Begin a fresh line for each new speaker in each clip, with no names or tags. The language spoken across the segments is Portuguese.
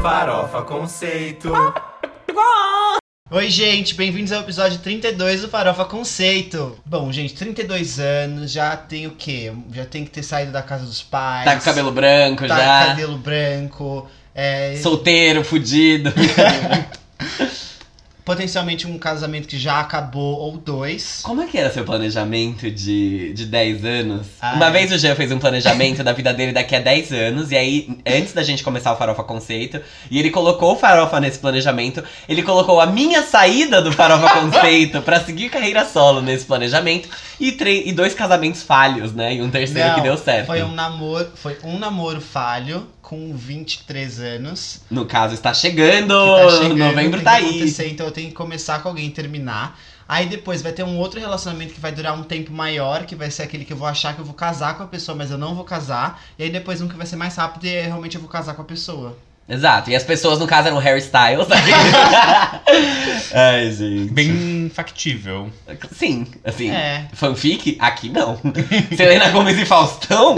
Farofa Conceito.
Oi, gente, bem-vindos ao episódio 32 do Farofa Conceito. Bom, gente, 32 anos, já tem o quê? Já tem que ter saído da casa dos pais.
Tá com cabelo branco
tá
já.
com cabelo branco. é,
Solteiro, fudido.
Potencialmente um casamento que já acabou ou dois.
Como é que era seu planejamento de, de 10 anos?
Ah,
Uma
é.
vez o Jean fez um planejamento da vida dele daqui a 10 anos, e aí, antes da gente começar o Farofa Conceito, e ele colocou o Farofa nesse planejamento, ele colocou a minha saída do Farofa Conceito pra seguir carreira solo nesse planejamento, e, tre- e dois casamentos falhos, né? E um terceiro
Não,
que deu certo.
Foi um namoro, foi um namoro falho com 23 anos.
No caso, está chegando!
que tá chegando,
Novembro
tem
tá
que
aí.
acontecer, então eu tenho que começar com alguém e terminar. Aí depois vai ter um outro relacionamento que vai durar um tempo maior, que vai ser aquele que eu vou achar que eu vou casar com a pessoa, mas eu não vou casar. E aí depois um que vai ser mais rápido e aí realmente eu vou casar com a pessoa.
Exato. E as pessoas, no caso, eram hairstyles. Ai, gente.
Bem factível.
Sim, assim.
É.
Fanfic? Aqui não. Selena Gomes e Faustão?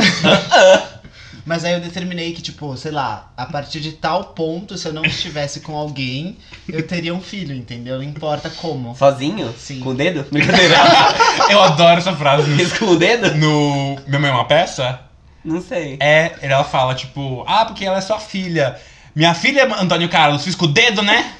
Mas aí eu determinei que, tipo, sei lá, a partir de tal ponto, se eu não estivesse com alguém, eu teria um filho, entendeu? Não importa como.
Sozinho?
Sim.
Com o dedo? Brincadeira.
Eu adoro essa frase.
Fiz com o dedo?
No Minha Mãe é uma Peça,
Não sei.
é, ela fala, tipo, ah, porque ela é sua filha. Minha filha é Antônio Carlos, fiz com o dedo, né?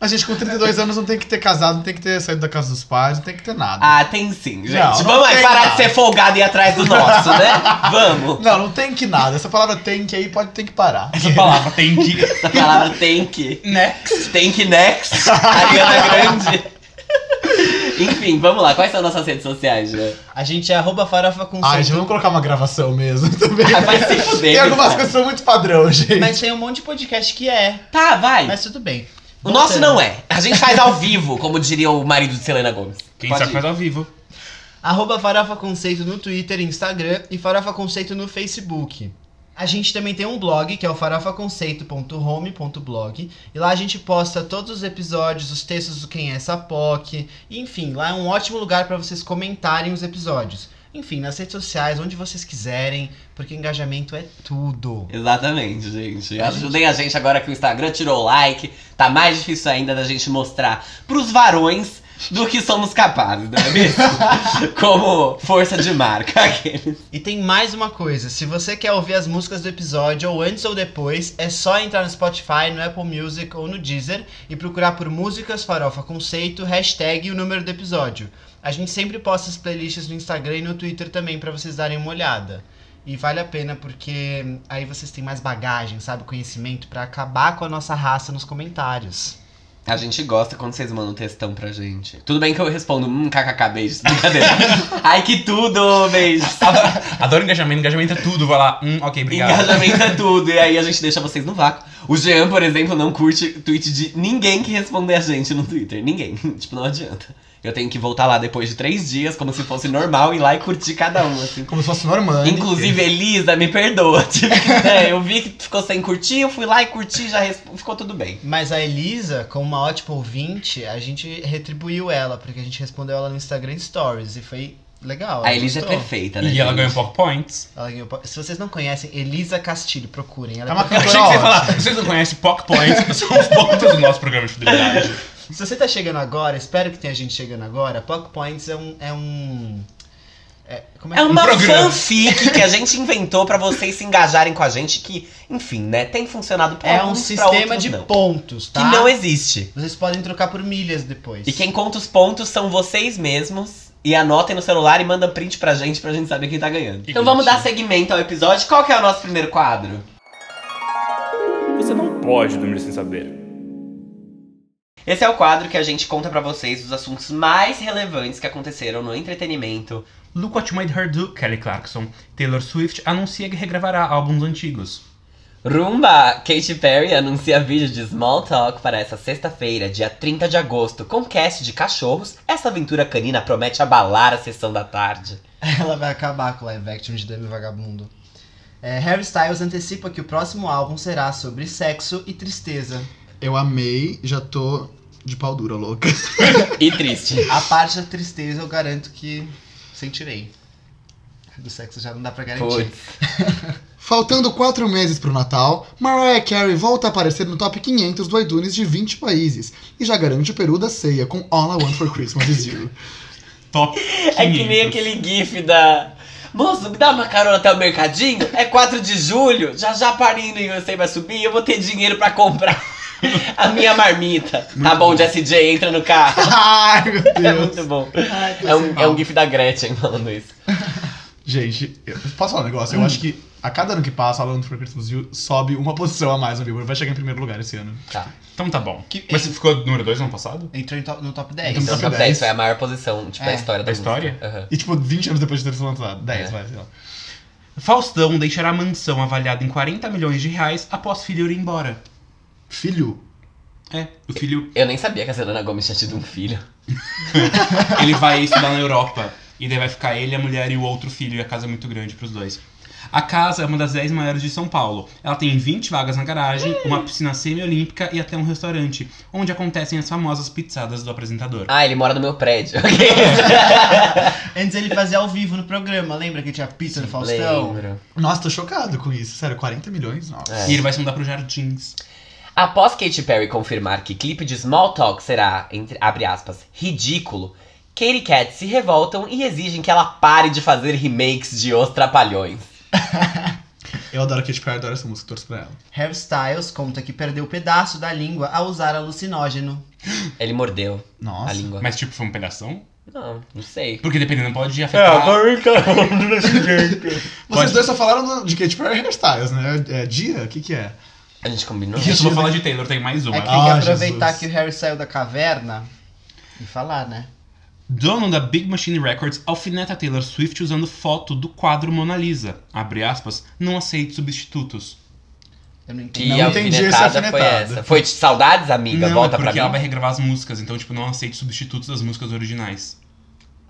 A gente com 32 anos não tem que ter casado, não tem que ter saído da casa dos pais, não tem que ter nada.
Ah, tem sim, gente.
Não, não
Vamos aí
tem
parar
nada.
de ser folgado e ir atrás do nosso, né? Vamos.
Não, não tem que nada. Essa palavra tem que aí pode ter que parar.
Essa palavra tem que.
Essa palavra tem que.
né?
Tem que next. Ariana Grande. Enfim, vamos lá. Quais são nossas redes sociais, Jean?
A gente é arroba farofa com
Ah, gente,
sentido.
vamos colocar uma gravação mesmo também.
Ah, vai se fuder.
Tem algumas
cara.
coisas que são muito padrão, gente.
Mas tem um monte de podcast que é,
Tá, vai.
mas tudo bem.
O nosso
Voltando.
não é. A gente faz ao vivo, como diria o marido de Selena Gomes.
Quem
Pode
sabe
ir.
faz ao vivo.
Arroba Farofa Conceito no Twitter e Instagram e Farofa Conceito no Facebook. A gente também tem um blog que é o farofaconceito.home.blog e lá a gente posta todos os episódios, os textos do Quem é essa POC, enfim, lá é um ótimo lugar para vocês comentarem os episódios. Enfim, nas redes sociais, onde vocês quiserem, porque engajamento é tudo.
Exatamente, gente. Ajudem a gente agora que o Instagram tirou o like. Tá mais difícil ainda da gente mostrar pros varões do que somos capazes, não é mesmo? Como força de marca. aquele.
E tem mais uma coisa, se você quer ouvir as músicas do episódio ou antes ou depois, é só entrar no Spotify, no Apple Music ou no Deezer e procurar por Músicas Farofa Conceito, hashtag e o número do episódio. A gente sempre posta as playlists no Instagram e no Twitter também pra vocês darem uma olhada. E vale a pena porque hum, aí vocês têm mais bagagem, sabe, conhecimento pra acabar com a nossa raça nos comentários.
A gente gosta quando vocês mandam um textão pra gente. Tudo bem que eu respondo, hum, kkk, beijos. Brincadeira. Ai, que tudo, beijos.
Adoro engajamento, engajamento é tudo. Vai lá, hum, ok, obrigado.
Engajamento é tudo, e aí a gente deixa vocês no vácuo. O Jean, por exemplo, não curte tweet de ninguém que responder a gente no Twitter. Ninguém. tipo, não adianta. Eu tenho que voltar lá depois de três dias, como se fosse normal, ir lá e curtir cada um, assim.
Como se fosse normal.
né?
Inclusive, Elisa, me perdoa. Tive que- é, eu vi que ficou sem curtir, eu fui lá e curti, já resp- ficou tudo bem.
Mas a Elisa, como uma ótima ouvinte, a gente retribuiu ela, porque a gente respondeu ela no Instagram Stories e foi legal.
A
ela
Elisa é
gostou.
perfeita, né?
E ela
gente?
ganhou Power Points.
Ela ganhou po- Se vocês não conhecem, Elisa Castilho, procurem. Ela
É
é
uma
Eu
perfeita.
achei Ah, que você ia falar, vocês não conhecem Pock Points, são os pontos do nosso programa de fidelidade.
Se você tá chegando agora, espero que tenha gente chegando agora. Pock Points é um. É, um, é, como
É
que-
uma
programa.
fanfic que a gente inventou pra vocês se engajarem com a gente, que, enfim, né, tem funcionado pra
É um
alguns, pra
sistema
outros
de
não.
pontos,
Que
tá?
não existe.
Vocês podem trocar por milhas depois.
E quem conta os pontos são vocês mesmos. E anotem no celular e mandam print pra gente, pra gente saber quem tá ganhando.
Que
então vamos dar
bonitinho.
segmento ao episódio. Qual que é o nosso primeiro quadro?
Você não pode dormir sem saber.
Esse é o quadro que a gente conta pra vocês os assuntos mais relevantes que aconteceram no entretenimento.
Look What You Made Her Do, Kelly Clarkson. Taylor Swift anuncia que regravará álbuns antigos.
Rumba! Katy Perry anuncia vídeo de Small Talk para essa sexta-feira, dia 30 de agosto, com cast de cachorros. Essa aventura canina promete abalar a sessão da tarde.
Ela vai acabar com o live action de Dami Vagabundo. É, Harry Styles antecipa que o próximo álbum será sobre sexo e tristeza.
Eu amei, já tô de pau dura, louca.
E triste.
A parte da tristeza eu garanto que sentirei. Do sexo já não dá pra garantir.
Putz.
Faltando quatro meses pro Natal, Mariah Carey volta a aparecer no top 500 do iTunes de 20 países e já garante o peru da ceia com All I Want for Christmas Is You.
Top 500.
É que nem aquele gif da. Moço, me dá uma carona até o mercadinho? É 4 de julho, já já parindo e você vai subir, eu vou ter dinheiro pra comprar a minha marmita. tá bom, Jesse J, entra no carro.
Ai, meu
É
Deus.
muito bom.
Ai, tô
É
sem
um, é
mal.
um gif da Gretchen falando isso.
Gente, eu- posso falar um negócio? Eu acho que a cada ano que passa, All I Want for Christmas Is You sobe uma posição a mais no Billboard. Vai chegar em primeiro lugar esse ano.
Então tá bom.
Que-
Mas você ficou número 2 ano passado?
Entrou em to- no top
Então,
10.
Então,
top
top 10
10.
foi a maior posição, tipo, da
É,
história
da
da música.
história?
Aham.
E tipo, 20 anos depois de ter sido lançado. 10,
É.
vai, sei lá.
Faustão deixará a mansão avaliada em 40 milhões de reais após filho ir embora.
Filho,
É, o filho,
Eu nem sabia que a Selena Gomes tinha tido um filho.
ele vai estudar na Europa. E daí vai ficar ele, a mulher e o outro filho. E a casa é muito grande pros dois. A casa é uma das 10 maiores de São Paulo. Ela tem 20 vagas na garagem, uma piscina semi-olímpica e até um restaurante, onde acontecem as famosas pizzadas do apresentador.
Ah, ele mora no meu prédio. Ok.
Antes ele fazia ao vivo no programa, lembra que tinha pizza do Faustão?
Lembro.
Nossa, tô chocado com isso. Sério, 40 milhões? Nossa.
É.
E ele vai se mudar pro Jardins.
Após Katy Perry confirmar que clipe de Small Talk será, entre abre aspas, ridículo, Katy Cat se revoltam e exigem que ela pare de fazer remakes de Os Trapalhões.
Eu adoro Katy Perry, adoro essa música, torço pra ela.
Hairstyles conta que perdeu pedaço da língua ao usar alucinógeno.
Ele mordeu
Nossa.
a língua.
Mas tipo, foi um pedação?
Não, não sei.
Porque dependendo, pode afetar...
Vocês
Pode-
dois só falaram do- de Katy Perry e hairstyles, né? É dia? O que que é?
A gente combinou.
Isso, vou falar de Taylor, tem mais uma.
É que tem que
Ah,
aproveitar
Jesus.
que o Harry saiu da caverna e falar, né?
Dono da Big Machine Records alfineta Taylor Swift usando foto do quadro Mona Lisa. Abre aspas, não aceite substitutos.
Eu não
Que
entendi.
Não
a
entendi essa
alfinetada foi
alfinetada.
essa. Foi de saudades, amiga?
não,
Volta
é
pra
porque
mim.
ela vai regravar as músicas, então, tipo, não aceite substitutos das músicas originais.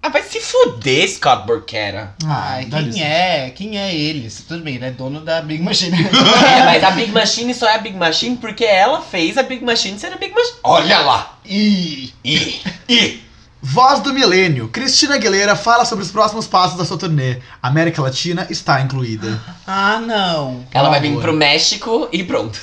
Ah, vai se fuder, Scott Burkera.
Ai,
Ah, dá
quem
licença.
é? Quem é ele? Se- Tudo bem, ele é dono da Big Machine.
É, mas a Big Machine só é a Big Machine porque ela fez a Big Machine ser a Big Machine. Olha lá!
Ih.
Ih! Ih!
Voz do Milênio. Cristina Aguilera fala sobre os próximos passos da sua turnê. América Latina está incluída.
ah, não.
Ela
Por
vai vir
favor.
pro México e pronto.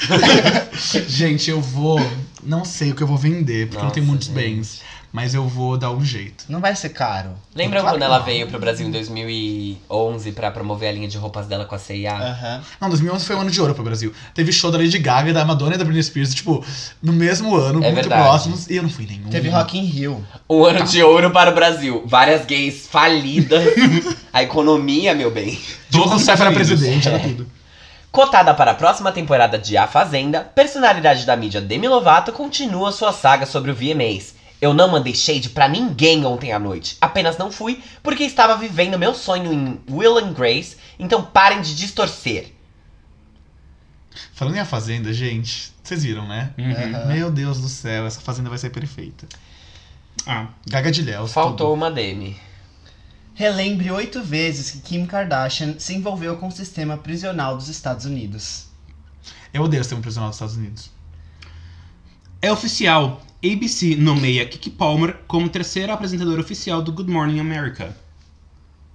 Gente, eu vou. Não sei o que eu vou vender, porque eu não tenho
Nossa,
muitos
gente.
bens. Mas eu vou dar um jeito.
Não vai ser caro.
Lembram
Claro
quando
que
ela
não.
veio pro Brasil em 2011 pra promover a linha de roupas dela com a C&A?
Aham.
Não, 2011 foi um ano de ouro pro Brasil. Teve show da Lady Gaga, da Madonna e da Britney Spears, tipo, no mesmo ano,
É
muito
verdade.
próximos. E eu não fui em nenhum.
Teve Rock in Rio.
Um ano de ouro para o Brasil. Várias gays falidas. a economia, meu bem.
Todo
Todos
mundo era
unidos.
presidente, era
É.
tudo.
Cotada para a próxima temporada de A Fazenda, personalidade da mídia Demi Lovato continua sua saga sobre o VMAs. Eu não mandei shade pra ninguém ontem à noite. Apenas não fui porque estava vivendo meu sonho em Will and Grace, então parem de distorcer.
Falando em A Fazenda, gente, vocês viram, né?
Uhum.
Aham.
Meu Deus do céu, essa Fazenda vai ser perfeita.
Ah,
Gaga de Léo.
Faltou uma Demi.
Relembre oito vezes que Kim Kardashian se envolveu com o sistema prisional dos Estados Unidos.
Eu odeio ser um prisional dos Estados Unidos.
é oficial. ABC nomeia Kiki Palmer como terceira apresentadora oficial do Good Morning America.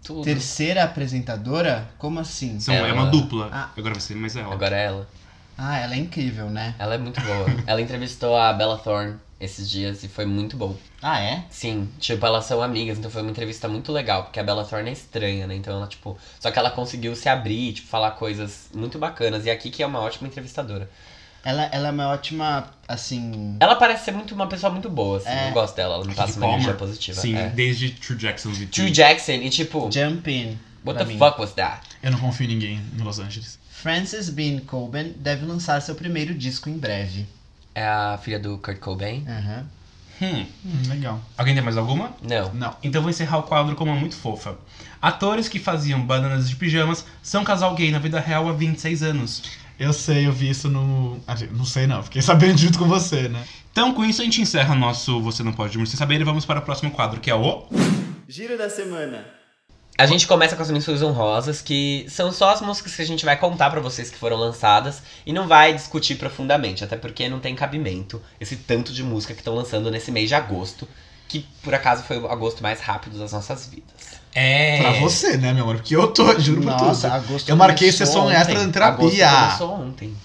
Tudo.
Terceira apresentadora? Como assim?
São, É uma
Ela-
dupla.
Ah.
Agora vai ser mais ela.
Agora é ela.
Ah, ela é incrível, né?
Ela é muito boa. ela entrevistou a Bella Thorne esses dias e foi muito bom.
Ah, é?
Sim, tipo, elas são amigas, então foi uma entrevista muito legal, porque a Bella Thorne é estranha, né? Então ela, tipo. Só que ela conseguiu se abrir, tipo, falar coisas muito bacanas. E aqui que é uma ótima entrevistadora.
Ela, ela é uma ótima, assim.
Ela parece ser muito uma pessoa muito boa, assim.
É.
Eu gosto dela, ela me
Kiki
passa uma
Palmer?
energia positiva.
Sim,
É.
desde True Jackson VT.
True Jackson, e tipo,
Jumping.
what
pra
the
mim.
fuck was that?
Eu não confio em ninguém em Los Angeles.
Frances Bean Coben deve lançar seu primeiro disco em breve.
É a filha do Kurt Cobain?
Aham.
Hum.
Hum, legal.
Alguém tem mais alguma?
Não.
Não.
Então vou encerrar o quadro com uma muito fofa. Atores que faziam bananas de pijamas são casal gay na vida real há 26 anos.
Eu sei, eu vi isso no. Ah, gente, Não sei não, fiquei sabendo junto com você, né?
Então com isso a gente encerra nosso Você Não Pode Dormir Sem Saber e vamos para o próximo quadro, que é o...
Giro da semana.
A gente começa com as menções honrosas, que são só as músicas que a gente vai contar pra vocês que foram lançadas e não vai discutir profundamente, até porque não tem cabimento esse tanto de música que estão lançando nesse mês de agosto, que por acaso foi o agosto mais rápido das nossas vidas.
É.
Pra você, né, meu amor? Porque eu tô, juro por tudo.
Nossa, agosto
Eu marquei
começou
sessão
ontem.
extra na
Agosto
terapia.
começou ontem.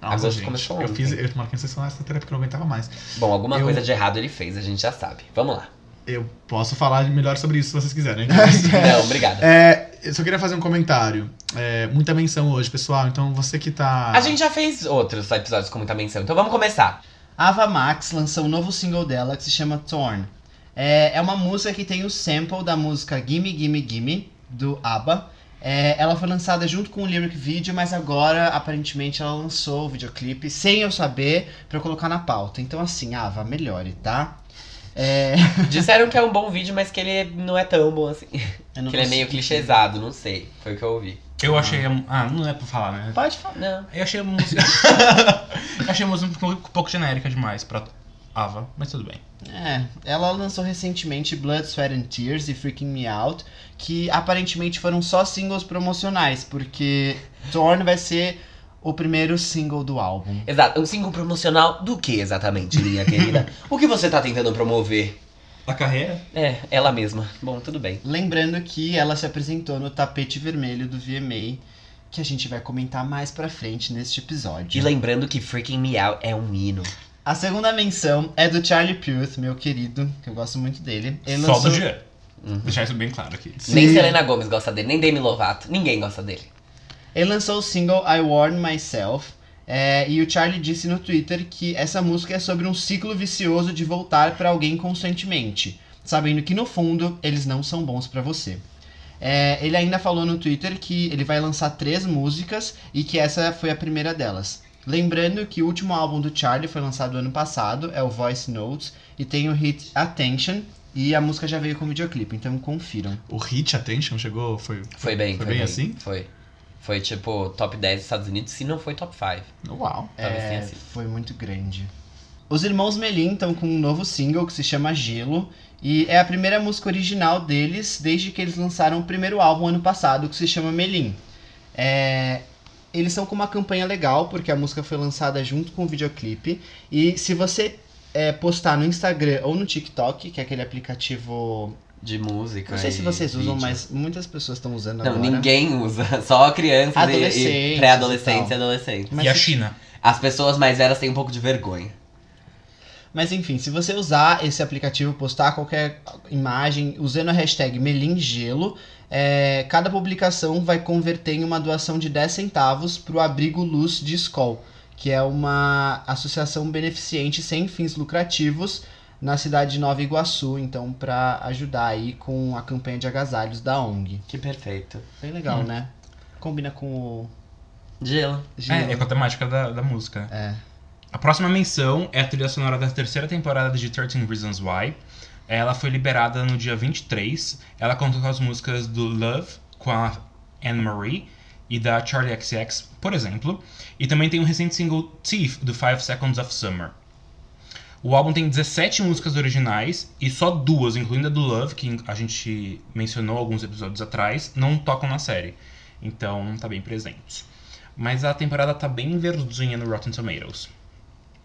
Nossa,
agosto
gente,
começou
Eu,
ontem.
fiz, eu marquei sessão extra na terapia porque eu não aguentava mais.
Bom, alguma
Eu-
coisa de errado ele fez, a gente já sabe. Vamos lá.
Eu posso falar melhor sobre isso se vocês quiserem. né?
Não, obrigada.
É, eu só queria fazer um comentário. É, muita menção hoje, pessoal. Então você que tá.
A gente já fez outros episódios com muita menção, então vamos começar.
Ava Max lançou um novo single dela que se chama Torn. É, é uma música que tem o sample da música Gimme Gimme Gimme, do ABBA. É, ela foi lançada junto com o lyric video, mas agora aparentemente ela lançou o videoclipe sem eu saber pra eu colocar na pauta. Então assim, Ava, melhore, tá? É,
Disseram que é um bom vídeo, mas que ele não é tão bom assim.
eu não
que ele é meio
consigo.
clichêsado, não sei. Foi o que eu ouvi.
Eu achei. a- Ah, não é pra falar, né?
Pode falar.
Não.
Eu achei a música. eu achei a música um pouco- um pouco genérica demais pra Ava, mas tudo bem.
É, ela lançou recentemente Blood, Sweat and Tears e Freaking Me Out, que aparentemente foram só singles promocionais, porque Torn vai ser o primeiro single do álbum.
Exato. Um single promocional do que exatamente, minha querida? O que você tá tentando promover?
A carreira?
É, ela mesma. Bom, tudo bem.
Lembrando que ela se apresentou no tapete vermelho do VMA, que a gente vai comentar mais pra frente neste
E
episódio.
lembrando que Freaking Me Out é um hino.
A segunda menção é do Charlie Puth, meu querido, que eu gosto muito dele. Ele
Só
lançou-
do Jean.
Uhum.
Deixar isso bem claro aqui.
Sim.
Nem Selena Gomes gosta dele, nem Demi Lovato. Ninguém gosta dele.
Ele lançou o single I Warn Myself. é, e o Charlie disse no Twitter que essa música é sobre um ciclo vicioso de voltar pra alguém constantemente, sabendo que no fundo eles não são bons pra você. É, ele ainda falou no Twitter que ele vai lançar três músicas e que essa foi a primeira delas. Lembrando que o último álbum do Charlie foi lançado ano passado, é o Voice Notes, e tem o hit Attention, e a música já veio com videoclipe, então confiram.
O Hit Attention chegou. Foi,
Foi bem,
Foi bem assim?
Foi. Foi tipo top 10 dos Estados Unidos, se não foi top 5.
Uau.
Talvez tenha
É,
sido.
foi muito grande. Os irmãos Melim estão com um novo single que se chama Gelo e é a primeira música original deles desde que eles lançaram o primeiro álbum ano passado que se chama Melim. É, eles estão com uma campanha legal porque a música foi lançada junto com o videoclipe e se você é, postar no Instagram ou no TikTok, que é aquele aplicativo,
De música.
não sei se
e
vocês usam,
vídeo.
mas muitas pessoas estão usando
Não,
agora.
ninguém usa. Só crianças e- e,
Adolescentes
pré-adolescentes e
e
adolescentes.
Mas
e a
se-
China?
As pessoas mais velhas têm um pouco de vergonha.
Mas enfim, se você usar esse aplicativo, postar qualquer imagem usando a hashtag Melingelo, é, cada publicação vai converter em uma doação de 10 centavos para o Abrigo Luz de Skol, que é uma associação beneficente sem fins lucrativos na cidade de Nova Iguaçu, então para ajudar aí com a campanha de agasalhos da ONG.
Que perfeito.
Bem legal, né? Combina com o
Gelo.
Hum. É, é
gelo.
com a temática da, da música. né?
É.
A próxima menção é a trilha sonora da terceira temporada de 13 Reasons Why. Ela foi liberada no dia 23. Ela conta com as músicas do Love, com a Anne-Marie, e da Charlie XX, por exemplo. E também tem o recente single Thief, do Five Seconds of Summer. O álbum tem 17 músicas originais e só duas, incluindo a do Love, que a gente mencionou alguns episódios atrás, não tocam na série. Então tá bem presente. Mas a temporada tá bem verdinha no Rotten Tomatoes.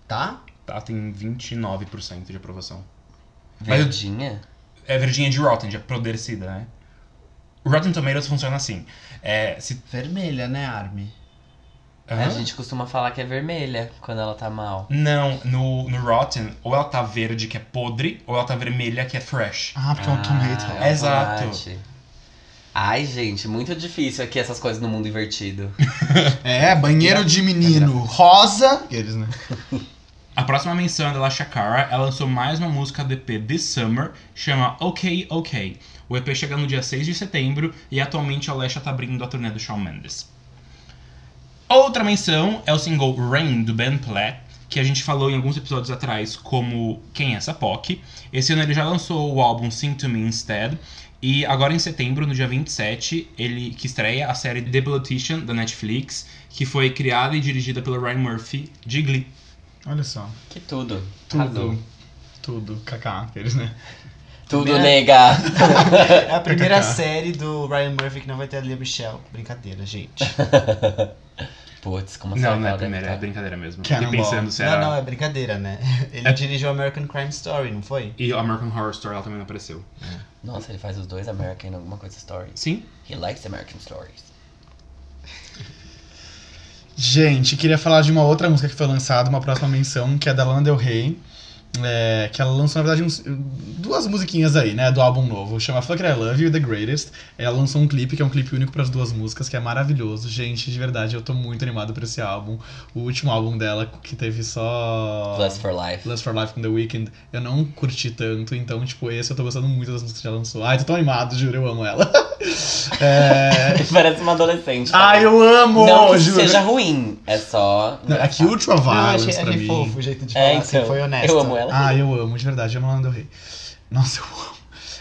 Tá?
Tá, tem 29% de aprovação. Mas eu-
Verdinha?
É verdinha de Rotten, de apodrecida, né? O Rotten Tomatoes funciona assim. É, se...
Vermelha, né, Armin?
A
Hã?
gente costuma falar que é vermelha quando ela tá mal.
Não, no, no Rotten, ou ela tá verde, que é podre, ou ela tá vermelha, que é fresh.
Ah, porque é um tomato.
é um
Exato.
tomate. Ai, gente, muito difícil aqui essas coisas no mundo invertido.
É, banheiro de menino rosa. Eles, né?
A próxima menção é da La Shakara. Ela lançou mais uma música do EP This Summer, chama OK OK. O EP chega no dia 6 de setembro e atualmente a Lesha tá abrindo a turnê do Shawn Mendes. Outra menção é o single Rain, do Ben Platt, que a gente falou em alguns episódios atrás como Quem é essa POC. Esse ano ele já lançou o álbum Sing To Me Instead, e agora em setembro, no dia 27, ele que estreia a série The Politician, da Netflix, que foi criada e dirigida pelo Ryan Murphy, de Glee.
Olha só.
Que tudo.
Tudo.
Arrasou.
Tudo. Kaká. Eles, né?
Tudo,
Primeira-
nega.
É a primeira
PKK.
série do Ryan Murphy que não vai ter a Lea Michelle. Brincadeira, gente.
Putz, como será
Não,
que
não é a
ela deve
primeira,
tá?
é brincadeira mesmo.
Cannonball.
Fiquei pensando se era.
Não, não, é brincadeira, né? Ele dirigiu American Crime Story, não foi?
E American Horror Story ela também não apareceu.
tá- Nossa, ele faz os dois American alguma coisa stories.
Sim.
He likes American stories.
Gente, queria falar de uma outra música que foi lançada, uma próxima menção, que é da Lana Del Rey. é, que ela lançou, na verdade, uns- duas musiquinhas aí, né? Do álbum novo. Chama Fuck It, I Love You e The Greatest. Ela lançou um clipe, que é um clipe único para as duas músicas, que é maravilhoso. Gente, de verdade, eu tô muito animado pra esse álbum. O último álbum dela, que teve só.
Plus for life.
Lust for Life com The Weeknd, eu não curti tanto, então, tipo, esse eu tô gostando muito das músicas que ela lançou. Ai, tô tão animado, juro, eu amo ela. É...
Parece uma adolescente. tá?
Ai, eu amo!
Não que
juro.
seja ruim, é só.
Não, é que Ultra
Ah,
Violence
achei,
pra
achei
mim.
fofo o jeito de falar,
É,
assim,
então.
foi honesto.
Eu amo ela.
Ah, eu amo, de verdade, eu amo Lana Del Rey. Nossa, eu amo.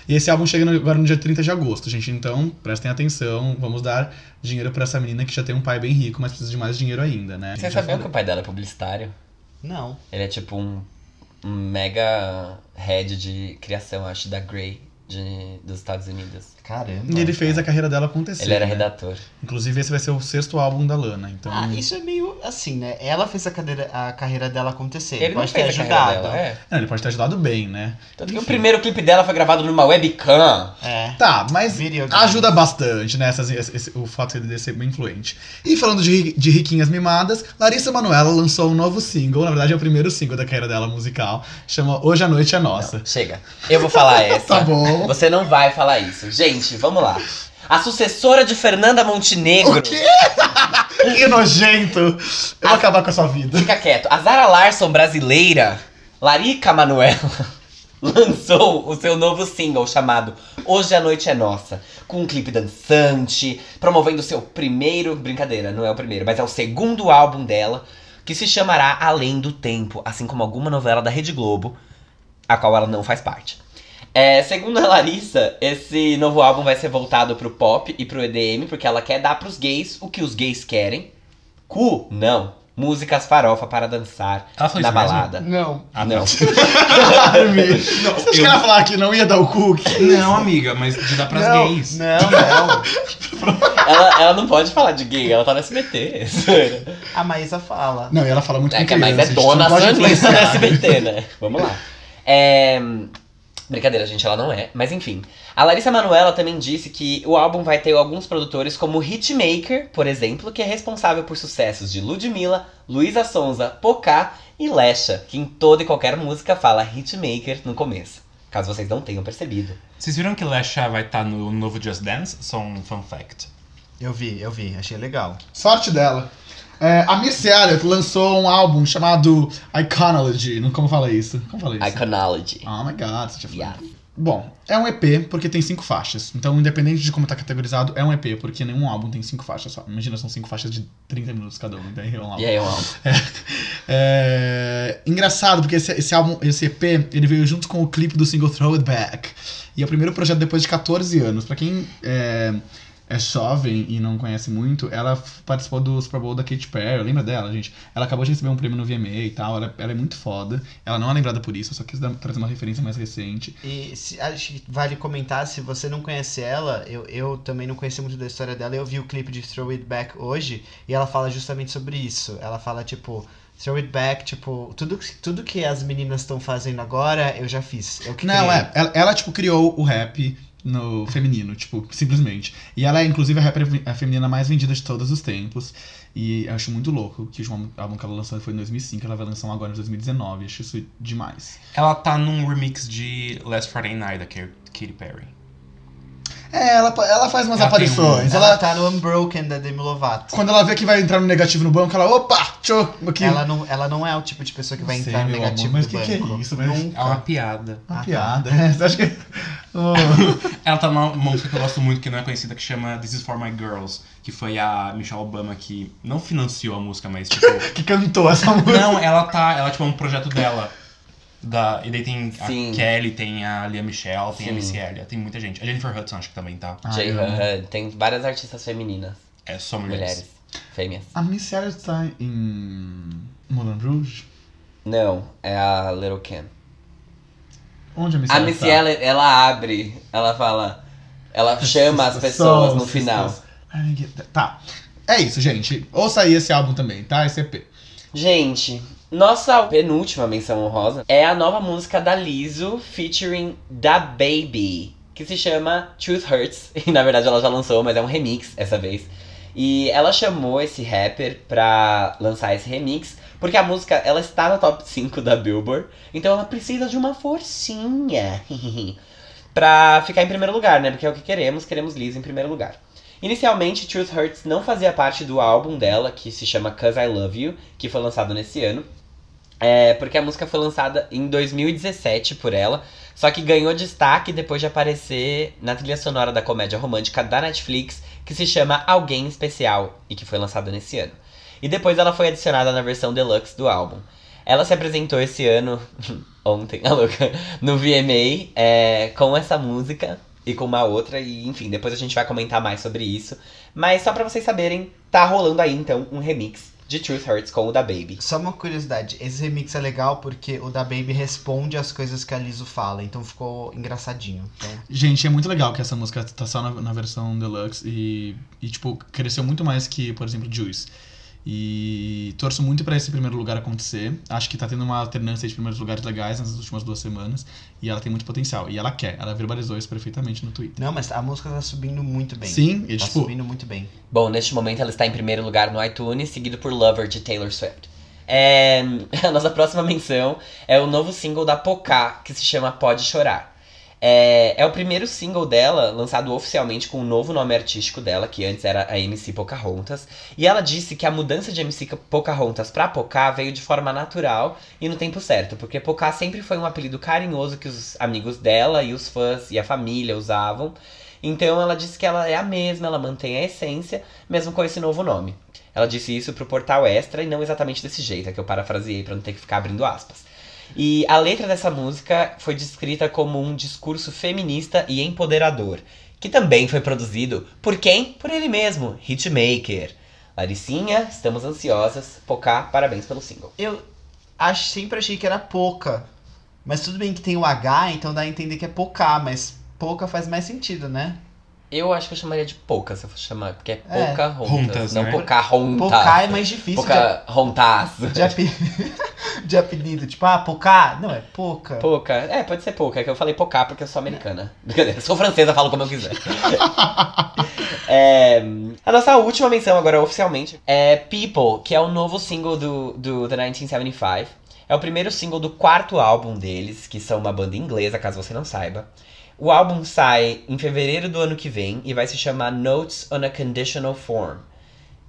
E esse álbum chega no- agora no dia 30 de agosto, gente. Então, prestem atenção. Vamos dar dinheiro pra essa menina que já tem um pai bem rico, mas precisa de mais dinheiro ainda, né?
Vocês
Já
sabiam que
falei.
o pai dela é publicitário?
Não.
Ele é tipo um, um mega head de criação, acho, da Grey de, dos Estados Unidos.
Caramba.
E ele fez a carreira dela acontecer.
Ele era
né?
redator.
Inclusive, esse vai ser o sexto álbum da Lana. Então,
Ah, isso é meio assim, né? Ela fez a, cadeira- a carreira dela acontecer.
Ele
pode
não
ter
fez a carreira
ajudado.
dela, é.
Não, ele pode ter ajudado bem, né?
Tanto que o
Enfim.
primeiro clipe dela foi gravado numa webcam.
É.
Tá, mas
Video game.
ajuda bastante, né? essas- esse- esse- o fato dele ser bem influente. E falando de, ri- de riquinhas mimadas, Larissa Manoela lançou um novo single, na verdade é o primeiro single da carreira dela musical, chama Hoje a Noite é Nossa.
Chega. Eu vou falar essa.
Tá bom.
Você não vai falar isso. Gente, vamos lá. A sucessora de Fernanda Montenegro.
O quê? que nojento! Eu
Ah.
vou acabar com a sua vida.
Fica quieto. A Zara Larson brasileira, Larica Manuela, lançou o seu novo single chamado Hoje a Noite é Nossa, com um clipe dançante, promovendo o seu primeiro. Brincadeira, não é o primeiro, mas é o segundo álbum dela, que se chamará Além do Tempo, assim como alguma novela da Rede Globo, a qual ela não faz parte. É, segundo a Larissa, esse novo álbum vai ser voltado pro pop e pro EDM, porque ela quer dar pros gays o que os gays querem. Cu, não. Músicas farofa para dançar
Ela falou
na
Ah, isso mesmo?
balada.
Não.
Ah,
não.
Armin, Você acha que
eu-
ela falar que não ia dar o cookie?
Não, amiga, mas de dar pras
não,
gays.
não, não.
ela, ela não pode falar de gay, ela tá no SBT. zoeira.
A Maísa fala.
Não, e ela fala muito
é
com
que a mais é
criança, gente, não
dona
pode
acionista do
influenciar.
SBT, né? Vamos lá. É, Brincadeira, gente, ela não é. Mas enfim. A Larissa Manoela também disse que o álbum vai ter alguns produtores como Hitmaker, por exemplo, que é responsável por sucessos de Ludmilla, Luísa Sonza, Pocá e Lesha, que em toda e qualquer música fala Hitmaker no começo. Caso vocês não tenham percebido.
Vocês viram que Lesha vai estar no novo Just Dance? Só um fun fact.
Eu vi, eu vi, achei legal.
Sorte dela. É, a Missy Elliott lançou um álbum chamado Iconology. Não, como fala isso? Como fala isso?
Iconology.
Oh my god, such a fun.
Yeah.
Bom, é um EP porque tem cinco faixas. Então, independente de como tá categorizado, é um EP, porque nenhum álbum tem cinco faixas só. Imagina, são cinco faixas de 30 minutos cada uma, daí é um álbum.
E aí, um álbum.
É, engraçado, porque esse, esse álbum, esse EP, ele veio junto com o clipe do single Throw It Back. E é o primeiro projeto depois de 14 anos. Pra quem é, é jovem e não conhece muito, ela f- participou do Super Bowl da Katy Perry, lembra dela, gente? Ela acabou de receber um prêmio no VMA e tal, ela, ela é muito foda. Ela não é lembrada por isso, eu só quis dar- trazer uma referência mais recente.
E se- acho que vale comentar, se você não conhece ela, eu, eu também não conheci muito da história dela, eu vi o clipe de Throw It Back hoje, e ela fala justamente sobre isso. Ela fala, tipo, Throw It Back, tipo, tudo, que- tudo que as meninas estão fazendo agora, eu já fiz. Eu que
Não,
criei.
é, ela, ela, tipo, criou o rap no feminino, tipo, simplesmente. E ela é, inclusive, a rapper fe- a feminina mais vendida de todos os tempos. E eu acho muito louco que o último álbum que ela lançou foi em 2005, ela vai lançar um agora em 2019. Acho isso demais.
Ela tá num remix de Last Friday Night da Ka- Katy Perry.
É, ela, pa- ela um- faz umas
Ela tem
aparições.
Ela,
Ela,
tá no Unbroken da Demi Lovato.
quando ela vê que vai entrar no negativo no banco, ela, opa, tchô, aqui.
Ela não, ela não é o tipo de pessoa que vai
Não sei,
entrar no
meu amor,
negativo
mas
do
que que é
banco.
isso, mas-
É uma piada.
Uma
Ah, tá.
piada, né? Você acha que... Oh.
Ela tá numa música que eu gosto muito, que não é conhecida, que chama This Is For My Girls, que foi a Michelle Obama que não financiou a música, mas tipo.
que cantou essa música.
não, ela tá. Ela tipo, é um projeto dela. Da, e daí tem
Sim.
a Kelly, tem a Lia Michelle, tem a
Sim.
Missy Elliott, tem muita gente. A Jennifer Hudson acho que também tá.
Ah,
J.
eu amo.
Hud, tem várias artistas femininas.
É só mulheres.
Mulheres. Fêmeas.
A Miss Elliott tá em Moulin Rouge?
Não, é a Little Kim.
Onde a Miss
A
Elliott
Miss
tá?
Ellen, ela abre, ela fala. Ela chama as pessoas no final.
I get that. Tá. É isso, gente. Ouça aí esse álbum também, tá? Esse EP.
Gente, nossa penúltima menção honrosa é a nova música da Lizzo featuring Da Baby, que se chama Truth Hurts. E na verdade ela já lançou, mas é um remix essa vez. E ela chamou esse rapper pra lançar esse remix, porque a música ela está na top 5 da Billboard, então ela precisa de uma forcinha pra ficar em primeiro lugar, né? Porque é o que queremos, queremos Lizzo em primeiro lugar. Inicialmente, Truth Hurts não fazia parte do álbum dela, que se chama Cause I Love You, que foi lançado nesse ano. É, porque a música foi lançada em 2017 por ela, só que ganhou destaque depois de aparecer na trilha sonora da comédia romântica da Netflix, que se chama Alguém Especial, e que foi lançada nesse ano. E depois ela foi adicionada na versão deluxe do álbum. Ela se apresentou esse ano, ontem, a louca, no VMA, é, com essa música, e com uma outra, e enfim, depois a gente vai comentar mais sobre isso. Mas só pra vocês saberem, tá rolando aí então um remix de Truth Hurts com o da Baby.
Só uma curiosidade, esse remix é legal porque o da Baby responde às coisas que a Liso fala, então ficou engraçadinho. Então,
Gente, é muito legal que essa música tá só na, na versão deluxe e, e, tipo, cresceu muito mais que, por exemplo, Juice. E torço muito pra esse primeiro lugar acontecer. Acho que tá tendo uma alternância de primeiros lugares legais nas últimas duas semanas. E ela tem muito potencial. E ela quer. Ela verbalizou isso perfeitamente no Twitter.
Não, mas a música tá subindo muito bem.
Sim, e
tá
tipo,
subindo muito bem.
Bom, neste momento ela está em primeiro lugar no iTunes, seguido por Lover de Taylor Swift. É, a nossa próxima menção é o novo single da Pocá, que se chama Pode Chorar. É, é o primeiro single dela, lançado oficialmente com o novo nome artístico dela, que antes era a MC Pocahontas. E ela disse que a mudança de MC Pocahontas pra Pocá veio de forma natural e no tempo certo, porque Pocá sempre foi um apelido carinhoso que os amigos dela e os fãs e a família usavam. Então ela disse que ela é a mesma, ela mantém a essência, mesmo com esse novo nome. Ela disse isso pro portal Extra e não exatamente desse jeito, é que eu parafraseei pra não ter que ficar abrindo aspas. E a letra dessa música foi descrita como um discurso feminista e empoderador, que também foi produzido por quem? Por ele mesmo, Hitmaker. Laricinha, estamos ansiosas. Pocá, parabéns pelo single.
Eu acho, sempre achei que era pouca. Mas tudo bem que tem o H, então dá a entender que é pouca, mas pouca faz mais sentido, né?
Eu acho que eu chamaria de Pouca, se eu fosse chamar, porque é
É.
Pouca
Juntas,
não
né?
Pouca Rontas.
Pouca é mais difícil
Hum, tá. Pouca Rontas.
de, de, ape- de apelido. Tipo, ah, pouca. Não, é pouca.
Pouca. É, pode ser pouca, é que eu falei pouca porque eu sou americana. Brincadeira, sou francesa, falo como eu quiser. É, a nossa última menção agora oficialmente é People, que é o novo single do, do The 1975. É o primeiro single do quarto álbum deles, que são uma banda inglesa, caso você não saiba. O álbum sai em fevereiro do ano que vem e vai se chamar Notes on a Conditional Form.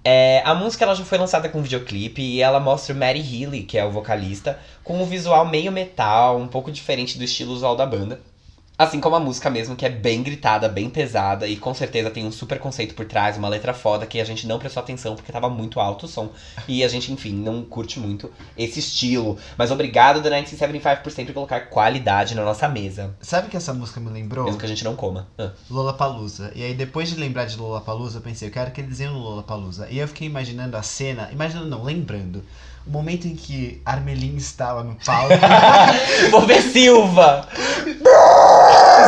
É, a música ela já foi lançada com um videoclipe e ela mostra o Matty Healy, que é o vocalista, com um visual meio metal, um pouco diferente do estilo usual da banda. Assim como a música mesmo, que é bem gritada, bem pesada e com certeza tem um super conceito por trás, uma letra foda que a gente não prestou atenção porque tava muito alto o som. E a gente, enfim, não curte muito esse estilo. Mas obrigado, The 1975, por sempre colocar qualidade na nossa mesa.
Sabe que essa música me lembrou?
Mesmo que a gente não coma. Ah.
Lollapalooza. E aí depois de lembrar de Lollapalooza, eu pensei, eu quero que eles iam no Lollapalooza. E eu fiquei imaginando a cena, imaginando não, lembrando, o momento em que Armelin estava no palco
Vou ver Silva!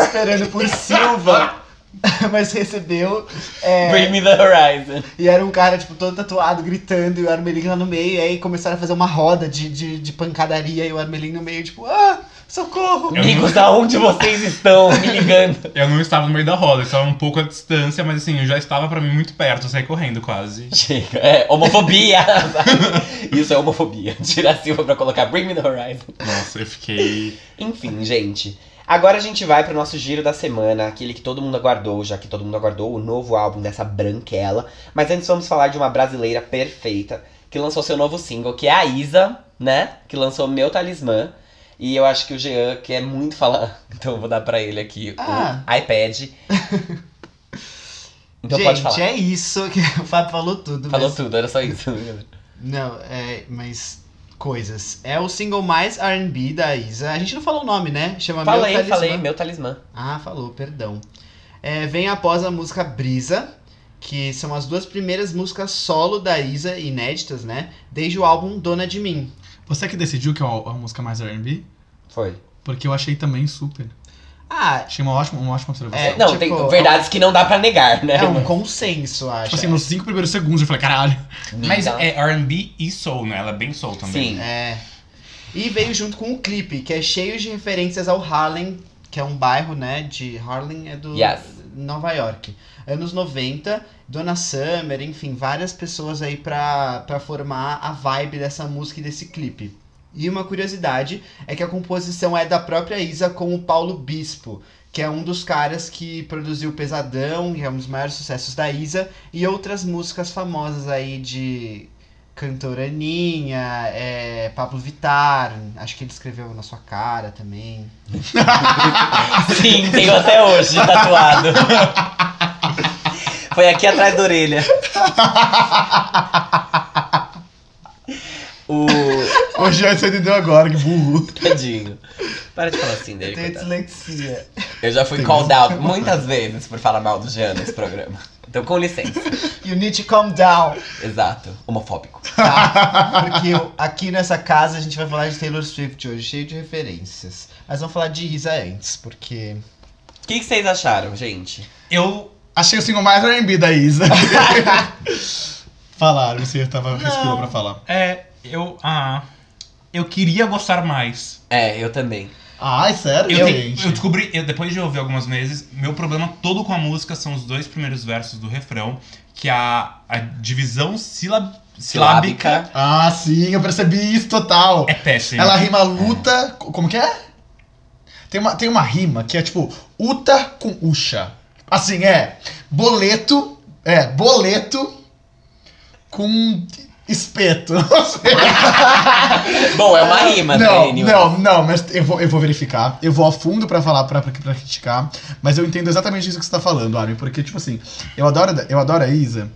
esperando por Silva, mas recebeu é,
Bring me the horizon.
e era um cara tipo todo tatuado gritando e o Armelin lá no meio. E aí começaram a fazer uma roda de, de, de pancadaria e o Armelin no meio tipo, ah, socorro.
Eu
Amigos, aonde vocês estão? Me ligando.
Eu não estava no meio da roda, eu estava um pouco à distância, mas assim, eu já estava pra mim muito perto, eu saí correndo quase.
Chega. É, homofobia. Isso é homofobia. Tirar a Silva pra colocar Bring Me The Horizon.
Nossa, eu fiquei.
Enfim, gente. Agora a gente vai pro nosso giro da semana, aquele que todo mundo aguardou, já que todo mundo aguardou o novo álbum dessa branquela. Mas antes vamos falar de uma brasileira perfeita que lançou seu novo single, que é a Isa, né? Que lançou Meu Talismã. E eu acho que o Jean quer muito falar, então eu vou dar pra ele aqui
Ah.
o iPad. Então pode falar.
Gente, é isso que o Fábio falou tudo.
Falou
mas-
tudo, era só isso.
Não, é, mas coisas. É o single mais R&B da Isa. A gente não falou o nome, né? Chama
falei,
Meu Talismã.
falei, meu talismã.
Ah, falou, perdão. É, vem após a música Brisa, que são as duas primeiras músicas solo da Isa, inéditas, né? Desde o álbum Dona de Mim.
Você que decidiu que é a, a música mais R&B?
Foi.
Porque eu achei também super.
Ah,
Achei uma ótima, uma ótima observação.
É,
Não,
tipo,
tem verdades que não dá pra negar, né?
é um consenso, acho.
Tipo assim, nos cinco primeiros segundos eu falei, caralho.
Mas
Então,
é R&B e soul, né? Ela é bem soul também.
Sim.
É. E veio junto com o clipe, que é cheio de referências ao Harlem, que é um bairro, né, de Harlem, é do
Yes.
Nova York. Anos 90, Donna Summer, enfim, várias pessoas aí pra, pra formar a vibe dessa música e desse clipe. E uma curiosidade é que a composição é da própria Isa com o Paulo Bispo, que é um dos caras que produziu Pesadão, que é um dos maiores sucessos da Isa, e outras músicas famosas aí de cantora Aninha, é, Pablo Vittar, acho que ele escreveu na sua cara também.
Sim, tenho até hoje tatuado. Foi aqui atrás da orelha. O.
Hoje já você entendeu agora, que burro.
Tadinho. Para de falar assim dele.
Eu tenho
coitado.
dislexia.
Eu já fui called out muitas vezes por falar mal do Jean nesse programa. Então, com licença.
You need to calm down,
Exato. Homofóbico.
tá? Porque eu- aqui nessa casa a gente vai falar de Taylor Swift hoje, cheio de referências. Mas vamos falar de Isa antes, porque.
O que, que vocês acharam, gente?
Eu
Achei o single mais R&B da Isa. Falaram, você tava respirou pra falar.
É, eu. Ah. Eu queria gostar mais.
É, eu também.
Ai, sério,
Eu, tenho-
gente?
eu descobri, eu- depois de ouvir algumas vezes, meu problema todo com a música são os dois primeiros versos do refrão, que a, a divisão sílab- silábica
Silábica.
Ah, sim, eu percebi isso total.
é péssima.
Ela rima luta. co- Como que é? Tem uma, tem uma rima que é tipo Uta com Ucha. Assim, é. Boleto. É, boleto com espeto. Não sei.
Bom, é uma rima,
não,
né? Nil?
não, não, mas eu vou, eu vou verificar. Eu vou a fundo pra falar, pra, pra, pra criticar. Mas eu entendo exatamente isso que você tá falando, Armin. Porque, tipo assim, eu adoro, eu adoro a Isa.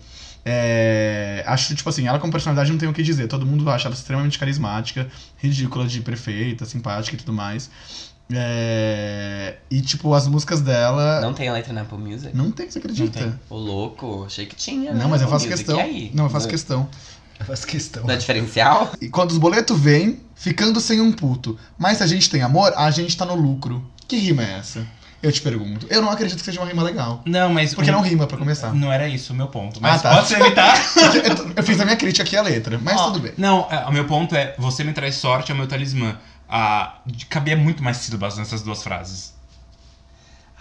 É, acho, tipo assim, ela como personalidade não tem o que dizer. Todo mundo acha ela extremamente carismática, ridícula de perfeita, simpática e tudo mais. É, e, tipo, as músicas dela.
Não tem a letra na Apple Music?
Não, tem, você acredita?
Ô, louco, achei que tinha.
Não,
né,
mas eu
Apple
faço
Music,
questão.
e aí?
Não, eu faço questão.
Faz questão.
Não é diferencial?
E quando os boletos vêm, ficando sem um puto. Mas se a gente tem amor, a gente tá no lucro. Que rima é essa? Eu te pergunto. Eu não acredito que seja uma rima legal.
Não, mas.
Porque
o-
não rima, pra começar.
Não era isso o meu ponto. Mas
Ah, tá.
pode ser evitar.
Eu, eu fiz a minha crítica aqui à letra, mas
Ó.
tudo bem.
não, é, o meu ponto é: você me traz sorte, é o meu talismã. Ah, de- cabia muito mais sílabas nessas duas frases.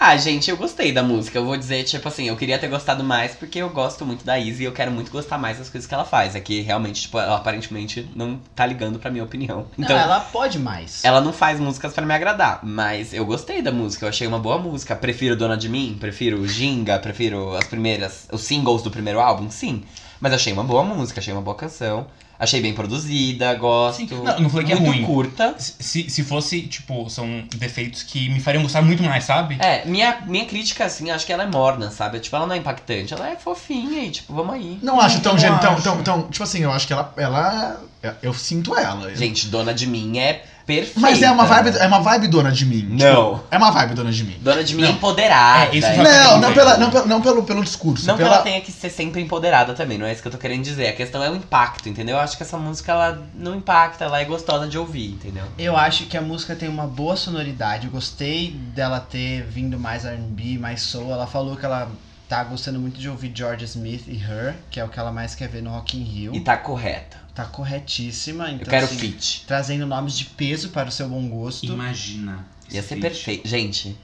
Ah, gente, eu gostei da música. Eu vou dizer, tipo assim, eu queria ter gostado mais porque eu gosto muito da Izzy e eu quero muito gostar mais das coisas que ela faz. É que realmente, tipo, ela aparentemente não tá ligando pra minha opinião. Então, É.
não,
ela...
ela pode mais.
não faz músicas pra me agradar, mas eu gostei da música, eu achei uma boa música. Prefiro Dona de Mim, prefiro Ginga, prefiro as primeiras, os singles do primeiro álbum, sim. Mas achei uma boa música, achei uma boa canção. Achei bem produzida, gosto.
Sim, não, eu não falei que é
muito
ruim.
curta.
Se- Se, se fosse, tipo, são defeitos que me fariam gostar muito mais, sabe?
É, minha, minha crítica, assim, acho que ela é morna, sabe? Tipo, ela não é impactante, ela é fofinha e, tipo, vamos aí.
Não acho tão
Não
gênio. Tão,
acho.
tão, tão, tipo assim, eu acho que ela. ela é, eu sinto ela.
Gente, Dona de Mim é perfeita.
mas é uma vibe, é uma vibe dona de mim.
Não.
Tipo, é uma vibe dona de mim.
Dona de Mim é
Não.
empoderada.
É, isso
é-
já-
Não,
tem
não,
vibe.
pela, não, pelo, não pelo, pelo discurso.
Não que
pela...
ela tenha que ser sempre empoderada também, não é isso que eu tô querendo dizer. A questão é o impacto, entendeu? Eu acho que essa música, ela não impacta, ela é gostosa de ouvir, entendeu?
Eu acho que a música tem uma boa sonoridade. Eu gostei dela ter vindo mais R&B, mais soul. Ela falou que ela tá gostando muito de ouvir George Smith e Her, que é o que ela mais quer ver no Rock in Rio.
E tá correta.
Tá corretíssima. Então,
eu quero
assim,
fit.
trazendo nomes de peso para o seu bom gosto.
Imagina.
Ia ser perfeito. Gente. ia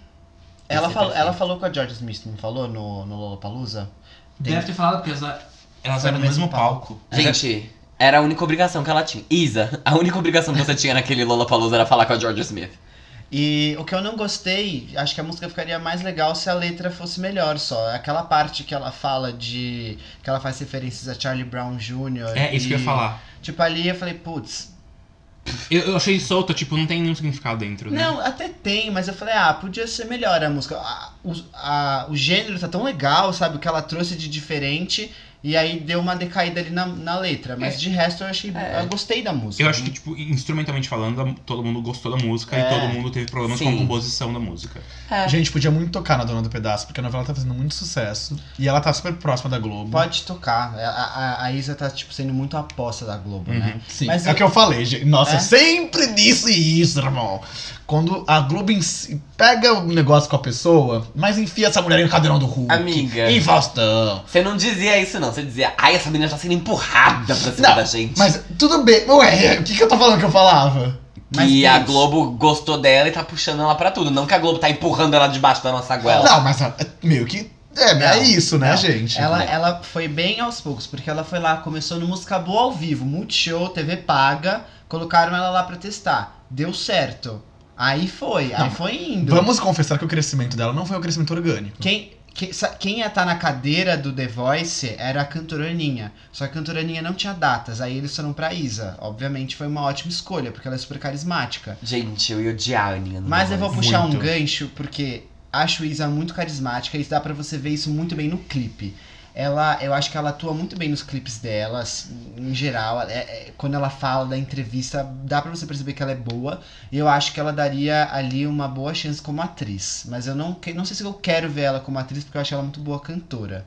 é
ela,
ser
falou, ela
perfeito.
falou com a George Smith, não falou? No, no Lollapalooza?
Deve ter falado, porque elas, elas
Foi
eram no mesmo palco.
Gente, era a única obrigação que ela tinha. Isa, a única obrigação que você tinha naquele Lollapalooza era falar com a George Smith.
E o que eu não gostei, acho que a música ficaria mais legal se a letra fosse melhor só. Aquela parte que ela fala de... Que ela faz referências a Charlie Brown Jr.
É, isso que eu
e-
ia falar.
Tipo, ali eu falei, putz...
Eu, eu achei solto, tipo, não tem nenhum significado dentro, né?
Não, até tem, mas eu falei, ah, podia ser melhor a música. Ah, o, a- o gênero tá tão legal, sabe? O que ela trouxe de diferente. E aí deu uma decaída ali na, na letra. Mas de resto eu achei. Eu gostei da música.
É. Eu acho que, tipo, instrumentalmente falando, todo mundo gostou da música
É.
e todo mundo teve problemas com a
Sim.
composição da música.
Gente, podia muito tocar na Dona do Pedaço, porque a novela tá fazendo muito sucesso. E ela tá super próxima da Globo.
Pode tocar. A, a- a Isa tá, tipo, sendo muito aposta da Globo,
Uhum.
né?
Sim,
Mas
é
eu-
o que eu falei, gente. Nossa,
É?
eu sempre disse isso, irmão. Quando a Globo em si- pega um negócio com a pessoa, mas enfia essa mulher em um cadeirão do Hulk.
Amiga.
Em Faustão.
Você não dizia isso, não. Você dizia, ai, essa menina tá sendo empurrada pra cima
Não,
da gente.
Mas tudo bem. Ué, o que, que eu tô falando que eu falava?
mas
e
tem
a
isso.
Globo gostou dela e tá puxando ela pra tudo. Não que a Globo tá empurrando ela debaixo da nossa goela.
Não, mas ah, meio que. É, é
Não,
isso, né,
não.
gente?
Ela, é ela foi bem aos poucos, porque ela foi lá, começou no Música Boa ao vivo, Multishow, TV paga, colocaram ela lá pra testar. Deu certo. Aí foi, aí
Não,
foi indo.
Vamos confessar que o crescimento dela não foi um crescimento orgânico.
Quem, quem, sa- quem ia estar na cadeira do The Voice era a cantora Aninha. Só que a cantora Aninha não tinha datas, aí eles foram pra Isa. Obviamente foi uma ótima escolha, porque ela é super carismática.
Gente, eu ia odiar a Aninha. no
Mas
The
eu vou
Voice.
puxar um
Muito.
gancho, porque acho Isa muito carismática e dá pra você ver isso muito bem no clipe. Ela, eu acho que ela atua muito bem nos clipes delas, em geral. É- é- quando ela fala da entrevista, dá pra você perceber que ela é boa. E eu acho que ela daria ali uma boa chance como atriz. Mas eu não, que- não sei se eu quero ver ela como atriz, porque eu acho ela muito boa cantora.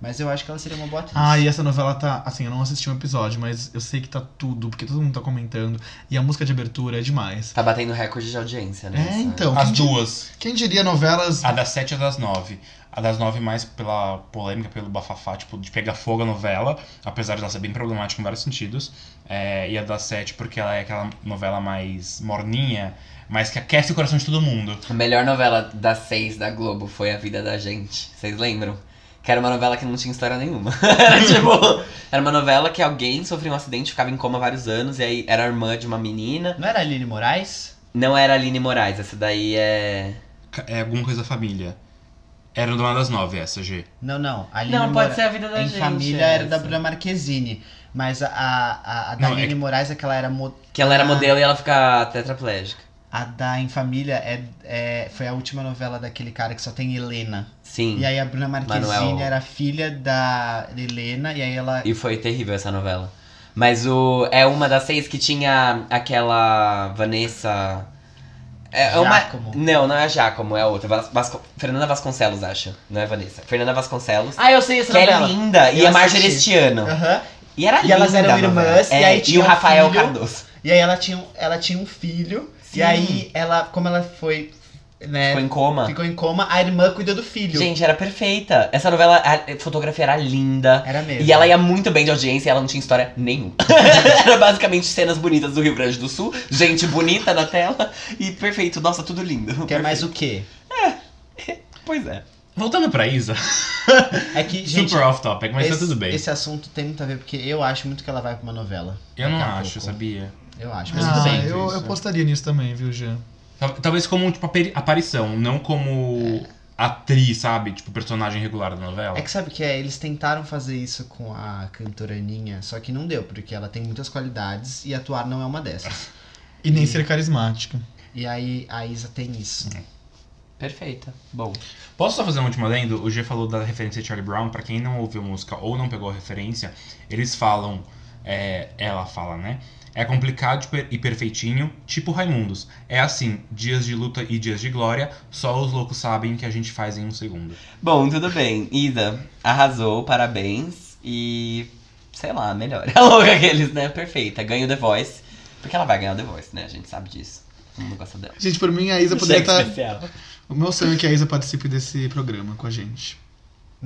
Mas eu acho que ela seria uma boa atriz.
Ah, e essa novela tá. Assim, eu não assisti um episódio, mas eu sei que tá tudo, porque todo mundo tá comentando. E a música de abertura é demais.
Tá batendo recorde de audiência, né?
É,
essa?
então.
As
Quem, di-
duas.
quem diria novelas.
A das sete e a das nove. A das nove mais pela polêmica, pelo bafafá, tipo, de pegar fogo a novela, apesar de ela ser bem problemática em vários sentidos. É, e a das sete porque ela é aquela novela mais morninha, mas que aquece o coração de todo mundo.
A melhor novela das seis da Globo foi A Vida da Gente. Vocês lembram? Que era uma novela que não tinha história nenhuma. era tipo. Era uma novela que alguém sofreu um acidente, ficava em coma vários anos, e aí era a irmã de uma menina.
Não era a Lili Moraes?
Não era a Aline Moraes, essa daí é.
Ca- É alguma coisa da família. Era do uma das nove, essa, G.
Não, não. A Aline
não,
Mora-
pode ser a vida da
em
gente. é
família era da
essa.
Bruna Marquezine. Mas a, a, a da
Não, é
Aline
que-
Moraes é que ela era. mo-
Que ela era
Ah.
modelo e ela fica tetraplégica.
A da Em Família é, é- foi a última novela daquele cara que só tem Helena.
Sim.
E aí a Bruna Marquezine
Manuel.
era filha da Helena, e aí ela.
E foi terrível essa novela. Mas o. É uma das seis que tinha aquela Vanessa. É é uma.
Giacomo.
Não, não é a Giacomo, é a outra. Vas- Vasco- Fernanda Vasconcelos, acho. Não é Vanessa. Fernanda Vasconcelos.
Ah, eu sei essa
que é linda.
Eu
e é Marjorie
assisti.
este ano.
Aham.
E era
E elas
linda
eram
a novela.
irmãs, e
É,
aí tinha
o
um
Rafael
filho.
Cardoso.
E aí ela tinha, um- ela tinha um filho.
Sim.
E aí ela, como ela foi. Né,
Ficou em coma.
ficou em coma, a irmã cuida do filho.
Gente, era perfeita. Essa novela, a fotografia era linda.
Era mesmo.
E ela ia muito bem de audiência e ela não tinha história nenhuma. Era basicamente cenas bonitas do Rio Grande do Sul, gente bonita na tela e perfeito. Nossa, tudo lindo.
Quer é mais o quê?
Pois é.
Voltando pra Isa.
É que, gente.
Super off topic, mas
esse,
tá tudo bem.
Esse assunto tem muito a ver, porque eu acho muito que ela vai pra uma novela.
Eu não
Daqui a
acho,
pouco.
sabia?
Eu acho, mas tudo
Ah,
bem.
eu, eu
isso.
postaria nisso também, viu, Jean?
Tal- Talvez como, tipo, apari- aparição, não como atriz, sabe? Tipo, personagem regular da novela.
É que sabe o que é? Eles tentaram fazer isso com a cantora Aninha, só que não deu, porque ela tem muitas qualidades e atuar não é uma dessas.
E nem ser carismática.
E aí a Isa tem isso.
Perfeita. Bom.
Posso só fazer um último adendo? O G falou da referência de Charlie Brown. Pra quem não ouviu a música ou não pegou a referência, eles falam... é, ela fala, né? É complicado e per- e perfeitinho, tipo Raimundos. É assim, dias de luta e dias de glória, só os loucos sabem que a gente faz em um segundo.
Bom, tudo bem. Ida, arrasou, parabéns. E. sei lá, melhor. É louca aqueles, né? Perfeita. Ganha o The Voice. Porque ela vai ganhar o The Voice, né? A gente sabe disso. Todo mundo gosta dela.
Gente, por mim a É, Isa poderia tá-
Chega
estar.
especial.
O meu sonho é que a Isa participe desse programa com a gente.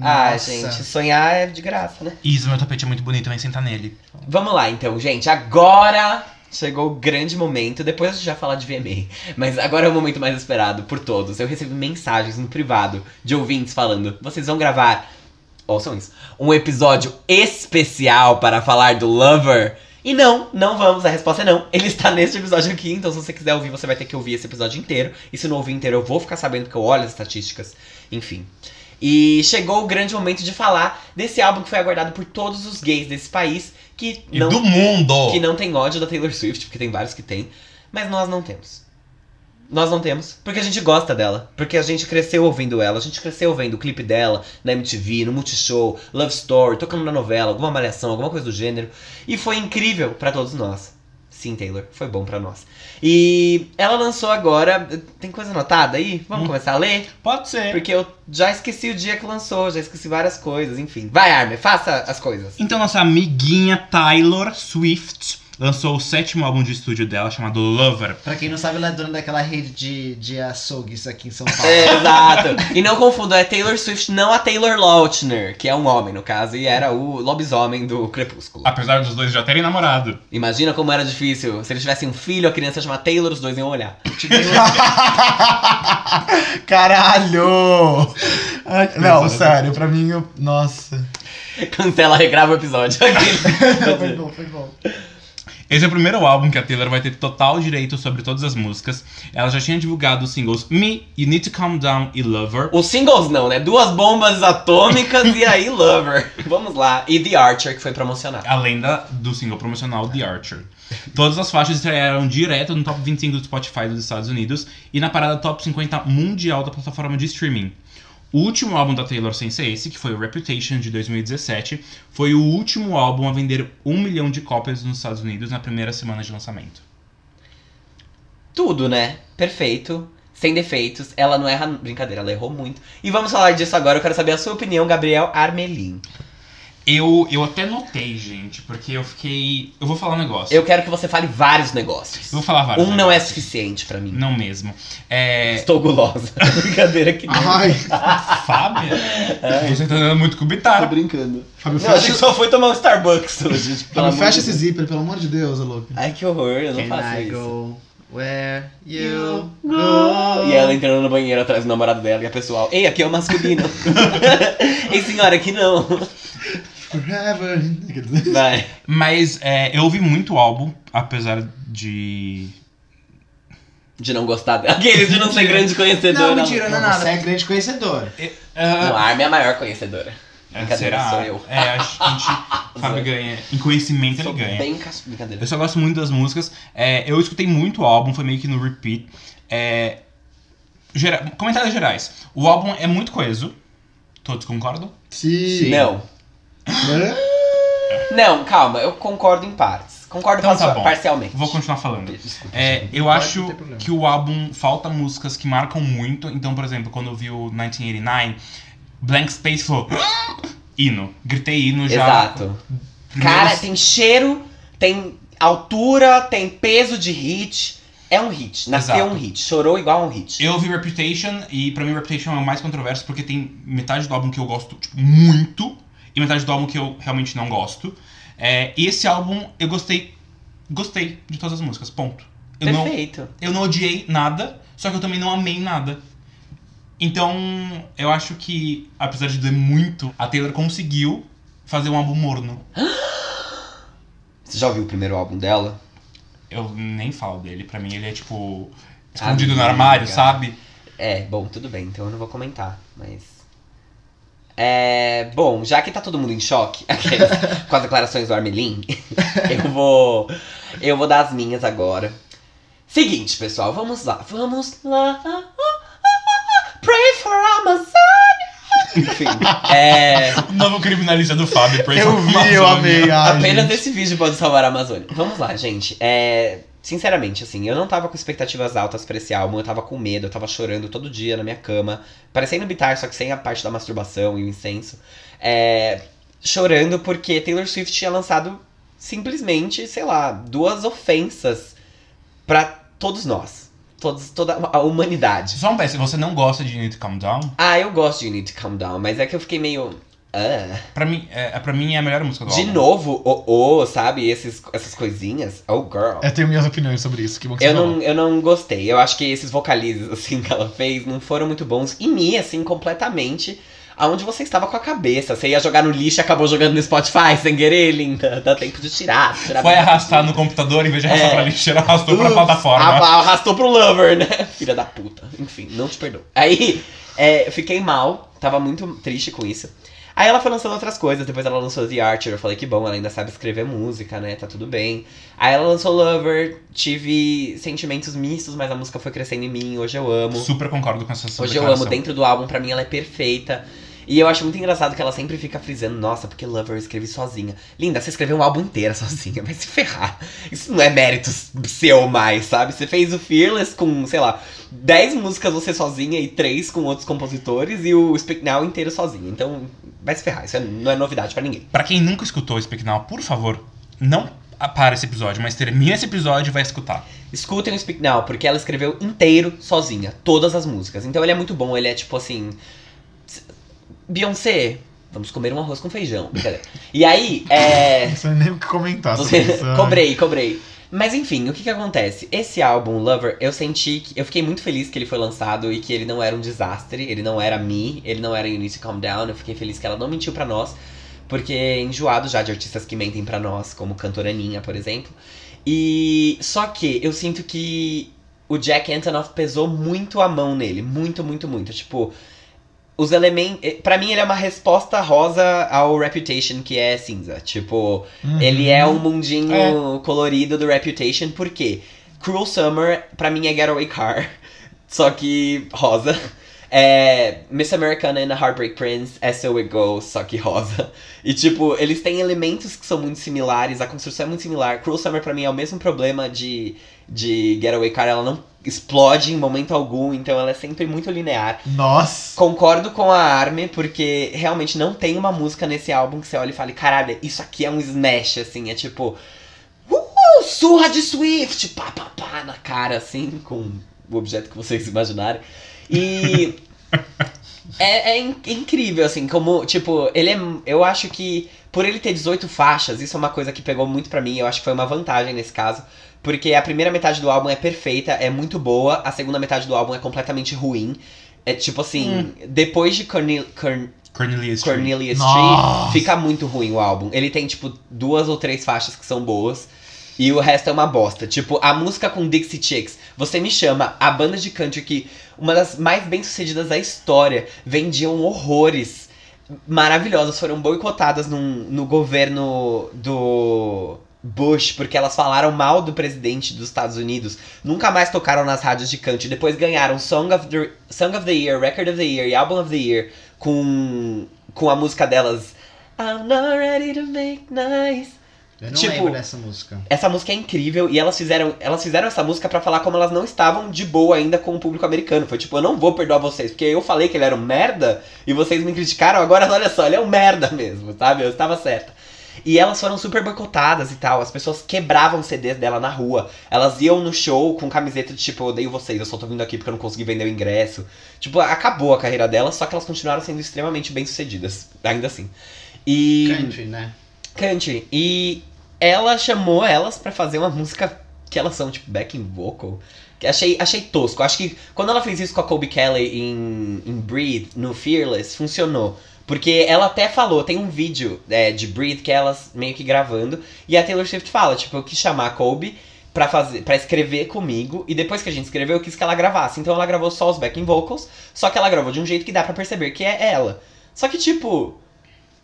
Ah,
Nossa.
gente, sonhar é de graça, né?
E Isa, meu tapete é muito bonito, mas senta nele.
Vamos lá, então, gente. Agora chegou o grande momento. Depois a gente vai falar de VMA. Mas agora é o momento mais esperado por todos. Eu recebi mensagens no privado de ouvintes falando: vocês vão gravar. Ouçam isso. Um episódio especial para falar do Lover. E não, não vamos, a resposta é não. Ele está neste episódio aqui, então se você quiser ouvir, você vai ter que ouvir esse episódio inteiro. E se não ouvir inteiro, eu vou ficar sabendo porque eu olho as estatísticas. Enfim. E chegou o grande momento de falar desse álbum que foi aguardado por todos os gays desse país, que
E
não
do mundo!
que não tem ódio da Taylor Swift, porque tem vários que tem, mas nós não temos. Nós não temos. Porque a gente gosta dela. Porque a gente cresceu ouvindo ela. A gente cresceu vendo o clipe dela na MTV, no Multishow, Love Story, tocando na novela, alguma malhação, alguma coisa do gênero. E foi incrível pra todos nós. Sim, Taylor, foi bom pra nós. E ela lançou agora. Tem coisa anotada aí? Vamos
Hum.
começar a ler?
Pode ser.
Porque eu já esqueci o dia que lançou, já esqueci várias coisas, enfim. Vai, Armin, faça as coisas.
Então, nossa amiguinha Taylor Swift lançou o sétimo álbum de estúdio dela, chamado Lover.
Pra quem não sabe, ela é dona daquela rede de, de açougues aqui em São Paulo.
É, exato. E não confunda, é Taylor Swift, não a Taylor Lautner, que é um homem, no caso, e era o lobisomem do Crepúsculo.
Apesar dos dois já terem namorado.
Imagina como era difícil. Se eles tivessem um filho, a criança ia chamar Taylor, os dois iam olhar.
Caralho!
Ai, que
Não,
pesado.
sério, Né, pra mim, eu... nossa.
Cancela, regrava o episódio.
foi bom, foi bom.
Esse é o primeiro álbum que a Taylor vai ter total direito sobre todas as músicas. Ela já tinha divulgado os singles Me, You Need to Calm Down e Lover.
Os singles não, né? Duas bombas atômicas e aí Lover. Vamos lá. E The Archer, que foi promocionado.
Além da, do single promocional The Archer. Todas as faixas estrearam direto no top 25 do Spotify dos Estados Unidos e na parada top 50 mundial da plataforma de streaming. O último álbum da Taylor sem ser esse, que foi o Reputation de 2017, foi o último álbum a vender um milhão de cópias nos Estados Unidos na primeira semana de lançamento.
Tudo, né? Perfeito. Sem defeitos. Ela não erra. Brincadeira, ela errou muito. E vamos falar disso agora. Eu quero saber a sua opinião, Gabriel Armelin.
Eu, eu até notei, gente, porque eu fiquei. Eu vou falar um negócio.
Eu quero que você fale vários negócios.
Eu vou falar vários.
Um não é
negócios.
suficiente pra mim.
Não mesmo. É.
Estou gulosa. Brincadeira que não.
Ai,
Fábio,
É.
você tá andando muito com o Bitar.
brincando. Fábio,
Não, a
fecha,
gente só foi tomar um Starbucks hoje. gente, pelo
Fábio,
amor
fecha
de
esse
Deus.
zíper, pelo amor de Deus, ô louco.
Ai, que horror, eu não
Can
faço
I
isso.
go where you
E é ela entrando no banheiro atrás do namorado dela e a pessoal, ei, aqui é o masculino. ei, senhora, aqui não.
Forever.
Vai.
Mas é, eu ouvi muito o álbum, apesar de.
De não gostar dela. Aqueles de não ser grande conhecedora.
Não, mentira, não é
né? não.
nada. Você é grande conhecedor.
Ah,
a Armin é a maior conhecedora.
é,
brincadeira,
será?
sou eu.
É, acho que a gente. Fábio ganha. Em conhecimento ele
Sou
ganha.
bem cas- Brincadeira.
Eu só gosto muito das músicas. É, eu escutei muito o álbum, foi meio que no repeat. É, gera- Comentários gerais. O álbum é muito coeso. Todos concordam?
Sim.
Não.
Né?
Não, calma, eu concordo em partes. Concordo
Então tá
parcial-
bom.
parcialmente.
Vou continuar falando.
Desculpa.
É, eu
Pode,
acho
não tem problema.
que o álbum falta músicas que marcam muito. Então, por exemplo, quando eu vi o 1989, Blank Space falou. hum, Hino. Gritei hino já.
Exato.
Primeiros-
Cara, tem cheiro, tem altura, tem peso de hit. É um hit. Nasceu
Exato.
um hit. Chorou igual um hit.
Eu vi Reputation e pra mim Reputation é o mais controverso porque tem metade do álbum que eu gosto tipo, muito e metade do álbum que eu realmente não gosto. É, e esse álbum eu gostei, gostei de todas as músicas, ponto. Eu não,
Perfeito.
eu não odiei nada, só que eu também não amei nada. Então, eu acho que, apesar de doer muito, a Taylor conseguiu fazer um álbum morno.
Você já ouviu o primeiro álbum dela?
Eu nem falo dele, pra mim ele é tipo. escondido no
Amiga.
armário, sabe?
É, bom, tudo bem, então eu não vou comentar, mas. É. Bom, já que tá todo mundo em choque aqueles, com as declarações do Armelin, eu vou. Eu vou dar as minhas agora. Seguinte, pessoal, vamos lá. Vamos lá. ah, Pray for Amazon! Enfim. É.
Novo criminalista do Fábio, Praise
Eu vi,
Amazônia.
eu amei. Ai,
Apenas
Ah, gente.
esse vídeo pode salvar a Amazônia. Vamos lá, gente. É, Sinceramente, assim, eu não tava com expectativas altas pra esse álbum, eu tava com medo, eu tava chorando todo dia na minha cama, parecendo Bitar, só que sem a parte da masturbação e o incenso. É, Chorando porque Taylor Swift tinha lançado simplesmente, sei lá, duas ofensas pra todos nós, todos, toda a humanidade.
Só um PS, você não gosta de Need to Calm Down?
Ah, eu gosto de You Need to Calm Down, mas é que eu fiquei meio. Ah.
Pra mim, é, pra mim é a melhor música do
De
álbum.
novo, o o, sabe? Esses, essas coisinhas. Oh, girl.
Eu tenho minhas opiniões sobre isso, que bom que
Eu
você falou.
não, eu não gostei. Eu acho que esses vocalizes, assim, que ela fez não foram muito bons. E me, assim, completamente aonde você estava com a cabeça. Você ia jogar no lixo e acabou jogando no Spotify sem querer, linda. Dá tempo de tirar. tirar
Foi
bem
arrastar
rapidinho.
no computador, em vez de arrastar
É.
pra lixeira, arrastou pra
Ups,
plataforma.
a- Arrastou pro lover, né? Filha da puta. Enfim, não te perdoo. Aí, É, eu fiquei mal, tava muito triste com isso. Aí ela foi lançando outras coisas, depois ela lançou The Archer, eu falei que bom, ela ainda sabe escrever música, né? Tá tudo bem. Aí ela lançou Lover, tive sentimentos mistos, mas a música foi crescendo em mim, hoje eu amo.
Super concordo com essa sua
Hoje eu amo,
declaração.
dentro do álbum, pra mim ela é perfeita. E eu acho muito engraçado que ela sempre fica frisando, nossa, porque Lover eu escrevi sozinha. Linda, você escreveu um álbum inteiro sozinha, vai se ferrar. Isso não é mérito seu mais, sabe? Você fez o Fearless com, sei lá, 10 músicas você sozinha e três com outros compositores e o Speak Now inteiro sozinha. Então, vai se ferrar, isso é- não é novidade pra ninguém.
Pra quem nunca escutou o Speak Now, por favor, não para esse episódio, mas termina esse episódio e vai escutar.
Escutem o Speak Now, porque ela escreveu inteiro, sozinha, todas as músicas. Então ele é muito bom, ele é tipo assim. s- Beyoncé, vamos comer um arroz com feijão. brincadeira. E aí, é.
Não sei nem o que comentar sobre
Você...
isso. né?
cobrei, cobrei. Mas enfim, o que que acontece? Esse álbum, Lover, eu senti que. Eu fiquei muito feliz que ele foi lançado e que ele não era um desastre, ele não era me, ele não era You Need to Calm Down. Eu fiquei feliz que ela não mentiu pra nós, porque é enjoado já de artistas que mentem pra nós, como Cantoraninha, por exemplo. E. Só que eu sinto que o Jack Antonoff pesou muito a mão nele, muito, muito, muito. Tipo. Os elementos. Pra mim, ele é uma resposta rosa ao Reputation, que é cinza. Tipo,
Uhum.
ele é um mundinho colorido do Reputation, por quê? Cruel Summer, pra mim, é Getaway Car, só que rosa. É, Miss Americana and a Heartbreak Prince, é So It Goes, só que rosa. E, tipo, eles têm elementos que são muito similares, a construção é muito similar. Cruel Summer, pra mim, é o mesmo problema de, de Getaway Car, ela não explode em momento algum, então ela é sempre muito linear.
Nossa.
Concordo com a Arme, porque realmente não tem uma música nesse álbum que você olha e fale, caralho, isso aqui é um smash, assim, é tipo. Uh, surra de Swift! Pá, pá, pá, na cara, assim, com o objeto que vocês imaginarem. E. é, é in- incrível, assim, como, tipo, ele é. Eu acho que. Por ele ter 18 faixas, isso é uma coisa que pegou muito pra mim, eu acho que foi uma vantagem nesse caso. Porque a primeira metade do álbum é perfeita, é muito boa, a segunda metade do álbum é completamente ruim. É tipo assim, depois de Cornel, Corn,
Cornelia Street.
Cornelia
Nossa.
Street, fica muito ruim o álbum. Ele tem, tipo, duas ou três faixas que são boas. E o resto é uma bosta. Tipo, a música com Dixie Chicks. Você me chama, a banda de country que, uma das mais bem sucedidas da história, vendiam horrores maravilhosas. Foram boicotadas num- no governo do Bush, porque elas falaram mal do presidente dos Estados Unidos. Nunca mais tocaram nas rádios de country. Depois ganharam Song of the, Song of the Year, Record of the Year e Album of the Year com, com a música delas. I'm not ready to make nice.
Eu não
Tipo-
lembro dessa música.
Essa música é incrível e elas fizeram, elas fizeram essa música pra falar como elas não estavam de boa ainda com o público americano. Foi tipo, eu não vou perdoar vocês, porque eu falei que ele era um merda e vocês me criticaram, agora olha só, ele é um merda mesmo, sabe? Eu estava certa. E elas foram super boicotadas e tal, as pessoas quebravam CDs dela na rua. Elas iam no show com camiseta de tipo, eu odeio vocês, eu só tô vindo aqui porque eu não consegui vender o ingresso. Tipo, acabou a carreira delas, só que elas continuaram sendo extremamente bem-sucedidas, ainda assim. E
Country, né?
country. E ela chamou elas pra fazer uma música que elas são, tipo, backing vocal. Que achei, achei tosco. Acho que quando ela fez isso com a Kobe Kelly em, em Breathe, no Fearless, funcionou. Porque ela até falou, tem um vídeo é, de Breathe que elas meio que gravando. E a Taylor Swift fala, tipo, eu quis chamar a Kobe pra, fazer, pra escrever comigo. E depois que a gente escreveu, eu quis que ela gravasse. Então ela gravou só os backing vocals. Só que ela gravou de um jeito que dá pra perceber que é ela. Só que, tipo,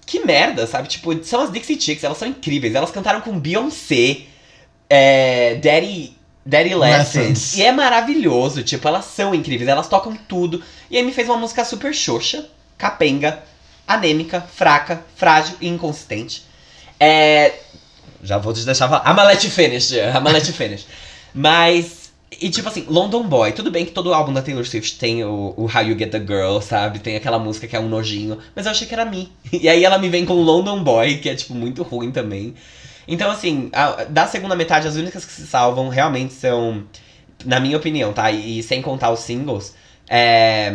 que merda, sabe? Tipo, são as Dixie Chicks, elas são incríveis. Elas cantaram com Beyoncé, é, Daddy, Daddy Lessons.
Lessons.
E é maravilhoso, tipo, elas são incríveis, elas tocam tudo. E aí me fez uma música super xoxa, capenga, anêmica, fraca, frágil e inconsistente. É. Já vou te deixar falar. Amalete Finish, Amalete Finish. Mas. E tipo assim, London Boy, tudo bem que todo álbum da Taylor Swift tem o, o How You Get the Girl, sabe? Tem aquela música que é um nojinho, mas eu achei que era me. E aí ela me vem com London Boy, que é tipo muito ruim também. Então assim, a- da segunda metade, as únicas que se salvam realmente são, na minha opinião, tá? E, e sem contar os singles, é,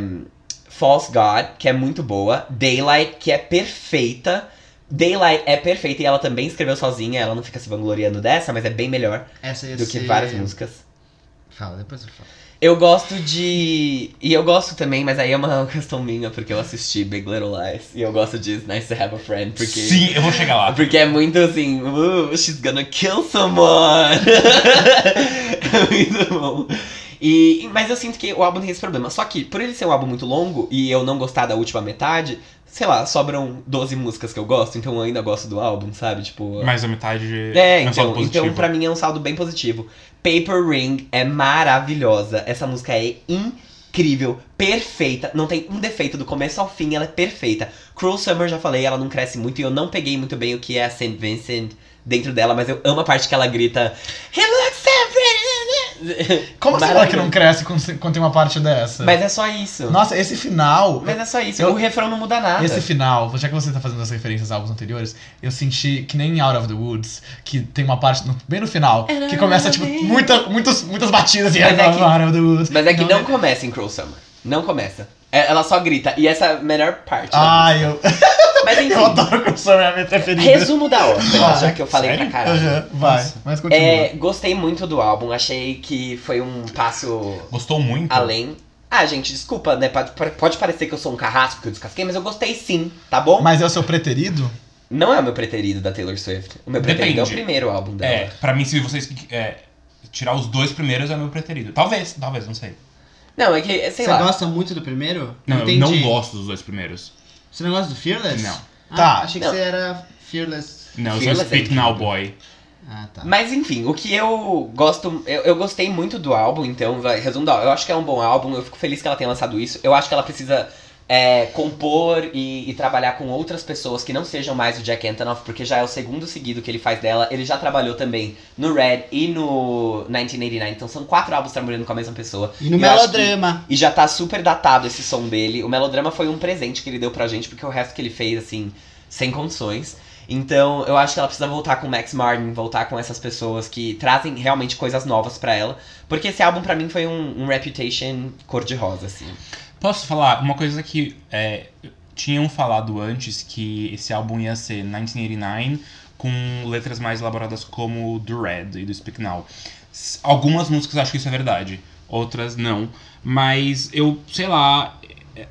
False God, que é muito boa, Daylight, que é perfeita. Daylight é perfeita e ela também escreveu sozinha, ela não fica se vangloriando dessa, mas é bem melhor
Essa ia
do
ser...
que várias músicas.
Fala, depois eu falo.
Eu gosto de. E eu gosto também, mas aí é uma questão minha, porque eu assisti Big Little Lies. E eu gosto de It's Nice to Have a Friend, porque.
Sim, eu vou chegar lá.
Porque é muito assim. Uh, she's gonna kill someone! é muito bom. E, mas eu sinto que o álbum tem esse problema. Só que, por ele ser um álbum muito longo e eu não gostar da última metade, sei lá, sobram 12 músicas que eu gosto, então eu ainda gosto do álbum, sabe? Tipo.
Mais a metade
É,
um saldo
então, então pra mim é um saldo bem positivo. Paper Ring é maravilhosa. Essa música é incrível, perfeita. Não tem um defeito do começo ao fim, ela é perfeita. Cruel Summer, já falei, ela não cresce muito e eu não peguei muito bem o que é a St. Vincent dentro dela, mas eu amo a parte que ela grita. "He looks so pretty."
Como você fala que não cresce quando, você- quando tem uma parte dessa?
Mas é só isso.
Nossa, esse final.
Mas é só isso.
Eu-
O refrão não muda nada.
Esse final, já que você tá fazendo as referências a álbuns anteriores, eu senti que nem em Out of the Woods, que tem uma parte no- bem no final, que começa, tipo, muita, muitas, muitas batidas e
Mas é que-
Out of the Woods.
Mas é que não começa em Cruel Summer. Não começa. É- Ela só grita. E essa é a melhor parte. da
Ai, eu,
Mas enfim,
Ah, eu adoro que o Sam é a minha preferida.
resumo da ópera,
Ah,
já que eu falei
Sério?
pra caralho.
Aham, vai, mas continua.
É, gostei muito do álbum, achei que foi um passo
Gostou muito.
além. Ah, gente, desculpa, né? Pode, pode parecer que eu sou um carrasco que eu descasquei, mas eu gostei sim, tá bom?
Mas é o seu preterido?
Não é o meu preterido da Taylor Swift. O meu preterido
Depende.
é o primeiro álbum dela.
É, pra mim, se vocês é, tirar os dois primeiros, é meu preferido. Talvez, talvez, não sei.
Não, é que, sei
Você
lá.
gosta muito do primeiro?
Não, eu
Entendi.
não gosto dos dois primeiros.
Você não gosta do Fearless?
Não.
Ah,
Tá.
Achei que
Não.
você era Fearless.
Não, eu sou um
Fearless é
Speak
incrível.
Now Boy.
Ah, tá.
Mas enfim, o que eu gosto. Eu, eu gostei muito do álbum, então, vai, resumo da. Eu acho que é um bom álbum, eu fico feliz que ela tenha lançado isso. Eu acho que ela precisa é, compor e, e trabalhar com outras pessoas que não sejam mais o Jack Antonoff, porque já é o segundo seguido que ele faz dela. Ele já trabalhou também no Red e no 1989, então são quatro álbuns trabalhando com a mesma pessoa.
E no
eu acho
melodrama.
E já tá super datado esse som dele. O melodrama foi um presente que ele deu pra gente, porque o resto que ele fez, assim, sem condições. Então, eu acho que ela precisa voltar com o Max Martin, voltar com essas pessoas que trazem realmente coisas novas pra ela. Porque esse álbum, pra mim, foi um, um reputation cor-de-rosa, assim.
Posso falar uma coisa que é, tinham falado antes que esse álbum ia ser 1989 com letras mais elaboradas como do Red e do Speak Now. S- Algumas músicas eu acho que isso é verdade, outras não. Mas eu, sei lá, é, é,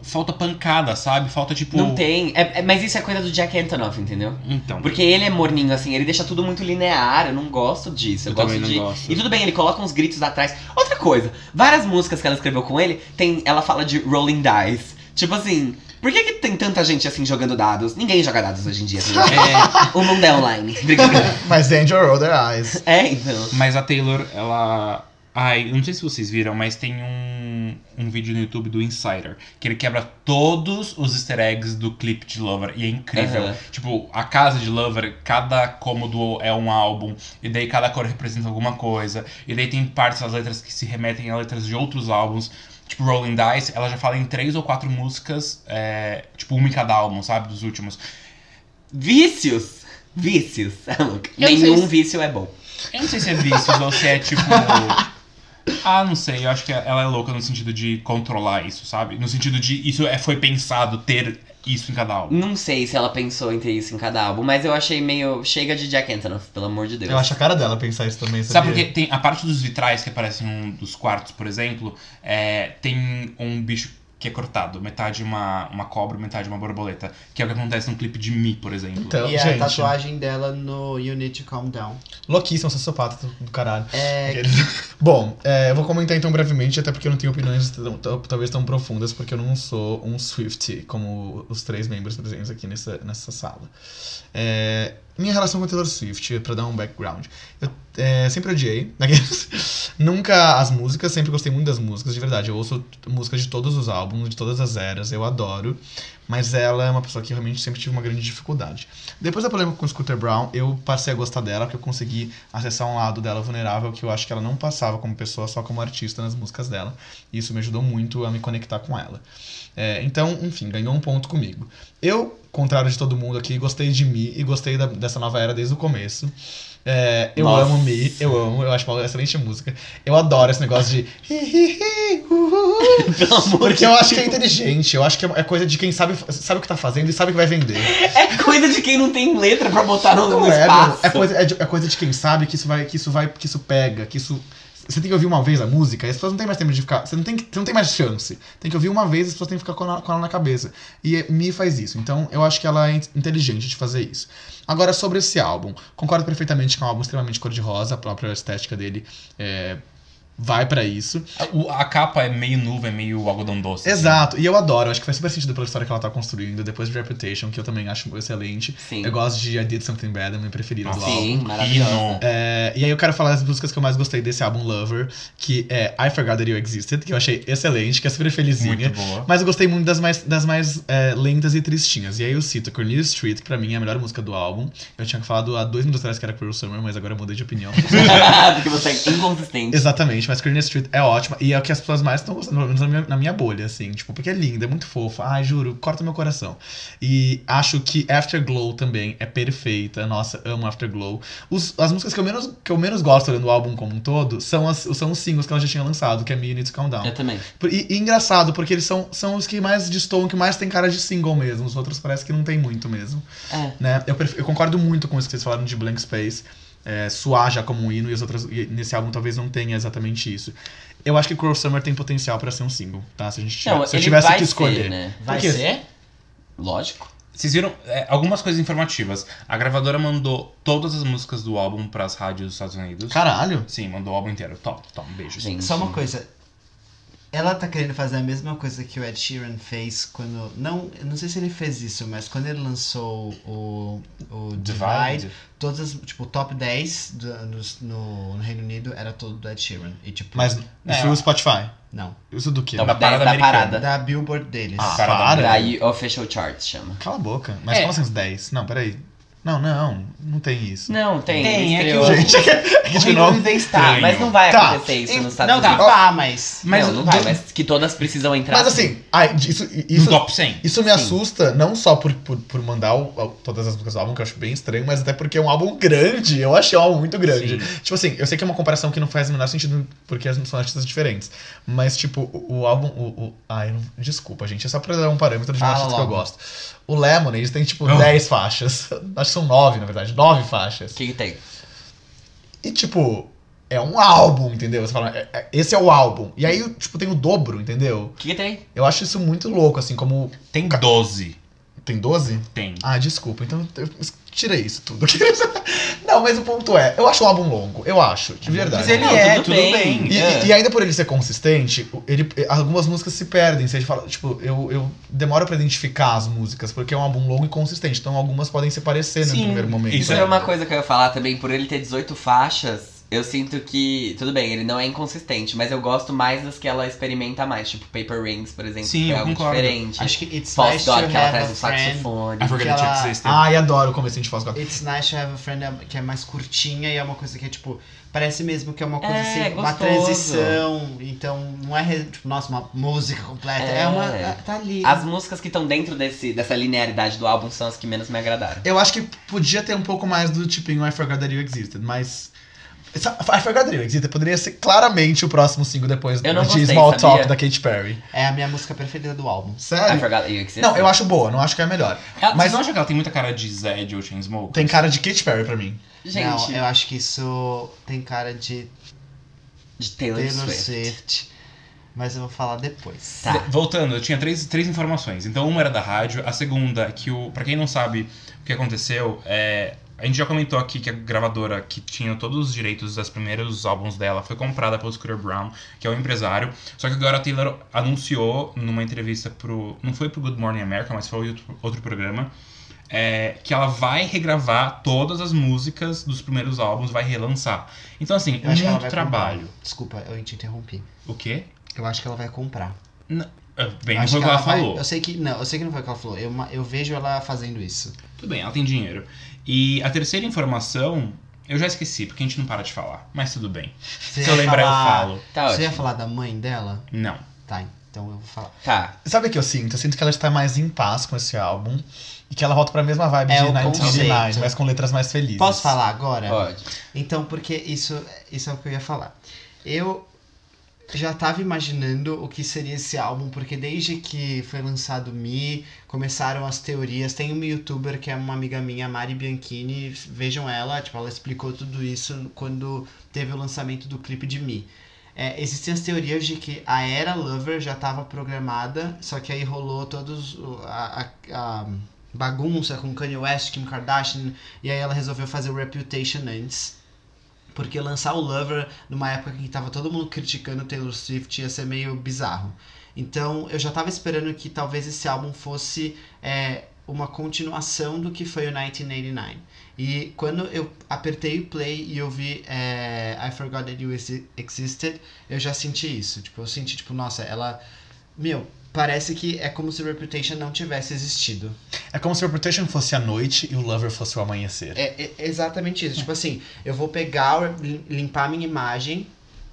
falta pancada, sabe? Falta tipo.
Não tem. é- é- mas isso é coisa do Jack Antonoff, entendeu?
Então.
Porque ele é morninho, assim, ele deixa tudo muito linear. Eu não gosto disso. Eu,
Eu
gosto
também não
de.
gosto.
E tudo bem, ele coloca uns gritos atrás. Outra coisa, várias músicas que ela escreveu com ele, tem, ela fala de rolling dice. Tipo assim, por que, que tem tanta gente assim jogando dados? Ninguém joga dados hoje em dia. né? É, o mundo é online. Brincadeira.
Mas Angel Roll Their Eyes.
é, então.
Mas a Taylor, ela. Ai, eu não sei se vocês viram, mas tem um, um vídeo no YouTube do Insider que ele quebra todos os easter eggs do clipe de Lover e é incrível.
Aham.
Tipo, a casa de Lover, cada cômodo é um álbum, e daí cada cor representa alguma coisa, e daí tem partes das letras que se remetem a letras de outros álbuns. Tipo, Rolling Dice, ela já fala em três ou quatro músicas, é, tipo, uma em cada álbum, sabe? Dos últimos.
Vícios! Vícios. Ah, louca.
Eu não sei
Nenhum
se-
vício é bom.
Eu não sei se é vícios ou se é tipo. Ah, não sei. Eu acho que ela é louca no sentido de controlar isso, sabe? No sentido de isso é, foi pensado ter isso em cada álbum.
Não sei se ela pensou em ter isso em cada álbum, mas eu achei meio. Chega de Jack Antonoff, pelo amor de Deus.
Eu acho a cara dela pensar isso também,
Sabe
sabia?
porque tem a parte dos vitrais que aparecem em um dos quartos, por exemplo, é, tem um bicho que é cortado, metade uma, uma cobra, metade uma borboleta, que é o que acontece num clipe de Mi, por exemplo.
Então,
E a
gente,
tatuagem dela no You Need to Calm Down.
louquíssimo, sociopata do, do caralho.
É,
Aqueles- Bom, é, eu vou comentar então brevemente, até porque eu não tenho opiniões tão- tão- talvez tão profundas, porque eu não sou um Swifty, como os três membros presentes aqui nessa, nessa sala. É, minha relação com a Taylor Swift, pra dar um background. Eu é, sempre odiei, naqueles- nunca as músicas, sempre gostei muito das músicas, de verdade. Eu ouço músicas de todos os álbuns, de todas as eras, eu adoro. Mas ela é uma pessoa que eu realmente sempre tive uma grande dificuldade. Depois da polêmica com o Scooter Brown, eu passei a gostar dela, porque eu consegui acessar um lado dela vulnerável que eu acho que ela não passava como pessoa, só como artista nas músicas dela. E isso me ajudou muito a me conectar com ela. É, então, enfim, ganhou um ponto comigo. Eu, contrário de todo mundo aqui, gostei de Mi e gostei da- dessa nova era desde o começo. É, eu
Nossa.
amo Mi, eu amo, eu acho uma excelente música. Eu adoro esse negócio de. hi, hi, hi, uh, uh, uh.
Pelo amor
Porque eu acho que é inteligente, eu acho que é coisa de quem sabe, sabe o que tá fazendo e sabe o que vai vender.
É coisa de quem não tem letra pra botar no, no
Não é, meu.
espaço.
É coisa, é, de- é coisa de quem sabe que isso vai, que isso vai, que isso pega, que isso. Você tem que ouvir uma vez a música, e as pessoas não têm mais tempo de ficar. Você não tem, que- você não tem mais chance. Tem que ouvir uma vez e as pessoas têm que ficar com ela, com ela na cabeça. E eh, Mi faz isso. Então eu acho que ela é in- inteligente de fazer isso. Agora, sobre esse álbum. Concordo perfeitamente que é um álbum extremamente cor-de-rosa, a própria estética dele é, vai pra isso.
O- A, capa é meio nuvem, meio algodão doce. assim.
Exato, e eu adoro, acho que faz super sentido pela história que ela tá construindo, depois de Reputation, que eu também acho excelente.
Sim.
Eu gosto de I Did Something Bad, é meu preferido do
Nossa,
álbum.
Sim,
hino.
maravilhosa.
É, e aí eu quero falar das músicas que eu mais gostei desse álbum Lover, que é I Forgot That You Existed, que eu achei excelente, que é super
Muito
felizinha.
boa.
Mas eu gostei muito das mais, das mais é, lentas e tristinhas. E aí eu cito Cornelia Street, que pra mim é a melhor música do álbum. Eu tinha falado há dois minutos atrás que era Cruel Summer, mas agora eu mudei de opinião.
Porque você é inconsistente.
Exatamente, mas Cornelia Street é ótima. E é o que as pessoas mais estão gostando, pelo menos na minha, na minha bolha, assim. Tipo, porque é linda, é muito fofa. Ai, juro, corta meu coração. E acho que Afterglow também é perfeita. Nossa, amo Afterglow. Os- as músicas que eu, menos, que eu menos gosto olhando o álbum como um todo são, as, são os singles que ela já tinha lançado, que é Me You Need to Calm Down.
Eu também.
Por- E, e engraçado, porque eles são, são os que mais destoam, que mais tem cara de single mesmo. Os outros parece que não tem muito mesmo.
É.
Né? Eu, pref- eu concordo muito com isso que vocês falaram de Blank Space. É, suar já como um hino e as outras. e nesse álbum talvez não tenha exatamente isso. Eu acho que Cruel Summer tem potencial pra ser um single, tá? Se, a gente tiver-
Não,
se eu
ele
tivesse
vai
que escolher.
ser, né?
Vai
Por quê?
ser?
Lógico.
Vocês viram é, algumas coisas informativas. A gravadora mandou todas as músicas do álbum pras rádios dos Estados Unidos.
Caralho!
Sim, mandou o álbum inteiro. Toma, toma, um beijo.
Gente.
Só uma coisa. Ela tá querendo fazer a mesma coisa que o Ed Sheeran fez quando. Não, eu não sei se ele fez isso, mas quando ele lançou o, o Divide, todas as. Tipo, o top 10 do- nos- no, no Reino Unido era todo do Ed Sheeran. E tipo.
Mas isso é o Spotify.
Não.
Isso do quê?
Top
Da
10
parada
Então, da
americana.
parada.
Da Billboard deles.
Ah,
Cara,
para.
Aí, Official Charts chama.
Cala a boca. Mas
É.
como assim os 10? Não, peraí. Não, não. Não tem isso.
Não, tem.
Tem, é que
estreou.
o-
Gente, aqui de
O
novo.
Reino Unido está,
Estranho.
mas não vai
Tá.
acontecer isso nos Estados
não,
Unidos.
que vá, mas.
Mas,
não, não vai,
do-
mas que todas precisam entrar.
Mas assim, ai, isso,
No
isso,
top 100.
Isso me assusta, não só por, por, por mandar o- o- todas as músicas do álbum, que eu acho bem estranho, mas até porque é um álbum grande. Eu achei um álbum muito grande. Tipo assim, eu sei que é uma comparação que não faz o menor sentido, porque as- são artistas diferentes. Mas, tipo, o, o álbum. O, o- ai, eu não- desculpa, gente. É só pra dar um parâmetro de um
Fala
artista que eu
logo.
gosto. O Lemonade tem, tipo,
Não.
10 faixas. Acho que são 9, na verdade. 9 faixas.
O que, que tem?
E, tipo. É um álbum, entendeu? Você fala, "É- é- esse é o álbum. E aí, tipo, tem o dobro, entendeu?
O que, que tem?
Eu acho isso muito louco, assim, como.
Tem 12.
Tem 12?
Tem.
Ah, desculpa, então eu tirei isso tudo. não, mas o ponto é, eu acho um álbum longo, eu acho, de verdade.
Mas ele
Não,
é,
tudo
tudo,
bem.
bem.
E,
É.
e- e ainda por ele ser consistente, ele, algumas músicas se perdem. Você fala, tipo, eu, eu demoro pra identificar as músicas, porque é um álbum longo e consistente. Então algumas podem se parecer no
Sim,
primeiro momento. Né?
isso
Isso é uma coisa que eu ia falar também, por ele ter 18 faixas, eu sinto que. Tudo bem, ele não é inconsistente, mas eu gosto mais das que ela experimenta mais, tipo Paper Rings, por exemplo,
Sim,
que é
eu
algo
concordo.
diferente.
Acho que It's
False
Nice to
Dog, que ela
Have
traz
a
o
Friend.
Ah,
saxofone.
I forgot
Aquela-
to check system.
Ai, adoro o comecinho de False God.
It's Nice to Have a Friend é- que é mais curtinha e é uma coisa que é tipo. Parece mesmo que é uma coisa
É,
assim, uma
gostoso.
transição. Então não é re- tipo, nossa, uma música completa. É,
É.
uma. Tá ali.
As músicas que estão dentro desse, dessa linearidade do álbum são as que menos me agradaram.
Eu acho que podia ter um pouco mais do tipinho I Forgot That You Existed, mas. Essa- I Forgot That You Existed poderia ser claramente o próximo single depois
Eu não
de
gostei,
Small Talk
sabia?
da Katy Perry.
É a minha música preferida do álbum.
I
Sério?
forgot you existed.
Não, eu acho boa, não acho que é a melhor.
Ela-
Mas-
Vocês não acham que ela tem muita cara de Zed ou Chainsmokers?
Tem cara de Katy Perry pra mim.
Não,
Gente,
eu acho que isso tem cara de
de Taylor,
Taylor
Swift.
Swift. Mas eu vou falar depois.
Tá.
Voltando, eu tinha três, três informações. Então, uma era da rádio, a segunda, que o. Pra quem não sabe o que aconteceu, é. A gente já comentou aqui que a gravadora que tinha todos os direitos dos primeiros álbuns dela foi comprada pelo Scooter Brown, que é o empresário. Só que agora a Taylor anunciou numa entrevista pro. Não foi pro Good Morning America, mas foi outro, outro programa. é, que ela vai regravar todas as músicas dos primeiros álbuns, vai relançar. Então, assim,
Eu acho que ela
muito
vai
trabalho.
comprar. Desculpa, eu te interrompi.
O quê?
Eu acho que ela vai comprar.
É, Bem, não
Acho
foi o que ela
vai-
falou.
Eu sei que não, eu sei que não foi o que ela falou. Eu, ma- eu vejo ela fazendo isso.
Tudo bem, ela tem dinheiro. E a terceira informação, eu já esqueci, porque a gente não para de falar. Mas tudo bem.
Você
Se eu
ia
lembrar,
falar-
eu falo.
Tá
Você ia
ótimo.
falar da mãe dela?
Não.
Tá, então eu vou falar.
Tá.
Sabe o que eu sinto? Eu sinto que ela está mais em paz com esse álbum e que ela volta pra mesma vibe
É
de
o
1989,
conceito.
mas com letras mais felizes.
Posso falar agora?
Pode.
Então, porque isso, isso é o que eu ia falar. Eu já tava imaginando o que seria esse álbum, porque desde que foi lançado Me, começaram as teorias. Tem uma youtuber que é uma amiga minha, Mari Bianchini, vejam ela, tipo, ela explicou tudo isso quando teve o lançamento do clipe de Me. É, existem as teorias de que a era Lover já estava programada, só que aí rolou todos o- a, a- a bagunça com Kanye West, Kim Kardashian, e aí ela resolveu fazer o Reputation antes. Porque lançar o Lover numa época que tava todo mundo criticando Taylor Swift ia ser meio bizarro. Então eu já tava esperando que talvez esse álbum fosse é, uma continuação do que foi o 1989. E quando eu apertei o play e eu vi é, I Forgot That You Exi- Existed, eu já senti isso. Tipo, eu senti, tipo, nossa, ela. Meu, parece que é como se Reputation não tivesse existido.
É como se o Reputation fosse a noite e o Lover fosse o amanhecer.
É, é exatamente isso. Tipo assim, eu vou pegar, lim- limpar minha imagem,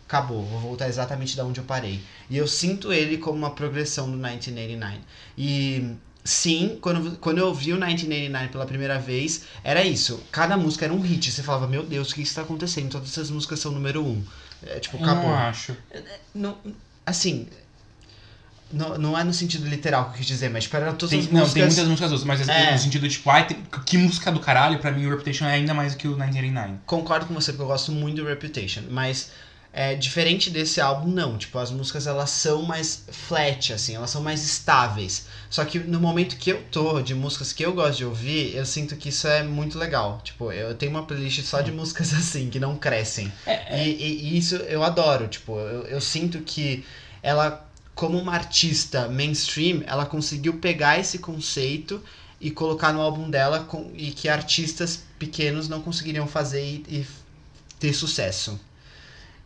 acabou. Vou voltar exatamente da onde eu parei. E eu sinto ele como uma progressão do 1989. E sim, quando, quando eu vi o 1989 pela primeira vez, era isso. Cada música era um hit. Você falava, meu Deus, o que está acontecendo? Todas essas músicas são número um. É, tipo,
Eu
acabou.
não acho.
Não, assim... Não, não é no sentido literal que eu quis dizer, mas tipo, eram todas
Tem-
as
não,
músicas...
tem muitas músicas outras, mas
É.
no sentido tipo, ai, tem- que música do caralho, pra mim o Reputation é ainda mais do que o 1989.
Concordo com você, porque eu gosto muito do Reputation, mas é, diferente desse álbum, não. Tipo, as músicas elas são mais flat, assim, elas são mais estáveis. Só que no momento que eu tô, de músicas que eu gosto de ouvir, eu sinto que isso é muito legal. Tipo, eu tenho uma playlist só de músicas assim, que não crescem. É, E, e- e isso eu adoro, tipo, eu, eu sinto que ela, como uma artista mainstream, ela conseguiu pegar esse conceito e colocar no álbum dela com- e que artistas pequenos não conseguiriam fazer e, e ter sucesso.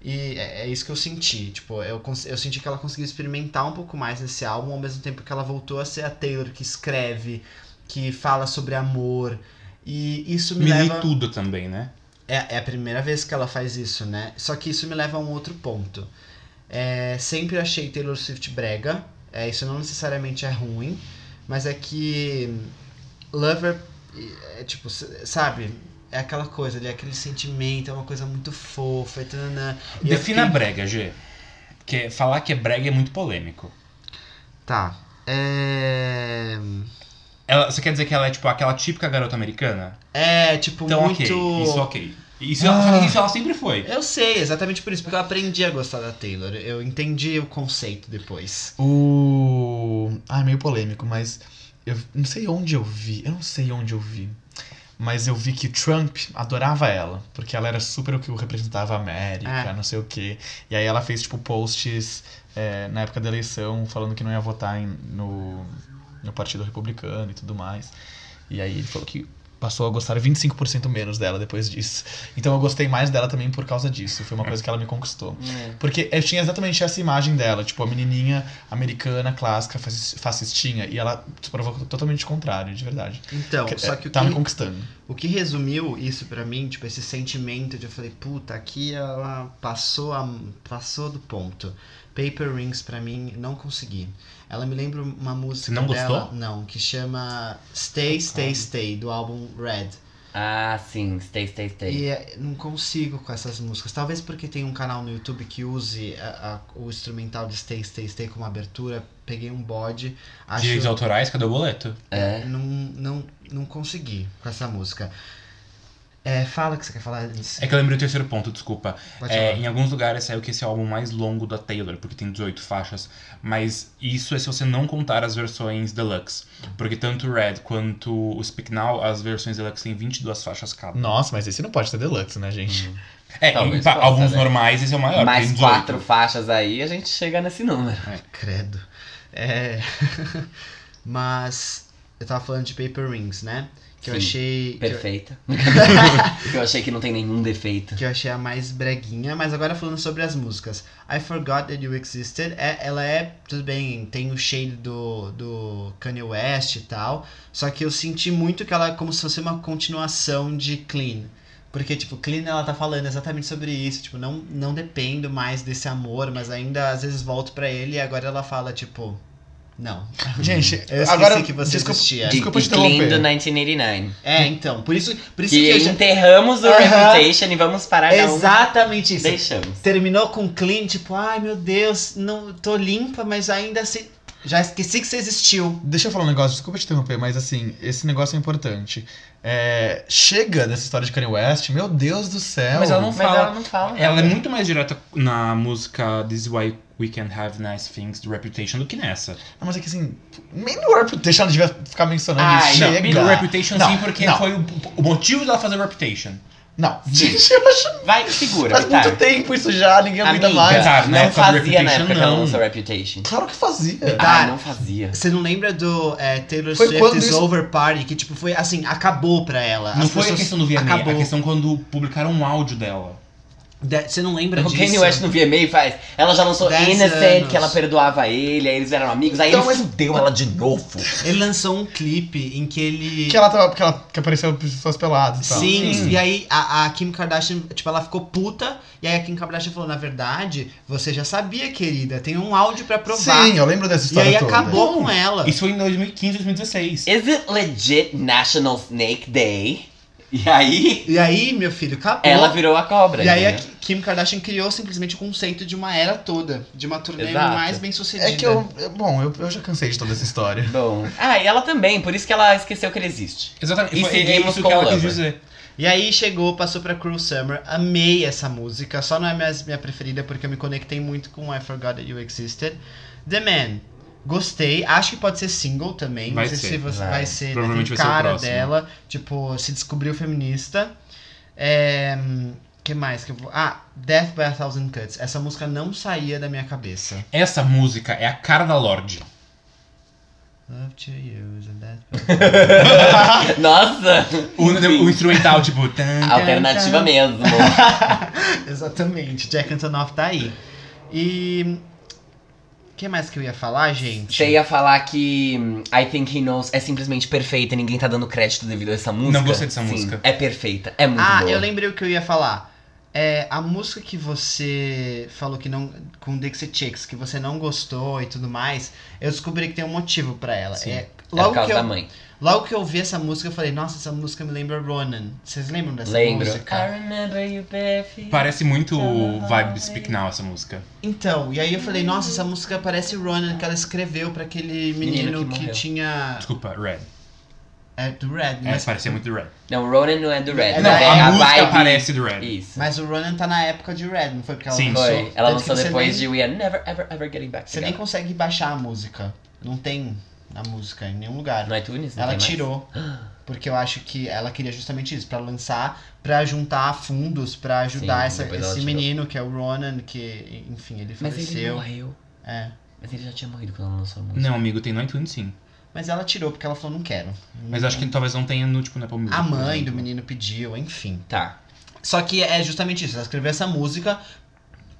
E é, é isso que eu senti, tipo, eu, cons- eu senti que ela conseguiu experimentar um pouco mais nesse álbum, ao mesmo tempo que ela voltou a ser a Taylor que escreve, que fala sobre amor, e isso me
Me li
leva...
tudo também, né?
É, é a primeira vez que ela faz isso, né? Só que isso me leva a um outro ponto. É, sempre achei Taylor Swift brega. É, isso não necessariamente é ruim, mas é que Lover, é, tipo, s- sabe? É aquela coisa ali, é aquele sentimento, é uma coisa muito fofa. E tananã. E eu
Defina
fiquei-
brega, G. Porque falar que é brega é muito polêmico.
Tá. É.
Ela, você quer dizer que ela é tipo aquela típica garota americana?
É, tipo,
Então
muito. Ah.
ok, isso ok. Isso, ela- só que isso ela sempre foi.
Eu sei, exatamente por isso, porque eu aprendi a gostar da Taylor. Eu entendi o conceito depois.
O. Ah, é meio polêmico, mas eu não sei onde eu vi. Eu não sei onde eu vi. Mas eu vi que Trump adorava ela, porque ela era super o que representava a América,
É.
não sei o quê. E aí ela fez, tipo, posts é, na época da eleição falando que não ia votar em- no, no Partido Republicano e tudo mais. E aí ele falou que passou a gostar 25% menos dela depois disso. Então eu gostei mais dela também por causa disso. Foi uma coisa que ela me conquistou. Porque eu tinha exatamente essa imagem dela, tipo, a menininha americana, clássica, facis- fascistinha, e ela se provou totalmente o contrário, de verdade.
Então,
Que-
só que o
tá
que-
me conquistando.
O que resumiu isso pra mim, tipo, esse sentimento de eu falei, puta, aqui ela passou, a, passou do ponto. Paper Rings pra mim, não consegui. Ela me lembra uma música
não
dela,
gostou? Ah.
não, que chama Stay, Stay, Stay, do álbum Red.
Ah, sim, stay, stay, stay.
E é, não consigo com essas músicas. Talvez porque tem um canal no YouTube que use a- a- o instrumental de Stay, Stay, Stay como abertura. Peguei um bode. Acho...
Direitos autorais, cadê o boleto?
É.
Não, não, não consegui com essa música. É, fala o que você quer falar antes.
É que eu lembrei o terceiro ponto, desculpa.
Pode
É,
falar.
em alguns lugares saiu que esse é o álbum mais longo da Taylor, porque tem 18 faixas. Mas isso é se você não contar as versões deluxe. Porque tanto o Red quanto o Speak Now, as versões deluxe têm 22 faixas cada.
Nossa, mas esse não pode ser deluxe, né, gente?
É,
Hum, Talvez
em pa-
possa,
alguns
né?
normais esse é o maior.
Mais
tem 18.
quatro faixas aí, a gente chega nesse número.
Credo. É... Mas eu tava falando de Paper Rings, né? Que eu
Sim,
achei. que eu-
Perfeita. eu achei que não tem nenhum defeito.
que eu achei a mais breguinha, mas agora falando sobre as músicas. I Forgot That You Existed, é, ela é, tudo bem, tem o shade do, do Kanye West e tal, só que eu senti muito que ela é como se fosse uma continuação de Clean. Porque, tipo, Clean ela tá falando exatamente sobre isso, tipo, não, não dependo mais desse amor, mas ainda às vezes volto pra ele e agora ela fala, tipo, não.
Gente,
Eu esqueci
agora.
que você
desculpa,
existia.
desculpa
e,
te
e Clean do
interromper.
1989.
É, então, por isso, por isso que,
Que
eu já...
enterramos o
Aham.
Reputation e vamos parar na
Exatamente
um.
isso.
Deixamos.
terminou com clean, tipo, ai meu Deus, não tô limpa, mas ainda assim. Já esqueci que você existiu.
Deixa eu falar um negócio, desculpa te interromper, mas assim, esse negócio é importante. É, chega dessa história de Kanye West, meu Deus do céu.
Mas ela não
Mas
fala.
ela não fala.
Ela é
nada.
muito mais direta na música This is Why We Can Have Nice Things do Reputation do que nessa.
Ah, mas é que assim, nem no Reputation ela devia ficar mencionando
Ai,
isso.
não,
Chega.
no Reputation
Não,
sim, porque
não.
foi o, o motivo dela fazer Reputation.
Não. Gente, eu acho.
Vai, segura.
Faz
tá.
muito tempo isso já, ninguém aguenta
Amiga,
mais.
Tá, na
não
época do
fazia na
Reputation,
época que ela
não.
lançou Reputation.
Claro que fazia.
Tá.
Ah, não fazia.
Você não lembra do é, Taylor
Foi quando
Swift's
isso-
Over Party? Que, tipo, foi assim, acabou pra ela.
Não
As
foi a
pessoas-
questão do VMA,
Acabou.
a questão quando publicaram um áudio dela.
De- Você não lembra
O
disso?
Kanye West no VMA faz. Ela já lançou
Dez
Innocent,
anos.
que ela perdoava ele, aí eles eram amigos, aí
Então,
ele
mas-
fudeu ela de novo.
Ele lançou um clipe em que ele...
Que ela tava. Que, ela, que apareceu pessoas peladas e tal.
Sim,
Sim.
e aí a, a Kim Kardashian, tipo, ela ficou puta, e aí a Kim Kardashian falou, na verdade, você já sabia, querida, tem um áudio pra provar.
Sim, eu lembro dessa
e
história.
aí
toda.
acabou com ela.
Isso foi em 2015, 2016.
Is it legit National Snake Day? E aí,
E aí, meu filho, acabou.
ela virou né? a cobra.
E aí a
entendeu?
Kim Kardashian criou simplesmente o conceito de uma era toda, de uma turnê
Exato.
mais bem sucedida.
É que eu. eu- Bom, eu, eu já cansei de toda essa história.
Bom. Ah, e ela também, por isso que ela esqueceu que ele existe.
Exatamente.
E
foi, é
seguimos
isso
com
que ela
Lover.
quis dizer.
E aí chegou, passou pra Cruel Summer, amei essa música, só não é minha, minha preferida porque eu me conectei muito com I Forgot That You Existed. The Man, gostei, acho que pode ser single também,
Vai
não sei
ser,
se você
vai.
vai, ser, né?
Provavelmente
Tem
vai ser o
cara
próximo.
dela, tipo, se descobriu feminista. É... hum, que mais que eu vou... Ah, Death by a Thousand Cuts, essa música não saía da minha cabeça.
Essa música é a cara da Lorde.
Love to use and death by-
Nossa!
O, o instrumental, tipo.
Alternativa mesmo.
Exatamente, Jack Antonoff tá aí. E. O que mais que eu ia falar, gente?
Você ia falar que hum, I Think He Knows é simplesmente perfeita e ninguém tá dando crédito devido a essa música.
Não gostei dessa
Sim,
música.
É perfeita, é muito
Ah,
boa.
eu lembrei o que eu ia falar. É, a música que você falou que não. Com Dixie Chicks, que você não gostou e tudo mais, eu descobri que tem um motivo pra ela.
Sim.
É,
É por
logo,
causa
que
da
eu,
mãe.
logo que eu vi essa música, eu falei, nossa, essa música me lembra Ronan. Vocês lembram dessa
Lembro.
música?
remember you, baby.
Parece muito o vibe de Speak Now essa música.
Então, e aí eu falei, nossa, essa música parece Ronan, que ela escreveu pra aquele
Menino
menino,
que
que,
morreu.
tinha.
Desculpa, Red.
É do Red,
É,
mas
parecia muito Red.
Não, Ronan não é do Red.
É,
Não,
mas é
a,
a
música
vibe.
parece do Red.
Isso.
Mas o Ronan tá na época de Red, não foi? Porque ela
Sim.
lançou.
Foi. Ela
tanto
lançou
que você
depois
nem-
de We Are Never Ever Ever Getting Back
Você nem
Together.
consegue baixar a música. Não tem a música em nenhum lugar.
No iTunes? Não
ela
tem mais?
tirou. Porque eu acho que ela queria justamente isso, pra lançar, pra juntar fundos, pra ajudar
Sim,
essa-
depois ela
esse
tirou.
menino que é o Ronan, que, enfim, ele
Mas ele
faleceu.
morreu.
É.
Mas ele já tinha morrido quando ela lançou a música.
Não, amigo, tem no iTunes sim.
Mas ela tirou porque ela falou, não quero.
Mas acho que talvez não tenha no, tipo, na Apple Music,
A
por
Uhum.
mãe do
exemplo.
menino pediu, enfim.
Tá.
Só que é justamente isso, ela escreveu essa música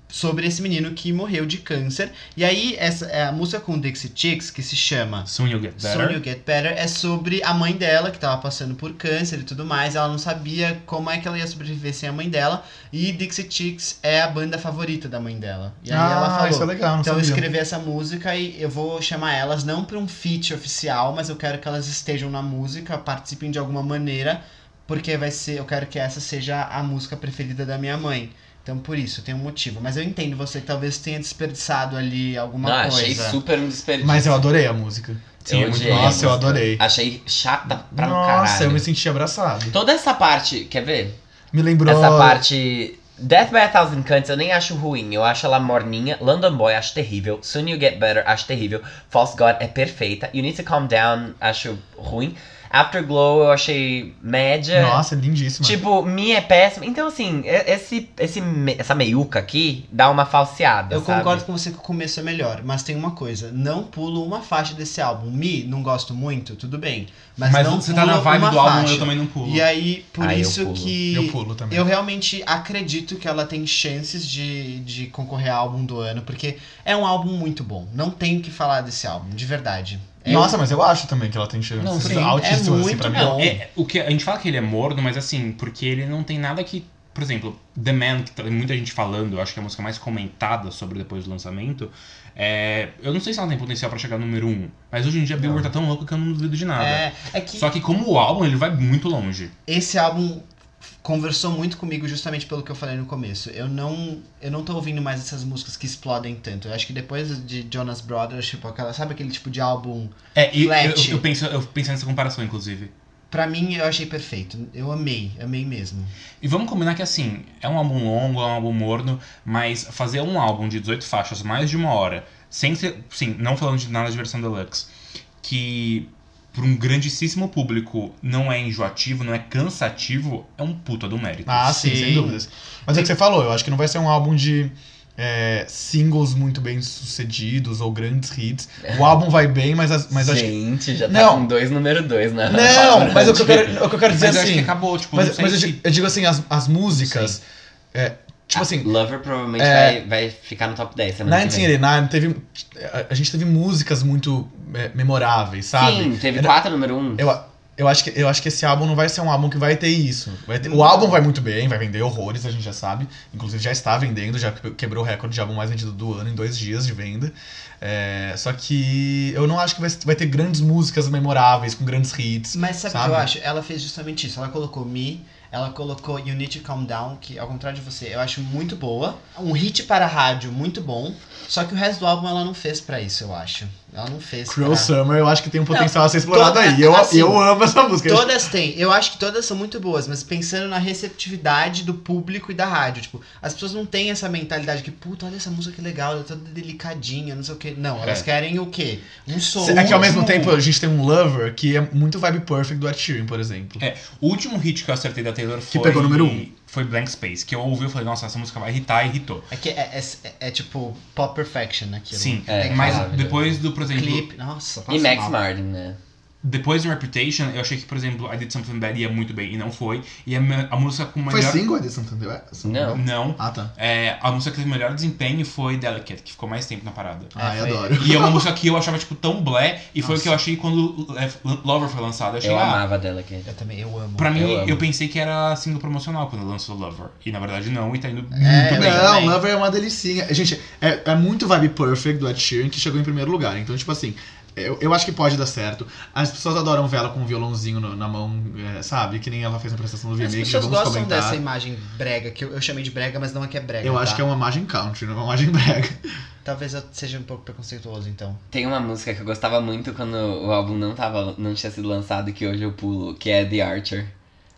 sobre esse menino que morreu de câncer. E aí, essa, é a música com Dixie Chicks, que se chama
Soon You'll Get Better.
Soon You Get Better, é sobre a mãe dela, que tava passando por câncer e tudo mais. Ela não sabia como é que ela ia sobreviver sem a mãe dela. E Dixie Chicks é a banda favorita da mãe dela. E aí
ah,
ela falou...
isso é legal, não
Então eu
sabia.
escrevi essa música e eu vou chamar elas não pra um feat oficial, mas eu quero que elas estejam na música, participem de alguma maneira, porque vai ser, eu quero que essa seja a música preferida da minha mãe. Então por isso, tem um motivo, mas eu entendo você que talvez tenha desperdiçado ali alguma
não,
coisa.
achei super um desperdício.
Mas eu adorei a música.
Sim, é
Eu
muito
odiei.
bom.
Nossa, eu adorei.
Achei chata pra um caralho.
Nossa, eu me senti abraçado.
Toda essa parte, quer ver?
Me lembrou.
Essa parte. Death by a Thousand Cuts eu nem acho ruim, eu acho ela morninha. London Boy acho terrível. Soon You Get Better acho terrível. False God é perfeita. You Need to Calm Down acho ruim. Afterglow eu achei
é.
média.
Nossa, é lindíssima.
Tipo, Me é péssima. Então, assim, e- esse, esse, me- essa meiuca aqui dá uma falseada.
Eu
sabe?
concordo com você que o começo é melhor, mas tem uma coisa, não pulo uma faixa desse álbum. Me, não gosto muito, tudo bem, mas,
Mas,
não
você tá na
pulo
vibe
uma
do álbum,
faixa.
eu também não pulo.
E é aí, por
Ah, eu
isso
pulo.
que
eu pulo também.
Eu realmente acredito que ela tem chances de, de concorrer ao álbum do ano, porque é um álbum muito bom. Não tem o que falar desse álbum, de verdade. É-
Nossa, mas eu acho também que ela tem chance.
Não, sim,
altíssima,
é
assim,
muito
pra mim.
bom.
Não, é- o que, a gente fala que ele é morno, mas assim, porque ele não tem nada que. Por exemplo, The Man, que tem muita gente falando, eu acho que é a música mais comentada sobre depois do lançamento. é, eu não sei se ela tem potencial pra chegar no número 1, um, mas hoje em dia a Billboard tá tão louco que eu não duvido de nada.
é, é que
Só que como o álbum, ele vai muito longe.
esse álbum conversou muito comigo justamente pelo que eu falei no começo. Eu não eu não tô ouvindo mais essas músicas que explodem tanto. Eu acho que depois de Jonas Brothers, tipo aquela, sabe aquele tipo de álbum?
É, e eu,
Flat.
eu, penso, eu penso nessa comparação, inclusive.
Pra mim eu achei perfeito. Eu amei, amei mesmo.
E vamos combinar que assim, é um álbum longo, é um álbum morno, mas fazer um álbum de 18 faixas, mais de uma hora, sem ser. Sim, não falando de nada de versão deluxe, que pra um grandíssimo público não é enjoativo, não é cansativo, é um puta do mérito.
Ah, sim,
Sim.
sem dúvidas. Mas é o que você falou, eu acho que não vai ser um álbum de é, singles muito bem sucedidos ou grandes hits.
É.
O álbum vai bem, mas, as- mas eu acho que.
Gente, já tá
Não.
com dois número dois né? na
Não, mas o que eu quero, o que eu quero
Mas
dizer
eu acho que
assim.
acabou, tipo, não
Mas,
sei
mas eu,
se-
di- eu digo assim, as, as músicas. é,
Ah,
tipo assim,
Lover provavelmente
É.
vai, vai ficar no top 10 semana que vem.
1989 teve. A, a gente teve músicas muito é, memoráveis, sabe?
Sim, teve quatro número um.
Eu, a- eu, acho que, eu acho que esse álbum não vai ser um álbum que vai ter isso. Vai ter- o álbum vai muito bem, vai vender horrores, a gente já sabe. Inclusive já está vendendo, já que- quebrou o recorde de álbum mais vendido do ano em dois dias de venda. É, só que eu não acho que vai, vai ter grandes músicas memoráveis, com grandes hits.
Mas sabe o que
Sabe?
eu acho? Ela fez justamente isso. Ela colocou Me, ela colocou You Need to Calm Down, que ao contrário de você, eu acho muito boa. Um hit para a rádio muito bom. Só que o resto do álbum ela não fez pra isso, eu acho. Ela não fez
Cruel
pra...
Summer, eu acho que tem um potencial a ser explorado
É. toda-
aí. Eu,
assim,
eu amo essa música.
Todas têm. Eu acho que todas são muito boas, mas pensando na receptividade do público e da rádio. Tipo, as pessoas não têm essa mentalidade que, puta, olha essa música que legal, ela é toda delicadinha, não sei o quê. Não, elas
É.
querem o quê? Um som.
É que ao mesmo
último-
tempo a gente tem um Lover que é muito vibe perfect do Ed Sheeran, por exemplo.
É, O último hit que eu acertei da Taylor foi.
pegou número um.
Foi Blank Space, que eu ouvi e falei, nossa, essa música vai irritar, e irritou.
É que é, é- é- é tipo pop perfection aquilo.
Sim,
É,
mas
claro,
depois do, por exemplo,
Clipe, nossa,
E
passa
Max
mal.
Martin, né?
depois do Reputation, eu achei que, por exemplo, I Did Something Bad ia muito bem, e não foi. E a, me- a música com o
Foi
melhor...
single de Santander? É,
Não.
Não.
Ah, tá.
É, a música que teve o melhor desempenho foi Delicate, que ficou mais tempo na parada.
Ah, eu
foi-
adoro.
E é uma música que eu achava, tipo, tão blé, e foi o que
Nossa.
eu achei quando é, Lover foi lançada. Eu achei,
Eu
ah,
amava dela aqui.
Eu também, eu amo.
Pra mim,
Eu
eu,
amo.
pensei que era single promocional quando lançou Lover. E na verdade não, e tá indo muito
É,
bem.
eu
Não,
também.
Lover é uma delicinha. Gente, é, é muito vibe perfect do Ed Sheeran que chegou em primeiro lugar. Então, tipo assim, eu, eu acho que pode dar certo. As pessoas adoram ver ela com um violãozinho no- na mão, é, sabe? Que nem ela fez na prestação do VMA,
As
que já
pessoas
vamos
gostam
comentar.
dessa imagem brega, que eu, eu chamei de brega, mas não é que é brega.
Eu
tá?
acho que é uma margem country, não é uma margem brega.
Talvez eu seja um pouco preconceituoso, então.
Tem uma música que eu gostava muito quando o álbum não, tava, não tinha sido lançado, que hoje eu pulo, que é The Archer.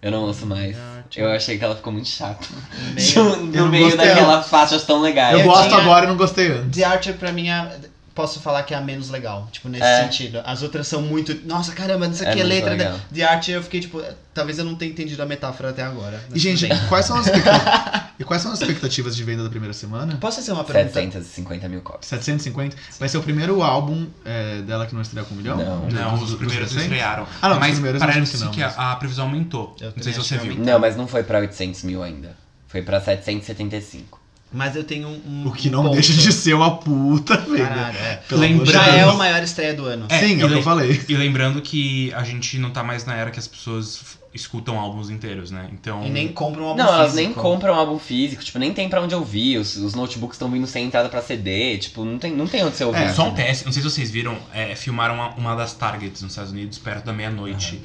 Eu não ouço mais.
The Archer.
Eu achei que ela ficou muito chata.
Meio...
eu
no
não
meio
gostei.
daquelas faixas tão legais.
eu
eu
gosto
tinha-
agora e não gostei antes.
The Archer, pra mim, é- posso falar que é a menos legal, tipo, nesse
É.
sentido. As outras são muito. Nossa, caramba, isso
É
aqui é,
menos
letra.
legal.
da- The Archer, eu fiquei tipo, talvez eu não tenha entendido a metáfora até agora. mas
E, gente,
tudo bem.
quais são as expectativas? e quais são as expectativas de venda da primeira semana?
posso fazer uma pergunta?
750 mil cópias.
750? Vai ser o primeiro álbum é, dela que não estreou com um milhão?
Não.
Não,
dos-
os
dos
primeiros
recentes?
estrearam.
Ah, não, os
mas
primeiros eu acho
parece
que
que,
não, mas-
a, a previsão aumentou.
Eu
Não sei
também
se
acho
você
que
viu.
aumentou.
Não, mas não foi pra 800 mil ainda. Foi pra 775.
Mas eu tenho um. um-
O que
um
não
ponto.
deixa de ser uma puta venda.
Caralho, é.
Pelo amor de
Lembrar-
Já
Deus.
é o maior estreia do ano.
É,
Sim, é o que
ele-
eu falei.
E lembrando que a gente não tá mais na era que as pessoas f- escutam álbuns inteiros, né? Então.
E nem compra um álbum
Não, elas nem
físico.
compram álbum físico, tipo, nem tem pra onde ouvir. Os, os notebooks estão vindo sem entrada pra CD, tipo, não tem, não tem onde você ouvir.
É, só um
né?
teste, não sei se vocês viram, é, filmaram uma, uma das Targets nos Estados Unidos perto da meia-noite.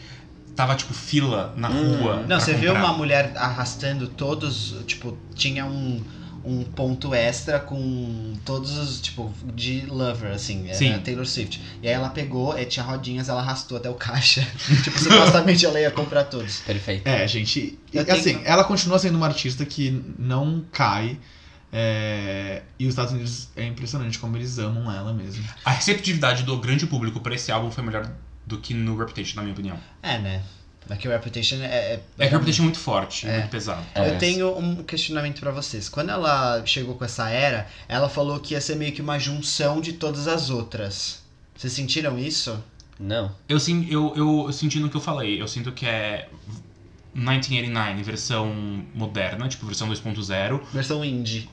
Tava, tipo, fila na
Hum.
rua.
Não,
pra
você viu
comprar.
uma mulher arrastando todos, tipo, tinha um, um ponto extra com todos os, tipo, de lover, assim, era
Sim.
Taylor Swift. E aí ela pegou, e tinha rodinhas, ela arrastou até o caixa. tipo, supostamente ela ia comprar todos.
Perfeito.
É, gente. e,
Eu tenho-
Assim, ela continua sendo uma artista que não cai. é, e os Estados Unidos é impressionante como eles amam ela mesmo.
A receptividade do grande público pra esse álbum foi melhor do que no Reputation, na minha opinião.
É, né? É que o Reputation é... é-
É que o Reputation é muito forte,
É.
muito pesado.
É.
Eu tenho um questionamento pra vocês. Quando ela chegou com essa era, ela falou que ia ser meio que uma junção de todas as outras. Vocês sentiram isso?
Não.
Eu, sim, eu, eu, eu senti no que eu falei, eu sinto que é 1989, versão moderna, tipo versão 2.0,
Versão indie.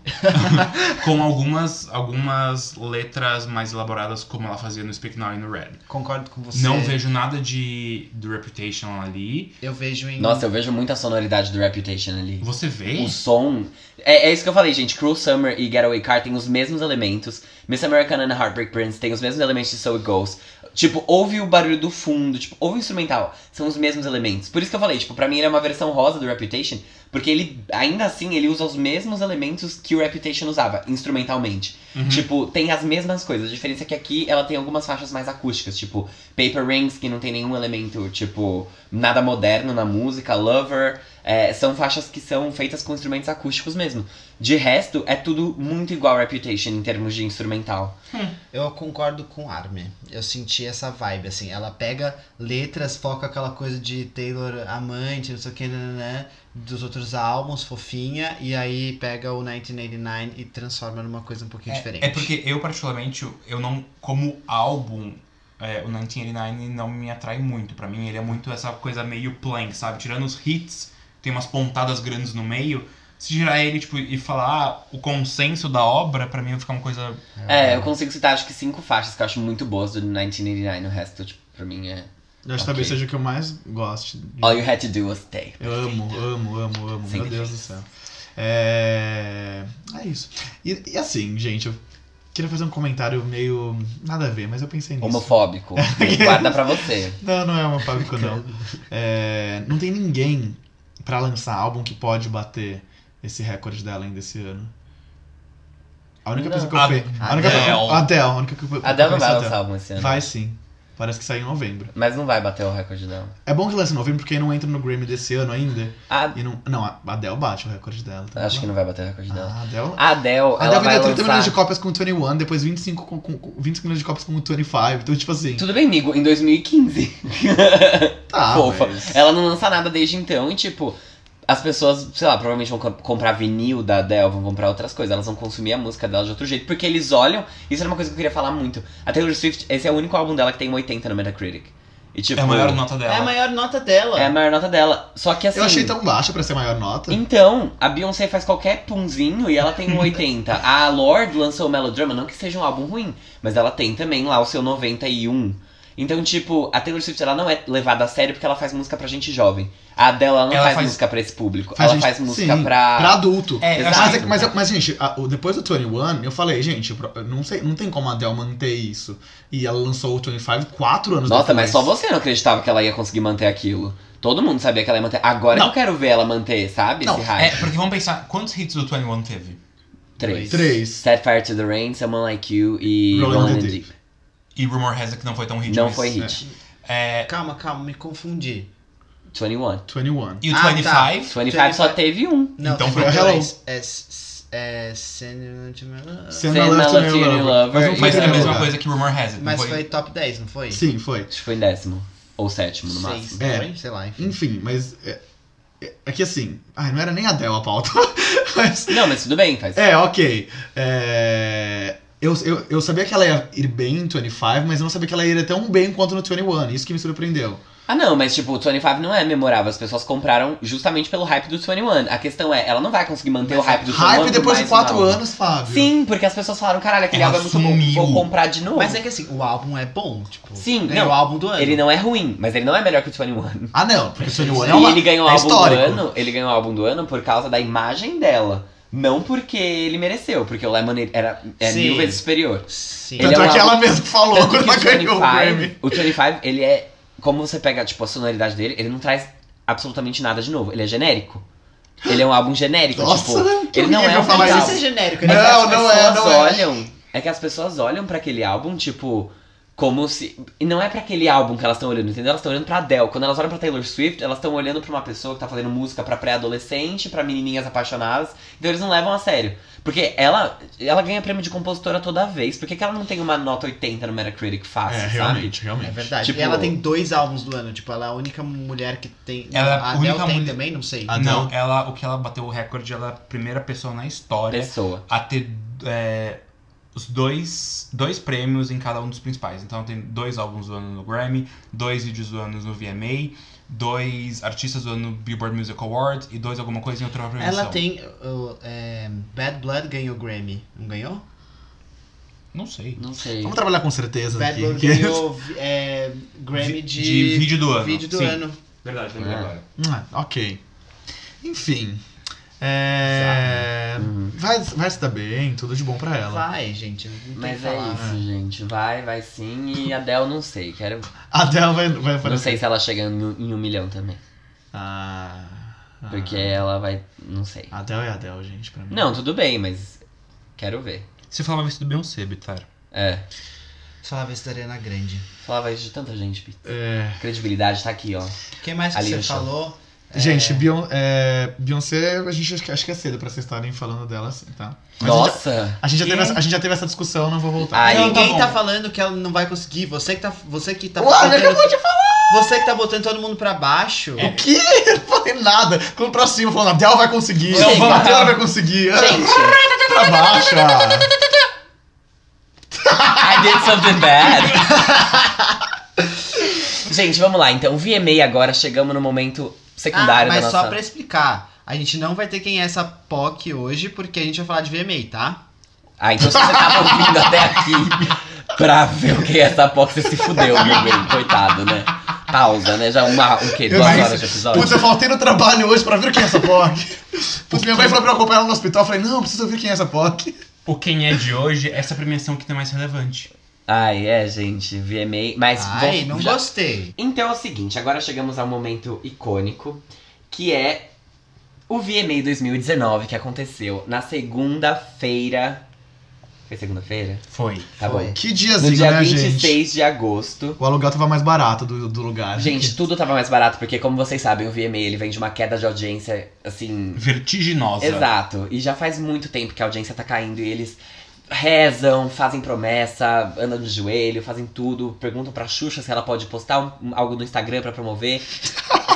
com algumas, algumas letras mais elaboradas como ela fazia no Speak Now e no Red.
Concordo com você.
Não vejo nada de do Reputation ali.
Eu vejo em...
Nossa, eu vejo muita sonoridade do Reputation ali.
Você vê?
O som. É, é isso que eu falei, gente. Cruel Summer e Getaway Car têm os mesmos elementos. Miss Americana and Heartbreak Prince têm os mesmos elementos de So It Goes. Tipo, ouve o barulho do fundo, tipo, ouve o instrumental. São os mesmos elementos. Por isso que eu falei, tipo, pra mim ele é uma versão rosa do Reputation, Porque ele, ainda assim, ele usa os mesmos elementos que o Reputation usava, instrumentalmente. Tipo, tem as mesmas coisas. A diferença é que aqui ela tem algumas faixas mais acústicas, tipo Paper Rings, que não tem nenhum elemento, tipo, nada moderno na música, Lover. é, são faixas que são feitas com instrumentos acústicos mesmo. De resto, é tudo muito igual a Reputation em termos de instrumental.
Eu concordo com Armin. Eu senti essa vibe, assim. Ela pega letras, foca aquela coisa de Taylor amante, não sei o que, né? Dos outros álbuns, fofinha, e aí pega o 1989 e transforma numa coisa um pouquinho diferente.
É porque eu, particularmente, eu não. Como álbum, é, o 1989 não me atrai muito. Pra mim, ele é muito essa coisa meio plank, sabe? Tirando os hits, tem umas pontadas grandes no meio. Se tirar ele, tipo, e falar o consenso da obra, pra mim vai ficar uma coisa.
Ah.
Ah,
É, eu consigo citar acho que cinco faixas que eu acho muito boas do 1989. O resto, tipo, pra mim é.
Eu acho que
Ok.
talvez seja o que eu mais goste. de-
All you had to do was stay.
Eu amo, amo, amo, amo.
Sem
Meu Deus do céu. É. É isso. E, e assim, gente, eu queria fazer um comentário meio. Nada a ver, mas eu pensei nisso.
Homofóbico. Guarda pra você.
Não, não é homofóbico, não. É, não tem ninguém pra lançar álbum que pode bater esse recorde dela ainda esse ano. A única
Não.
pessoa que eu pe- A única
Adele.
pessoa- Adele, a única que eu
A Dell não vai
conheço é
lançar álbum esse ano.
Vai sim. Parece que sai em novembro.
Mas não vai bater o recorde dela.
É bom que lance em novembro porque não entra no Grammy desse ano ainda.
A...
E não, não, a Adele bate o recorde dela. Tá
Acho que não vai bater o recorde dela.
Ah, a Adele.
A Adele,
A
ela
Adele
vai
vendeu 30 um milhões de
lançar...
cópias com o 21, depois 25, com, com, com 25 milhões de cópias com o 25. Então, tipo assim.
Tudo bem, amigo, em 2015.
Tá.
Fofa.
mas-
Ela não lança nada desde então e, tipo... As pessoas, sei lá, provavelmente vão co- comprar vinil da Adele, vão comprar outras coisas. Elas vão consumir a música dela de outro jeito. Porque eles olham... Isso era uma coisa que eu queria falar muito. A Taylor Swift, esse é o único álbum dela que tem um 80 no Metacritic. E, tipo...
É a maior nota
É
dela.
a maior nota dela.
É a maior nota dela. Só que assim.
Eu achei tão baixa pra ser a maior nota.
Então, a Beyoncé faz qualquer punzinho e ela tem um 80. A Lorde lançou o Melodrama, não que seja um álbum ruim, mas ela tem também lá o seu 91. Então, tipo, a Taylor Swift ela não é levada a sério porque ela faz música pra gente jovem. A dela não
Ela
faz,
faz-
música pra esse público.
Faz
ela
gente-
faz música
sim,
pra.
Pra adulto.
É, eu
Exato.
acho
Mas,
que-
é- mas, é- mas, gente, a- o- depois do 21, eu falei, gente, pro- eu não, sei, não tem como a Adele manter isso. E ela lançou o 25 quatro anos
Nossa,
depois.
mas só você não acreditava que ela ia conseguir manter aquilo. Todo mundo sabia que ela ia manter. Agora
Não.
eu quero ver ela manter, sabe?
Não,
esse
É,
hype.
porque vamos pensar, quantos hits do 21 teve?
Três.
Três.
Set Fire to the Rain, Someone Like You e
Rolling in
Rolling in the
the Deep.
Deep.
E Rumor Has It que não foi tão hit.
Não
mas-
foi hit.
É,
Calma, calma, me confundi.
21.
21.
e o
Ah, tá.
25,
25 só teve um.
Não, tem
Então foi
Hello.
dois. É. s- É. Send-
Send
Send
My Love
My Love
to
to
é New
Your
Lover.
Lover. Isso
Mas não foi
mas é a
primeiro
mesma
lugar.
coisa que Rumor Has It. não
Mas
foi...
foi top 10, não foi?
Sim, foi.
Acho que foi em décimo. Ou sétimo, no máximo.
Seis,
É.
foi? Sei lá, enfim.
Enfim, mas... É, é- é que assim... Ai, não era nem a Adele a pauta. mas...
Não, mas tudo bem, faz.
É, ok. É, Eu, eu, eu sabia que ela ia ir bem em 25, mas eu não sabia que ela ia ir tão bem quanto no 21. Isso que me surpreendeu.
Ah, não, mas tipo, o 25 não é memorável. As pessoas compraram justamente pelo hype do 21. A questão é, ela não vai conseguir manter o hype do 21.
Hype
por
depois
mais
de 4
um álbum.
anos, Fábio.
Sim, porque as pessoas falaram, caralho, aquele
Ela
álbum é muito bom,
sumiu.
vou comprar de novo.
Mas é que assim, o álbum é bom, tipo.
Sim,
ganhou
não.
o álbum do ano.
Ele não é ruim, mas ele não é melhor que o 21.
Ah, não. Porque o 21 é
e
uma...
ele ganhou o
é
álbum
histórico.
do ano, ele ganhou o álbum do ano por causa da imagem dela. Não porque ele mereceu, porque o Lemonade era é
Sim.
mil vezes superior.
Sim.
Ele
Tanto
é
é
um
que ela
álbum-
mesma falou
Tanto
quando
que
ela
o
ganhou o
25,
Grammy.
o 25, ele é. Como você pega, tipo, a sonoridade dele, ele não traz absolutamente nada de novo. Ele é genérico. Ele é um álbum genérico,
Nossa,
tipo.
que
ele não é
horrível
um
Não
falar
metal.
precisa
isso.
ser genérico,
É
né?
que as
Não, não é,
pessoas
não é.
olham. É que as pessoas olham pra aquele álbum, tipo. Como se. E não é pra aquele álbum que elas estão olhando, entendeu? Elas estão olhando pra Adele. Quando elas olham pra Taylor Swift, elas estão olhando pra uma pessoa que tá fazendo música pra pré-adolescente, pra menininhas apaixonadas. Então eles não levam a sério. Porque ela, ela ganha prêmio de compositora toda vez. Por que, que ela não tem uma nota 80 no Metacritic fácil,
É,
sabe?
realmente, realmente.
É verdade.
Tipo-
E ela tem dois álbuns do ano, tipo, ela é a única mulher que tem.
Ela é a
a Adele
única
tem
mulher-
também, não sei.
Ah,
Não, ela, o que ela bateu o recorde, ela é a primeira pessoa na história
Pessoa.
a ter é, os dois, dois prêmios em cada um dos principais. Então tem dois álbuns do ano no Grammy, dois vídeos do ano no VMA, dois artistas do ano no Billboard Music Awards e dois alguma coisa em outra premiação.
Ela tem. uh, é, Bad Blood ganhou Grammy, não ganhou?
Não sei.
Não sei.
Vamos trabalhar com certeza
Bad
aqui.
Blood
que-
ganhou é, Grammy de.
de vídeo do ano,
Vídeo do
sim.
ano.
Verdade,
lembrei É.
agora.
Ah, ok. Enfim. É... Vai, vai se dar bem, tudo de bom pra ela.
Vai, gente. Não tem o
Mas
que
é
falar. né?
isso, gente. Vai, vai sim. E Adele, não sei. Quero.
A Adele vai, vai aparecer.
Não sei se ela chega em um, em um milhão também.
Ah.
Porque ela vai. Não sei.
Adel é Adel, gente, pra mim.
Não, tudo bem, mas. Quero ver.
Você falava isso do Beyoncé, Bitar.
É.
Falava isso da Ariana Grande.
Falava isso de tanta gente, Bi.
É.
Credibilidade tá aqui, ó.
Quem mais que
Ali no
você
chão.
falou?
Gente, Beyon- é, Beyoncé, a gente acho que- acho que é cedo pra vocês estarem falando dela assim, tá? Mas
Nossa!
A gente, já, a gente já teve essa, a gente já teve essa discussão, não vou voltar.
Ai.
Não,
tá
ninguém
bom.
tá, falando que ela não vai conseguir. Você que tá. Você que tá.
Uau,
botando-
acabou de
Você que tá botando todo mundo pra baixo.
É,
O quê? Eu não falei nada. Quando pra cima, falando, Adel vai conseguir.
Não, vamos lá.
Adel vai conseguir.
Gente,
pra baixo. ah.
I did something bad. gente, vamos lá. Então, VMA agora, chegamos no momento
Ah,
secundário
mas
da nossa...
só pra explicar. A gente não vai ter quem é essa POC hoje, porque a gente vai falar de VMA, tá?
Ah, então se você tava ouvindo até aqui pra ver o que é essa POC, você se fudeu, meu bem. Coitado, né? Pausa, né? Já uma, o quê?
Eu
Duas
disse,
horas de episódio?
Putz, eu faltei no trabalho hoje pra ver quem é essa POC. Putz, minha mãe falou pra eu acompanhar ela no hospital. Eu falei, não, preciso ver quem é essa POC.
O Quem É de hoje, essa premiação que tem mais relevante.
Ai, é, gente, VMA.
É,
Mas
Ai,
vamos-
não
já-
gostei.
Então é o seguinte, agora chegamos ao momento icônico, que é o VMA 2019, que aconteceu na segunda-feira. Foi segunda-feira?
Foi.
Tá
Foi.
bom.
Que
No
diazinho,
dia
né,
26
gente?
de agosto.
O aluguel tava mais barato do, do lugar.
Gente, tudo tava mais barato, porque como vocês sabem, o VMA ele vem de uma queda de audiência, assim,
Vertiginosa.
Exato. E já faz muito tempo que a audiência tá caindo e eles rezam, fazem promessa, andam de joelho, fazem tudo, perguntam pra Xuxa se ela pode postar um- algo no Instagram pra promover.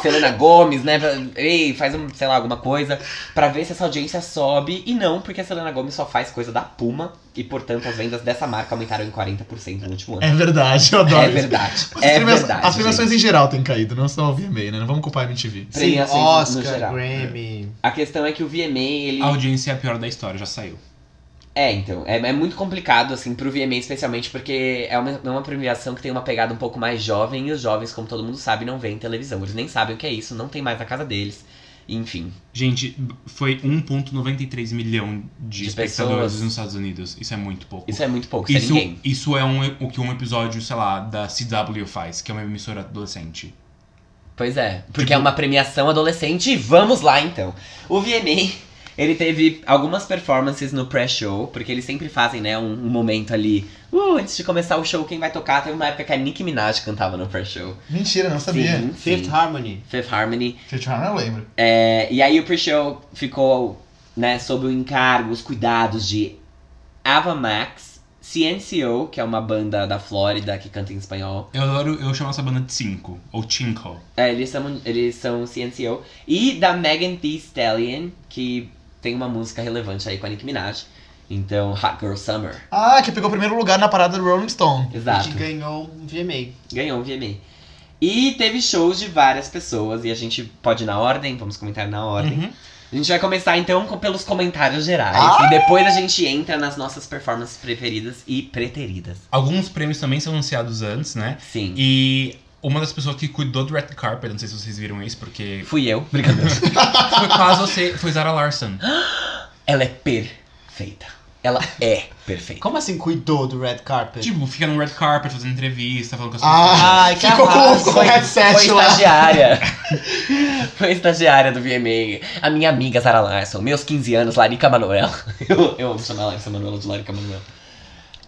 Selena Gomes, né? pra- Ei, faz um, sei lá, alguma coisa pra ver se essa audiência sobe e não, porque a Selena Gomes só faz coisa da Puma e portanto as vendas dessa marca aumentaram em 40% no último ano.
É verdade, eu adoro.
É
isso.
verdade.
As,
É
premia-
verdade.
as premiações
gente.
em geral têm caído, não só o VMA, né? Não vamos culpar a MTV.
Sim,
Premiações no
Oscar,
geral.
Grammy.
A questão é que o VMA, ele
A audiência é a pior da história, já saiu.
É, então, é, é muito complicado, assim, pro VMA especialmente, porque é uma, é uma premiação que tem uma pegada um pouco mais jovem, e os jovens, como todo mundo sabe, não veem televisão. Eles nem sabem o que é isso, não tem mais na casa deles. Enfim,
Gente, foi 1,93 milhão de,
De
espectadores
pessoas.
nos Estados Unidos. Isso é muito pouco.
isso é muito pouco, isso,
Isso,
é ninguém.
isso é um, o que um episódio, sei lá, da CW faz, que é uma emissora adolescente.
Pois é, porque é uma premiação adolescente, e vamos lá então. O VMA, ele teve algumas performances no pré-show, porque eles sempre fazem, né, um, um momento ali. Uh, antes de começar o show, quem vai tocar? Teve uma época que a Nicki Minaj cantava no pré-show.
Mentira, não sabia.
Sim,
Fifth
sim.
Harmony.
Fifth Harmony.
Fifth Harmony eu lembro.
É, e aí o pre-show ficou, né, sob o encargo, os cuidados de Ava Max, CNCO, que é uma banda da Flórida que canta em espanhol.
Eu adoro, eu chamo essa banda de Cinco, ou Cinco.
É, eles são, eles são CNCO. E da Megan Thee Stallion, que tem uma música relevante aí com a Nicki Minaj. Então, Hot Girl Summer.
Ah, que pegou o primeiro lugar na parada do Rolling Stone.
Exato.
Que ganhou um VMA.
Ganhou o VMA. E teve shows de várias pessoas, e a gente pode ir na ordem, vamos comentar na ordem.
Uhum.
A gente vai começar então com- pelos comentários gerais.
Ah!
E depois a gente entra nas nossas performances preferidas e preteridas.
Alguns prêmios também são anunciados antes, né?
Sim.
E uma das pessoas que cuidou do Red Carpet, não sei se vocês viram isso, porque
Fui eu. Obrigada.
foi quase você, foi Zara Larson.
Ela é perfeita. Ela é perfeita.
Como assim cuidou do red carpet?
Tipo, fica no Red Carpet fazendo entrevista, falando com as pessoas.
Ah,
Ai, que
ficou, com,
arraso.
ficou com o
Foi
headset lá.
estagiária. Foi estagiária do VMA. A minha amiga Sara Larson, meus 15 anos, Larica Manoel. Eu, eu amo chamar a Larissa Manoela de Larica Manoel.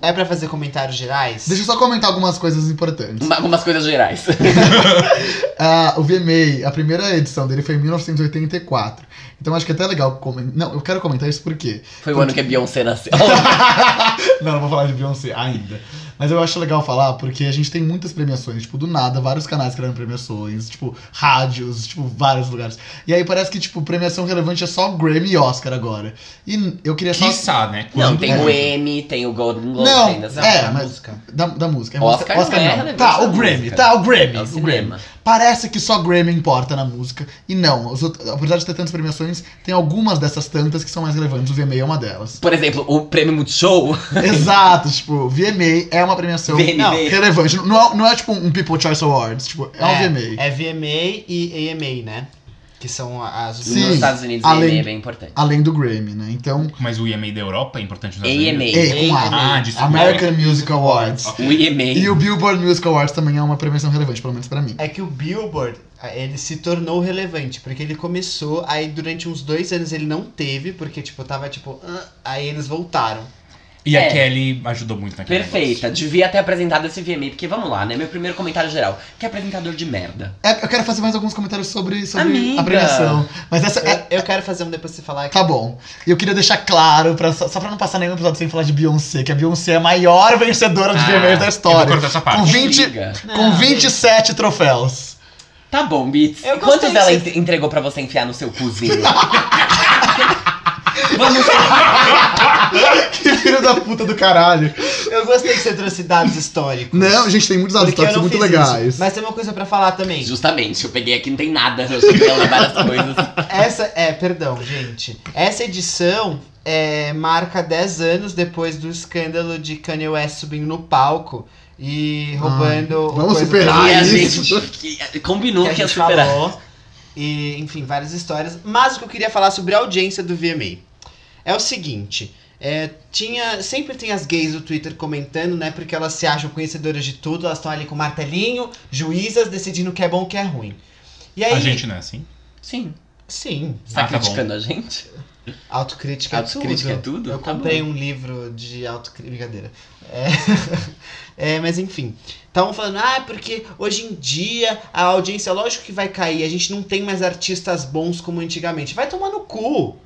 É pra fazer comentários gerais?
Deixa eu só comentar algumas coisas importantes.
Uma- Algumas coisas gerais.
Ah, o VMA, a primeira edição dele foi em 1984. Então acho que é até legal. comen- Não, eu quero comentar isso porque.
Foi o ano que a Beyoncé nasceu.
não, não vou falar de Beyoncé ainda. Mas eu acho legal falar porque a gente tem muitas premiações, tipo, do nada, vários canais criaram premiações, tipo, rádios, tipo, vários lugares. E aí parece que, tipo, premiação relevante é só Grammy e Oscar agora. E eu queria só.
Quiçá, né?
é Não,
Quando-
tem um o M, tem o Golden Globe,
Não,
tem das
Não,
é,
da
mas-
música.
Da, da música. É
Oscar
música-
não é
Oscar não.
relevante
Tá,
da
o Grammy,
música.
tá, o Grammy.
É o
o Grammy.
cinema.
Parece que só Grammy importa na música. E não, os outros- apesar de ter tantas premiações, tem algumas dessas tantas que são mais relevantes. O VMA é uma delas.
Por exemplo, o prêmio Multishow.
Exato, tipo, VMA é uma premiação
VMA.
relevante. é, Não é, não é tipo um People Choice Awards, tipo, é, um VMA.
É VMA e AMA, né? que são as
Sim.
Nos Estados Unidos,
Além-
EMA é bem importante.
Além do Grammy, né? Então,
Mas o EMA da Europa é importante nos Estados
EMA.
Unidos?
Ah, E com
Ah,
A.
desculpa.
American Music Awards.
Ok.
O
E
EMA.
o Billboard Music Awards também é uma premiação relevante, pelo menos pra mim.
É que o Billboard, ah, ele se tornou relevante, porque ele começou, aí durante uns dois anos ele não teve, porque, tipo, tava, tipo, "Ah", aí eles voltaram.
E a
É.
Kelly ajudou muito naquele
Perfeita. Devia ter apresentado esse VMA, porque vamos lá, né? Meu primeiro comentário geral. Que apresentador de merda.
É, eu quero fazer mais alguns comentários sobre, sobre
Amiga.
a premiação. Mas essa é,
Eu, eu quero fazer um depois de você falar que
Tá bom. E eu queria deixar claro, pra, só, só pra não passar nenhum episódio sem falar de Beyoncé, que a Beyoncé é a maior vencedora de
Ah,
VMAs da
Eu vou
história.
cortar essa
Com,
parte.
20,
Liga.
com 27 troféus.
Tá bom, Beats.
Eu gostei
Quantos ela
que
en- entregou pra você enfiar no seu cozinho? Vamos
que filho da puta do caralho.
Eu gostei que você trouxe dados históricos.
Não, gente, tem muitos dados
Porque eu
que são
não
muito
fiz
legais.
isso. Mas tem uma coisa pra falar também.
Justamente, eu peguei aqui, não tem nada. Eu cheguei a levar as coisas.
Essa, é, perdão, gente. Essa edição é, marca 10 anos depois do escândalo de Kanye West subindo no palco e roubando.
vamos
coisa
superar
do-
e a
Tá, isso.
gente que- combinou
que a
que ia
gente
superar.
falou. E, enfim, várias histórias. Mas o que eu queria falar sobre a audiência do VMA é o seguinte. é, tinha, sempre tem as gays do Twitter comentando, né? Porque elas se acham conhecedoras de tudo, elas estão ali com martelinho, juízas, decidindo o que é bom e o que é ruim. E aí.
A gente não é assim?
Sim.
Sim,
Você tá
Ah, tá bom.
criticando a gente?
autocrítica,
Autocrítica
é
é
tudo.
tudo?
Eu
Tá bom.
comprei um livro de autocrítica. Brincadeira. É... É, mas enfim. Estavam falando, ah, porque hoje em dia a audiência, lógico que vai cair, a gente não tem mais artistas bons como antigamente. Vai tomar no cu!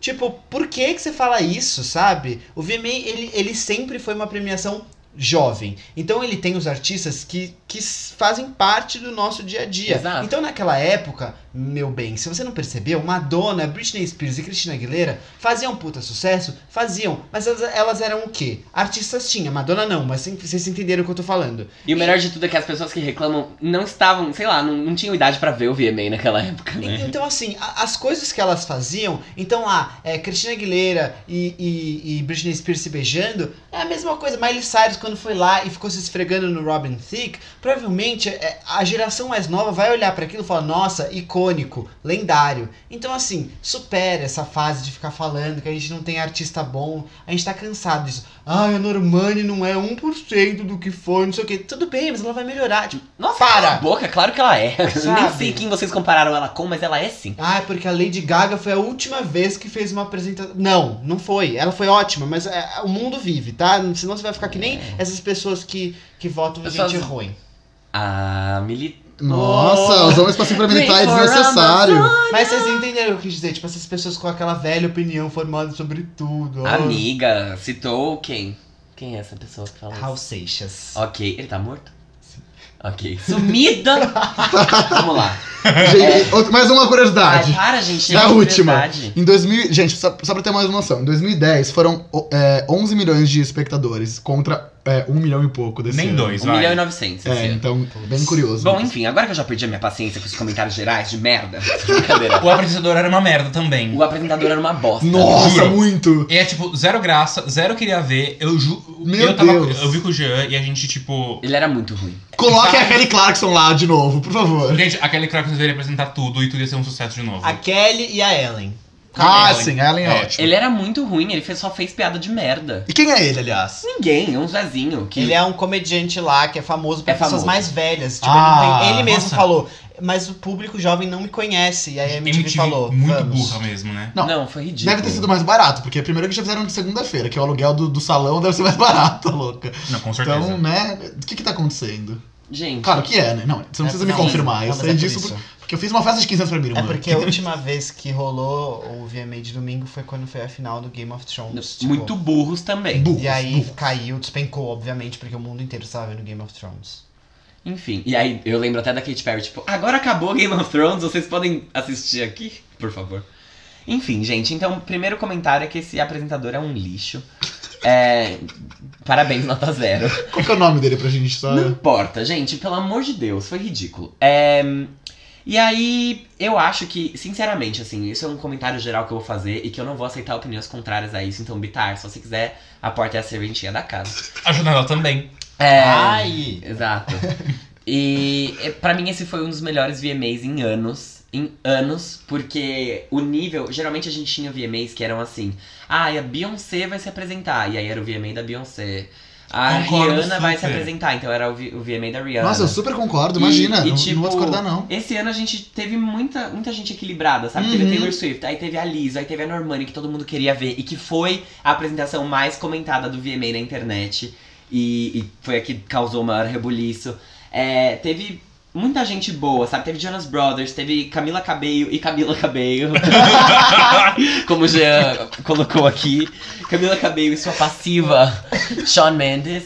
Tipo, por que, que você fala isso, sabe? O VMA, ele, ele sempre foi uma premiação jovem. Então ele tem os artistas que, que s- fazem parte do nosso dia a dia.
Exato.
Então naquela época, meu bem, se você não percebeu, Madonna, Britney Spears e Christina Aguilera faziam puta sucesso? Faziam. Mas elas, elas eram o quê? Artistas tinha, Madonna não, mas sim- vocês entenderam o que eu tô falando.
E o melhor de tudo é que as pessoas que reclamam não estavam, sei lá, não, não tinham idade pra ver o VMA naquela época,
E-
né?
Então, assim, a- as coisas que elas faziam, então lá, é, Cristina Aguilera e, e, e Britney Spears se beijando, é a mesma coisa. Miley Cyrus, quando foi lá e ficou se esfregando no Robin Thicke, provavelmente é, a geração mais nova vai olhar pra aquilo e falar: nossa, icônico, lendário. Então, assim, supera essa fase de ficar falando que a gente não tem artista bom, a gente tá cansado disso. Ah, a Normani não é 1% do que foi, não sei o quê. Tudo bem, mas ela vai melhorar. Tipo,
Nossa,
Para!
cala a boca, claro que ela é. Eu Nem
Sabe?
sei quem vocês compararam ela com, mas ela é sim.
Ah, é porque a Lady Gaga foi a última vez que fez uma apresentação. Não, não foi. Ela foi ótima, mas é, o mundo vive, tá? Senão você vai ficar que nem essas pessoas que, que votam em
Pessoas-
gente ruim.
Ah, Mili.
Nossa,
Oh.
os homens passam pra militar é
Wait for
desnecessário.
Mas vocês entenderam o que eu quis dizer? Tipo, essas pessoas com aquela velha opinião formada sobre
Oh.
tudo. Ah,
Amiga, citou quem? Quem é essa pessoa que fala
Raul
isso?
Seixas.
Ok, ele tá morto? Ok. Sumida! Vamos lá.
Gente, outra- mais uma
Ai,
curiosidade.
para, gente.
Da
é uma
última.
curiosidade.
Em 2000, gente, só, só pra ter mais uma noção, em 2010 foram o- é, 11 milhões de espectadores contra é, 1 milhão e pouco desse
Nem
ano.
dois,
1 milhão e
vai.
900.
É, então, bem curioso.
Bom, enfim, agora que eu já perdi a minha paciência com esses comentários gerais de merda. Brincadeira.
O apresentador era uma merda também.
O apresentador era uma bosta.
Nossa,
Juro.
muito!
E é tipo, zero graça, zero queria ver. Eu ju...
Meu
eu tava.
Deus.
Eu vi com o Jean e a gente, tipo.
Ele era muito ruim.
Coloquem a Kelly Clarkson lá de novo, por favor.
Gente, aquele Clarkson deveria apresentar tudo e tudo ia ser um sucesso de novo.
A Kelly e a Ellen.
Ah,
Ellen.
sim, Ellen é
É.
ótima.
Ele era muito ruim, ele fez- só fez piada de merda.
E quem é ele, aliás?
Ninguém, é um Zezinho. Que...
Ele é um comediante lá que é famoso pra
É
pessoas
famoso.
mais velhas. Tipo,
Ah,
ele, não tem- ele mesmo
nossa.
falou, mas o público jovem não me conhece. E aí a MTV, falou.
muito
vamos.
burra mesmo, né?
Não,
Não, foi ridículo.
Deve ter sido mais barato, porque primeiro que já fizeram de segunda-feira, que é o aluguel do, do salão deve ser mais barato, louca.
Não, com certeza.
Então, né, o que que tá acontecendo?
Gente,
Claro que é, né? Não, você não
É,
precisa me
não,
confirmar,
não,
eu
mas
sei
é por
disso
isso.
por- porque eu fiz uma festa de 15 anos pra minha
É
irmã.
porque a última vez que rolou o VMA de domingo foi quando foi a final do Game of Thrones. tipo,
muito burros também.
Burros,
E aí
burros.
caiu, despencou, obviamente, porque o mundo inteiro estava vendo Game of Thrones.
Enfim, e aí eu lembro até da Katy Perry, tipo, agora acabou Game of Thrones, vocês podem assistir aqui, por favor. Enfim, gente, então o primeiro comentário é que esse apresentador é um lixo. É, parabéns, nota zero.
Qual que é o nome dele pra gente só...
Não importa, gente, pelo amor de Deus, foi ridículo. É, E aí, eu acho que, sinceramente, assim, isso é um comentário geral que eu vou fazer e que eu não vou aceitar opiniões contrárias a isso. Então, Bitar, se você quiser, a porta é a serventia da casa.
A janela também.
É...
Ai!
Exato. E é, pra mim esse foi um dos melhores VMAs em anos. Em anos, porque o nível. Geralmente a gente tinha VMAs que eram assim. Ah, e a Beyoncé vai se apresentar. E aí era o VMA da Beyoncé. A
Concordo
Rihanna vai se
super.
apresentar, então era o, V- o VMA da Rihanna.
Nossa, eu super concordo,
E-
imagina.
e
não,
tipo,
não vou discordar, não.
Esse ano a gente teve muita, muita gente equilibrada, sabe? Teve
Uhum.
a Taylor Swift, aí teve a Lisa, aí teve a Normani, que todo mundo queria ver. E que foi a apresentação mais comentada do VMA na internet. E, e foi a que causou o maior rebuliço. É, teve muita gente boa, sabe? Teve Jonas Brothers, teve Camila Cabello e Camila Cabello. Como o Jean colocou aqui. Camila Cabello e sua passiva, Shawn Mendes.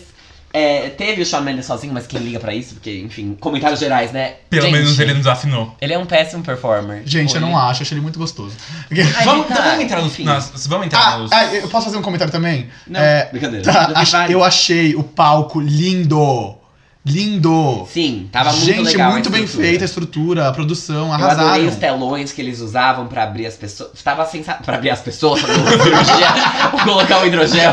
É, teve o Shawn Mendes sozinho, mas quem liga pra isso? Porque, enfim, comentários gerais, né?
Pelo
Gente,
menos ele nos afinou.
Ele é um péssimo performer.
Gente, eu
Ele-
não acho, acho ele muito gostoso.
Ai,
vamos,
tá,
então vamos entrar nos.
enfim.
nas- vamos entrar
Ah,
nos.
ah, eu posso fazer um comentário também?
Não,
É,
brincadeira.
Tá,
Eu um vi
ach-
vários.
eu achei o palco lindo. Lindo.
Sim, tava muito
Gente,
legal. a
muito bem
estrutura.
feita a estrutura, a produção,
Eu adorei
arrasaram.
os telões que eles usavam pra abrir as pessoas. Tava sensacional. Pra abrir as pessoas, pra colocar o hidrogel. colocar o hidrogel.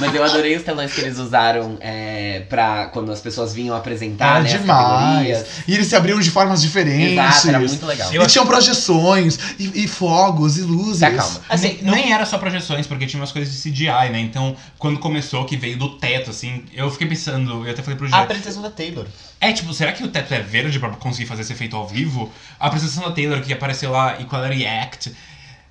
Mas eu adorei os telões que eles usaram é, pra quando as pessoas vinham apresentar,
Era
né? as
Ah, demais.
categorias.
E eles se abriram de formas diferentes.
Exato, era muito legal.
Eu
E tinham projeções, e, e fogos, e luzes.
Tá, calma.
Assim, nem era só projeções, porque tinha umas coisas de CGI, né? Então, quando começou, que veio do teto, assim, eu fiquei pensando, eu até falei pro
A
Jean,
apresentação da Taylor.
é tipo, será que o teto é verde pra conseguir fazer esse efeito ao vivo? A apresentação da Taylor, que apareceu lá, Equality Act.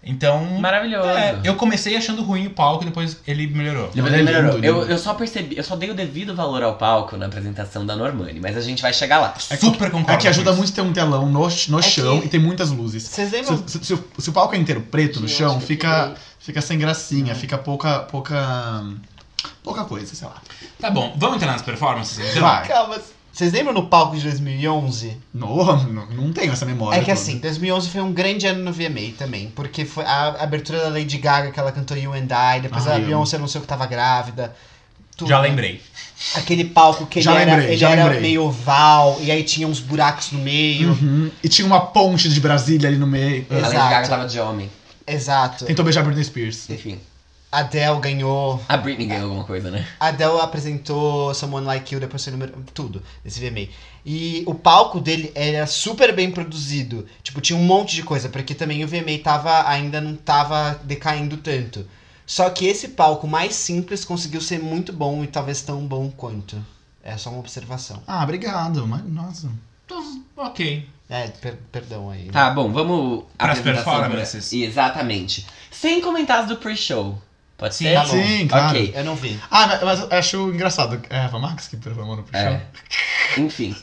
Então,
Maravilhoso.
é, eu comecei achando ruim o palco, depois ele melhorou.
Depois
Ele
ele
é
melhorou.
lindo,
Eu,
lindo.
eu só percebi, eu só dei o devido valor ao palco na apresentação da Normani, mas a gente vai chegar lá.
Super concordo.
É que ajuda
com
muito ter um telão no, no
É
chão
que-
e tem muitas luzes.
Vocês lembram?
Se, se- se o- se o palco é inteiro preto no
Gente,
chão,
eu
fica, fica sem
É.
gracinha, fica pouca, pouca. pouca coisa, sei lá.
isso. Tá bom, vamos entrar nas performances, então?
Vai.
Calma. Vocês lembram no palco de 2011?
Não, não, não tenho essa memória.
É que
toda.
assim, 2011 foi um grande ano no VMA também, porque foi a abertura da Lady Gaga, que ela cantou You and I, depois
Ah,
a
eu.
Beyoncé anunciou que tava grávida. tudo.
Já lembrei.
Aquele palco que ele,
Já
era,
lembrei,
ele
já
era
lembrei.
meio oval, e aí tinha uns buracos no meio.
Uhum. E tinha uma ponte de Brasília ali no meio.
A Lady
Exato.
Gaga tava de homem.
Exato.
Tentou beijar Britney Spears.
Enfim.
Adele ganhou.
A Britney ganhou alguma coisa, né?
Adele apresentou Someone Like You, depois foi número. Tudo, esse VMA. E o palco dele era super bem produzido. Tipo, tinha um monte de coisa, porque também o VMA tava, ainda não tava decaindo tanto. Só que esse palco mais simples conseguiu ser muito bom e talvez tão bom quanto. É só uma observação.
Ah, obrigado. Mas, nossa.
Então, ok.
É, per- perdão aí.
Tá, bom, vamos.
Pras
apresentação agora.
performances.
Exatamente. Sem comentários do pre-show. Pode
Sim,
ser?
tá bom.
Sim, claro.
Ok.
Eu não vi.
Ah, mas- mas eu acho engraçado. É a Eva Max que performou no puxão.
É. Enfim.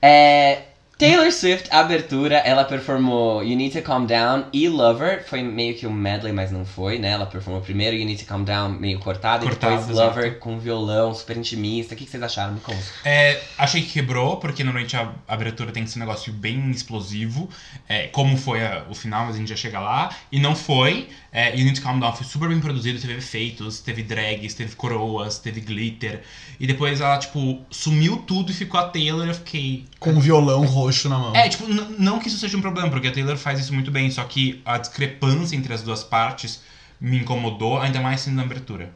É, Taylor Swift, abertura, ela performou You Need to Calm Down e Lover. Foi meio que um medley, mas não foi, né? Ela performou primeiro You Need to Calm Down, meio cortada,
Cortado,
e depois
exato.
Lover com violão, super intimista. O que que vocês acharam? Me conta.
É, achei que quebrou, porque normalmente a abertura tem que ser um negócio bem explosivo, é, como foi a- o final, mas a gente já chega lá. E não foi. É, You Need to Calm Down foi super bem produzido, teve efeitos, teve drags, teve coroas, teve glitter. E depois ela, tipo, sumiu tudo e ficou a Taylor. Eu fiquei.
Com um violão roxo na mão.
É, tipo, n- não que isso seja um problema, porque a Taylor faz isso muito bem, só que a discrepância entre as duas partes me incomodou, ainda mais sendo na abertura.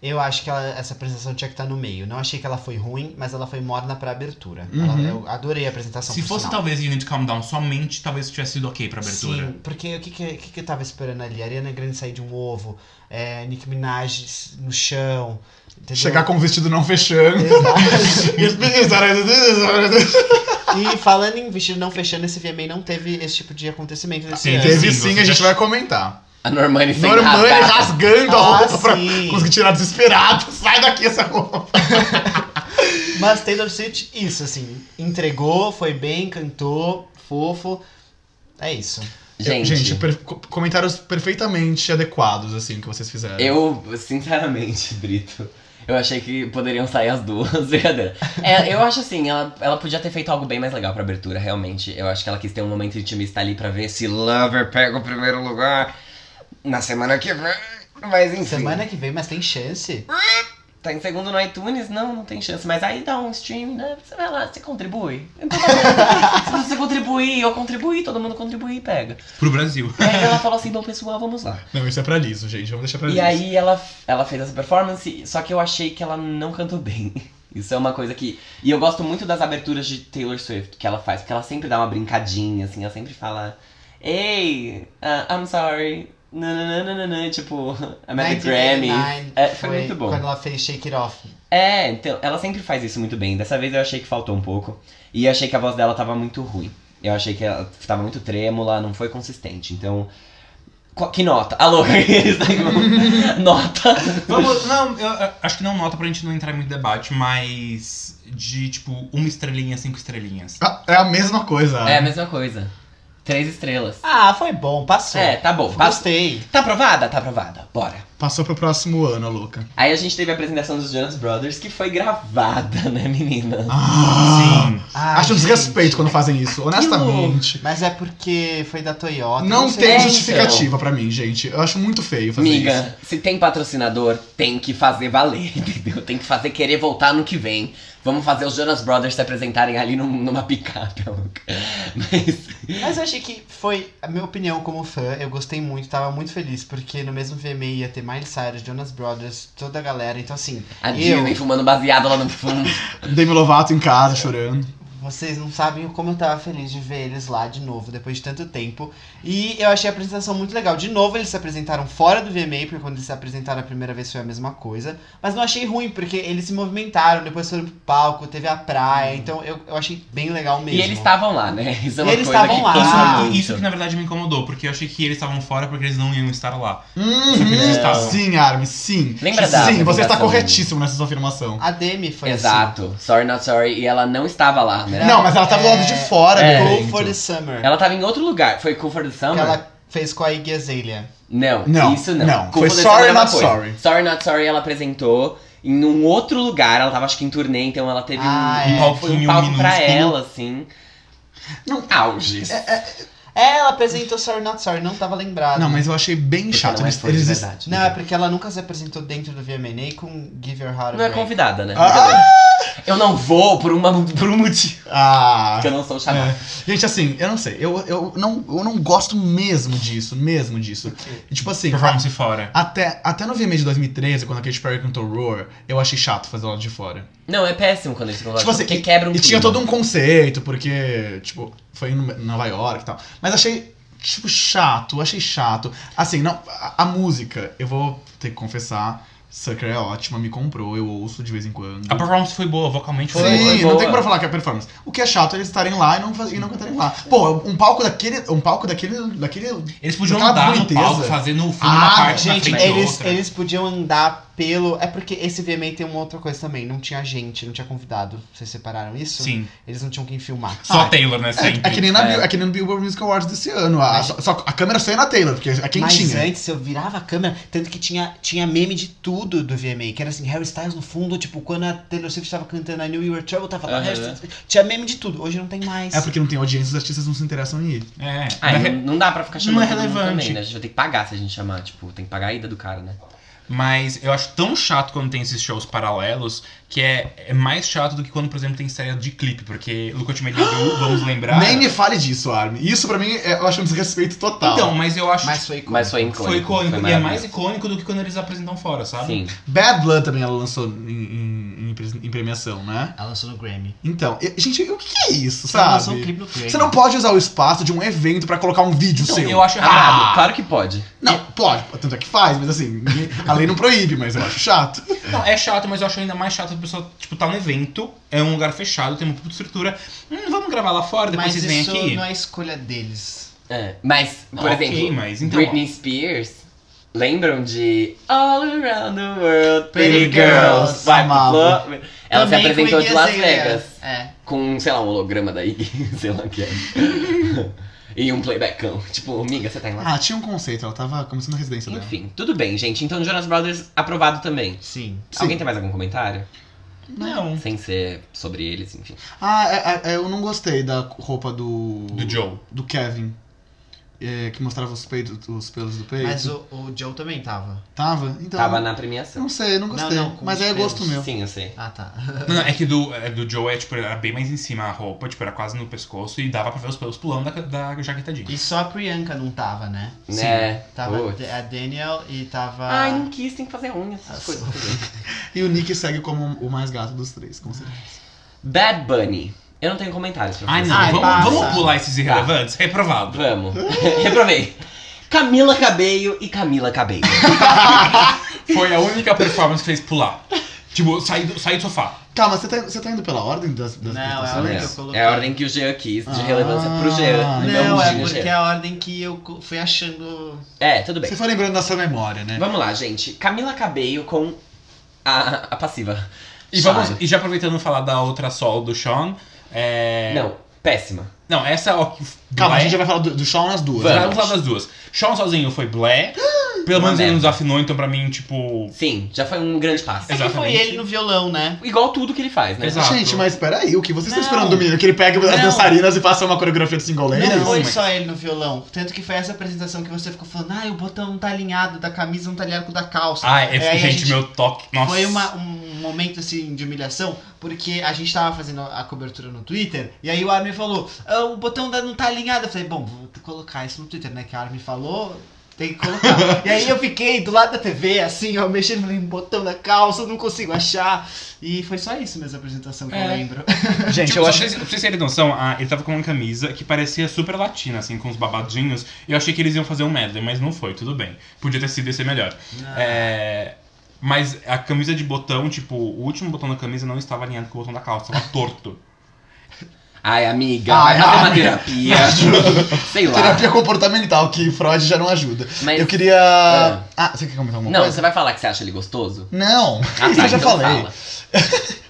Eu acho que ela- essa apresentação tinha que estar no meio. Não achei que ela foi ruim, mas ela foi morna pra abertura. Ela-
Uhum.
eu adorei a apresentação.
Se
por
fosse
sinal.
talvez You Need to Calm Down somente, talvez tivesse sido ok pra abertura.
Sim, porque o que, que, o que que eu tava esperando ali? Ariana Grande sair de um ovo, é, Nick Minaj no chão. Entendeu?
Chegar com o vestido não fechando.
Exato. e falando em vestido não fechando, esse VMA não teve esse tipo de acontecimento desse
Sim,
ano.
Sim,
Teve sim,
você
a gente
já-
vai comentar.
A Normani sem
Normani
rasgar.
rasgando a
Ah,
roupa Então, pra
sim.
conseguir tirar desesperado. Sai daqui essa roupa.
Mas Taylor Swift, isso, assim, entregou, foi bem, cantou, fofo. É isso.
Gente,
per- co- comentários perfeitamente adequados, assim, que vocês fizeram.
eu, sinceramente, Brito... Eu achei que poderiam sair as duas, brincadeira. É, eu acho assim, ela, ela podia ter feito algo bem mais legal pra abertura, realmente. Eu acho que ela quis ter um momento intimista ali pra ver se Lover pega o primeiro lugar na semana que vem. Mas enfim.
Semana que vem, mas tem chance.
Tá em segundo no iTunes? Não, não tem chance. Mas aí dá um stream, né? Você vai lá, você contribui. Então, tá bom. Se você contribuir, eu contribuí, todo mundo contribui e pega.
Pro Brasil.
E aí ela falou assim, bom pessoal, vamos lá.
Não, isso é pra liso, gente. Vamos deixar pra
E
liso.
aí ela, ela fez essa performance, só que eu achei que ela não cantou bem. Isso é uma coisa que. E eu gosto muito das aberturas de Taylor Swift que ela faz, porque ela sempre dá uma brincadinha, assim, ela sempre fala. Ei, ah, I'm sorry. Nananana, tipo,
né,
I'm at the Grammy.
1989
É, foi muito bom.
Quando ela fez Shake It Off.
É, então, ela sempre faz isso muito bem. Dessa vez eu achei que faltou um pouco. E eu achei que a voz dela tava muito ruim. Eu achei que ela tava muito trêmula, não foi consistente. Então. qual- Que nota? Alô, Isso aí, nota.
Vamos, não, eu eu acho que não nota pra gente não entrar em muito debate, mas de tipo uma estrelinha, cinco estrelinhas.
Ah, É a mesma coisa.
É a mesma coisa. Três estrelas.
Ah, foi bom, passou.
É, tá bom. Tá,
Gostei.
tá aprovada? Tá aprovada. Bora.
Passou pro próximo ano, Luca.
Aí a gente teve a apresentação dos Jonas Brothers, que foi gravada, né, menina?
Ah,
Sim.
Ai,
Acho um
gente.
desrespeito quando fazem isso, honestamente.
Mas é porque foi da Toyota.
Não
sei.
tem
então.
justificativa pra mim, gente. Eu acho muito feio fazer isso.
Amiga, se tem patrocinador, tem que fazer valer, entendeu? Tem que fazer querer voltar no que vem. Vamos fazer os Jonas Brothers se apresentarem ali num- numa picape, louca. Mas.
É. Mas eu achei que foi a minha opinião como fã. Eu gostei muito, tava muito feliz, porque no mesmo VMA ia ter Miley Cyrus, Jonas Brothers, toda a galera. Então, assim,
A
eu,
Disney fumando baseado lá no fundo.
Demi Lovato em casa chorando.
vocês não sabem como eu tava feliz de ver eles lá de novo, depois de tanto tempo. E eu achei a apresentação muito legal. De novo, eles se apresentaram fora do VMA, porque quando eles se apresentaram a primeira vez foi a mesma coisa. Mas não achei ruim, porque eles se movimentaram, depois foram pro palco, teve a praia. Então, eu, eu achei bem legal mesmo.
E eles estavam lá, né? Isso é uma
E eles
coisa
estavam
que
lá.
conta
Ah,
isso,
muito.
isso que na verdade me incomodou, porque eu achei que eles estavam fora porque eles não iam estar lá.
Uhum.
estavam.
Sim, Armin, sim.
Lembra da
Sim, você está
apresentação?
corretíssimo nessa sua afirmação.
A Demi foi assim.
Exato. Sorry, not sorry. E ela não estava lá, né?
Não, mas ela tava do lado de fora né?
É.
do
Go
evento.
for the Summer.
Ela tava em outro lugar. Foi Cool for the Summer?
que ela fez com a Iggy Azalea.
Não,
Não,
isso não.
não.
Cool
Foi
for the
Sorry
Summer é uma
Not
coisa.
Sorry.
Sorry Not Sorry ela apresentou em um outro lugar. Ela tava, acho que em turnê, então ela teve
Ah,
um,
é.
Um
foi um
palquinho
palco pra
minúsculo.
ela, assim. Não, auges.
É, ela apresentou Sorry Not Sorry, não tava lembrado.
Não, mas eu achei bem
Porque
chato.
não é
Eles,
fã de
eles-
verdade.
Não, é porque ela nunca se apresentou dentro do VMA com Give Your Heart a
Não é
Break.
convidada, né?
Ah!
Eu não vou por, uma, por um motivo.
Ah.
Porque eu não sou chamada.
Gente, assim, eu não sei. Eu, eu, não, eu não gosto mesmo disso, mesmo disso. E, tipo assim,
Performance fora.
até, até no VMA de 2013, quando a Katy Perry cantou Roar, eu achei chato fazer do lado de fora.
Não, é péssimo quando eles ficam lá.
Tipo assim,
porque quebra um
E tinha
clima.
todo um conceito, porque, tipo, foi em Nova York e tal. Mas achei, tipo, chato, achei chato. Assim, não, a, a música, eu vou ter que confessar, Sucker é ótima, me comprou, eu ouço de vez em quando.
A performance foi boa, vocalmente foi,
Sim,
boa.
foi
não
boa.
tem como falar que é performance. O que é chato é eles estarem lá e não, faz- e não cantarem lá. Pô, um palco daquele. Um palco daquele. daquele
Eles podiam
Aquela
andar no
Tá boniteza.
palco, fazer no fundo
Ah,
uma parte na
Gente,
frente da
eles,
outra.
eles podiam andar pelo. É porque esse VMA tem uma outra coisa também. Não tinha gente, não tinha convidado. Vocês separaram isso?
Sim.
Eles não tinham quem filmar.
Só
Ah,
Taylor, né? Sempre.
é, que nem na,
É.
Bill- é que nem no Billboard Music Awards desse ano. A, só, só a câmera saiu na Taylor, porque é quem
Mas
tinha.
antes eu virava a câmera, tanto que tinha, tinha meme de tudo do VMA, que era assim, Harry Styles no fundo, tipo, quando a Taylor Swift tava cantando a New Year Trouble, tava lá,
Aham.
Harry Styles, tinha meme de tudo, hoje não tem mais.
É porque não tem audiência, os artistas não se interessam em ir.
É.
Ah,
Mas-
não, não dá pra ficar
Não
chamando
é
todo mundo
relevante.
também, né? A gente vai ter que pagar se a gente chamar, tipo, tem que pagar a ida do cara, né?
Mas eu acho tão chato quando tem esses shows paralelos que é, é mais chato do que quando, por exemplo, tem estreia de clipe, porque Luca Ultimate Blue, vamos lembrar.
Nem me fale disso, Armin. Isso pra mim é- eu acho um desrespeito total.
Então, mas eu acho
Mas foi
Mas foi
que
icônico.
foi icônico. e é mais
maravilhoso.
icônico do que quando eles apresentam fora, sabe?
Sim.
Bad Blood também ela lançou em, em- em pre- em premiação, né?
Ela lançou no Grammy.
Então, e- gente, o que é isso,
Ela lançou um
sabe?
clipe no Grammy.
Você não pode usar o espaço de um evento pra colocar um vídeo
Então,
seu.
eu acho errado.
Ah, claro que pode.
Não, pode, tanto é que faz, mas assim, ninguém- a lei não proíbe, mas eu acho chato.
Não, é chato, mas eu acho ainda mais chato a pessoa, tipo, tá no evento, é um lugar fechado, tem uma puta estrutura. Hum, vamos gravar lá fora, depois
Mas
vocês vêm
isso
aqui.
não é escolha deles.
É, Mas, por
Ok,
exemplo,
mas então,
Britney Spears, lembram de All Around the World, Pretty
Pretty
Girls,
Girls,
Vibe
amava.
Club. Ela se
Também com
apresentou de
Iggy
Las
Azalea.
Vegas
É.
com, sei lá, um holograma da Iggy, sei lá o que é. E um playbackão. Tipo, amiga, você tá em Las
Ah, tinha um conceito, ela tava começando a residência dela.
Enfim, tudo bem, gente. Então, Jonas Brothers aprovado também.
Sim.
Sim.
Alguém tem mais algum comentário?
Não.
Sem ser sobre eles, enfim.
Ah, é- é- é, eu não gostei da roupa do.
Do Joe.
do Kevin. é, que mostrava os, peitos, os pelos do peito.
Mas o, o Joe também tava.
Tava? Então.
Tava na
Eu
premiação.
não sei, eu não
Não,
gostei.
não, com
mas
os
é
pelos.
gosto meu.
Sim, eu sei.
Ah, tá.
Não, não, é que do, é, do Joe é, tipo, era bem mais em cima a roupa, tipo, era quase no pescoço e dava pra ver os pelos pulando da, da jaqueta jeans.
E só a Priyanka não tava, né?
Né?
Tava
Putz.
a Daniel e tava.
Ai, não quis, tem que fazer unha, essas
Nossa.
coisas.
E o Nick segue como o mais gato dos três, com certeza.
Bad Bunny. Eu não tenho comentários pra
Ai,
fazer. Ah,
não,
Ai,
vamos,
passa.
vamos pular esses irrelevantes? Reprovado.
Vamos. Reprovei. Camila Cabello e Camila Cabello.
Foi a única performance que fez pular. Tipo, sair do, sair do sofá.
Calma, você tá, você tá indo pela ordem das, das
Não, é a ordem
apresentações?
que eu coloquei.
É a ordem que o Jean quis, de
Ah.
relevância pro Jean.
Não,
Não,
meu
é
Jean,
porque é
Jean.
a ordem que eu co- fui achando.
É, tudo bem.
Você foi lembrando da sua memória, né?
Vamos lá, gente. Camila Cabello com a, a passiva.
E,
Sabe?
vamos, e já aproveitando falar da outra solo do Sean. É...
Não, péssima.
Não, essa ó, que-
Calma, a
Blé.
gente já vai falar do, do Shawn nas duas. né?
Vamos.
Vamos falar das duas. Sean sozinho foi Blé. Pelo
Uma
menos ele
merda.
nos afinou, então pra mim, tipo.
Sim, já foi um grande passo.
É que foi
Exatamente.
ele no violão, né?
Igual tudo que ele faz, né?
Exato.
Gente, mas peraí, o que vocês estão
Não.
esperando do menino? Que ele pega as
Não.
dançarinas e faça uma coreografia de single ladies?
Não foi
mas-
só ele no violão. Tanto que foi essa apresentação que você ficou falando, ai, o botão não tá alinhado da camisa, não tá alinhado com o da calça.
Ai, é,
É, aí a
gente,
gente-
meu toque. Nossa.
Foi uma- um momento assim de humilhação, porque a gente tava fazendo a cobertura no Twitter, e aí o Armin falou, "Ah, o botão da- não tá alinhado. Eu falei, bom, vou colocar isso no Twitter, né? Que a Armin falou, tem que colocar. e aí eu fiquei do lado da TV, assim, ó, mexendo, falei, botão da calça, não consigo achar. E foi só isso mesmo a apresentação que
É.
eu lembro.
Gente,
Tipo,
eu
só
acho.
pra vocês- pra vocês terem noção, ah, ele tava com uma camisa que parecia super latina, assim, com os babadinhos. Eu achei que eles iam fazer um medley, mas não foi, tudo bem. Podia ter sido esse melhor. É, Mas a camisa de botão, tipo, o último botão da camisa não estava alinhado com o botão da calça, tava torto.
Ai, amiga,
Ai,
vai fazer uma
amiga.
terapia. Sei lá.
Terapia comportamental, que Freud já não ajuda.
Mas-
Eu queria.
Ah.
Ah, você quer comentar alguma
Não,
coisa?
você vai falar que você acha ele gostoso?
Não,
Ah,
isso
tá,
eu já
então
falei.
fala.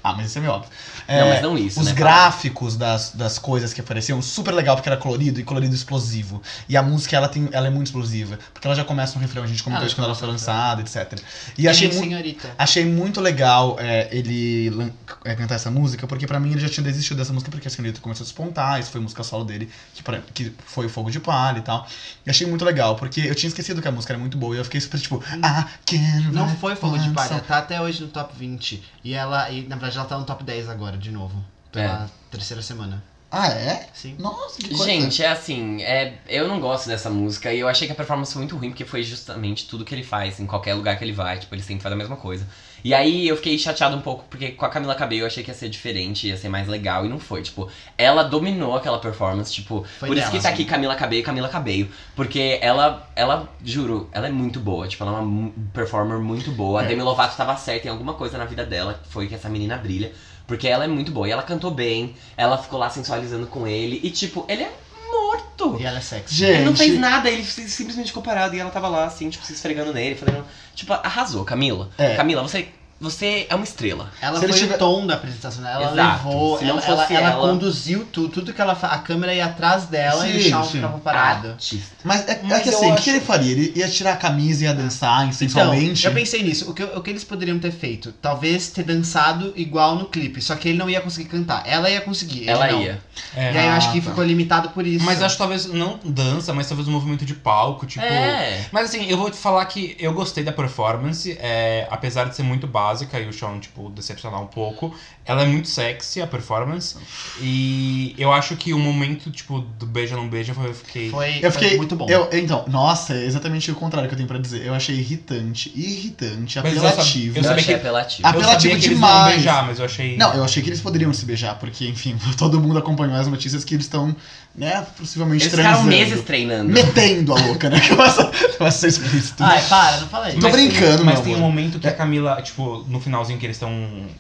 Ah, mas isso é meio óbvio.
Não,
É,
mas não isso,
Os
né?
gráficos das, das coisas que apareciam, super legal, porque era colorido e colorido explosivo. E a música, ela, tem, ela é muito explosiva, porque ela já começa no refrão, a gente comentou
Ah,
isso quando ela foi lançada, etc. E achei, mu
senhorita.
achei muito legal é, ele lan- é, cantar essa música, porque pra mim ele já tinha desistido dessa música, porque a senhorita começou a despontar, isso foi música solo dele, que, pra- que foi o Fogo de Palha e tal. E achei muito legal, porque eu tinha esquecido que a música era muito boa, e eu fiquei super tipo, ah,
Uhum.
can
Não foi fogo de palha, tá até hoje no top 20. E ela, e, na verdade, ela tá no top 10 agora, de novo. Pela
É.
terceira semana.
Ah, é?
Sim.
Nossa, que coisa.
Gente, é assim, é, eu não gosto dessa música e eu achei que a performance foi muito ruim, porque foi justamente tudo que ele faz, em qualquer lugar que ele vai, tipo, eles sempre fazem a mesma coisa. E aí eu fiquei chateado um pouco, porque com a Camila Cabello eu achei que ia ser diferente, ia ser mais legal, e não foi. Tipo, ela dominou aquela performance, tipo,
Foi
por isso
dela,
que tá
sim.
aqui Camila Cabello, Camila Cabello. Porque ela, ela, juro, ela é muito boa, tipo, ela é uma mu- performer muito boa. A
É.
Demi Lovato tava certa em alguma coisa na vida dela, que foi que essa menina brilha. Porque ela é muito boa, e ela cantou bem, ela ficou lá sensualizando com ele, e tipo, ele é morto.
E ela é sexy.
Ele não fez
Gente,
nada, ele si- simplesmente ficou parado e ela tava lá, assim, tipo, se esfregando nele, fazendo. Tipo, arrasou, Camila.
É.
Camila, você, você é uma estrela.
Ela
Se ele
foi
tiver-
o tom da apresentação, né? Ela
Exato.
levou,
Se não
ela, ela,
fosse
ela
ela-
conduziu tudo, tudo que ela fa... A câmera ia atrás dela e o
Sim,
Shawn
sim.
ficava parado.
Artista.
Mas é, é
Mas
que
eu
assim, o
acho-
que ele faria? Ele ia tirar a camisa e ia dançar
Então,
sensualmente?
eu pensei nisso. O que, o que eles poderiam ter feito? Talvez ter dançado igual no clipe, só que ele não ia conseguir cantar. Ela ia conseguir, ele
Ela
não.
ia.
É.
E aí eu acho que
Ah, tá.
ficou limitado por isso.
Mas acho que talvez não dança, mas talvez um movimento de palco, tipo.
É.
Mas assim, eu vou te falar que eu gostei da performance, é, apesar de ser muito básica e o Sean, tipo, decepcionar um pouco. Ela é muito sexy, a performance. E eu acho que o momento, tipo, do beija não beija foi eu fiquei.
foi,
Eu fiquei.
foi muito bom.
eu- então, nossa, é exatamente o contrário que eu tenho pra dizer. Eu achei irritante, irritante,
Mas eu sab-
apelativo.
eu
Eu
sabia
achei
que-
apelativo.
eu
apelativo
sabia que eles não
demais.
iam beijar, mas eu achei.
Não, eu achei que eles poderiam se beijar, porque, enfim, todo mundo acompanhou as notícias que eles estão, né, possivelmente
Eles ficaram
transando.
meses treinando.
Metendo a louca, né? Que passa a ser explícito.
Ai, Ah, é, para, não fala isso.
Tô brincando,
mas
meu
tem um
amor. É.
momento que a Camila, tipo, no finalzinho que eles estão.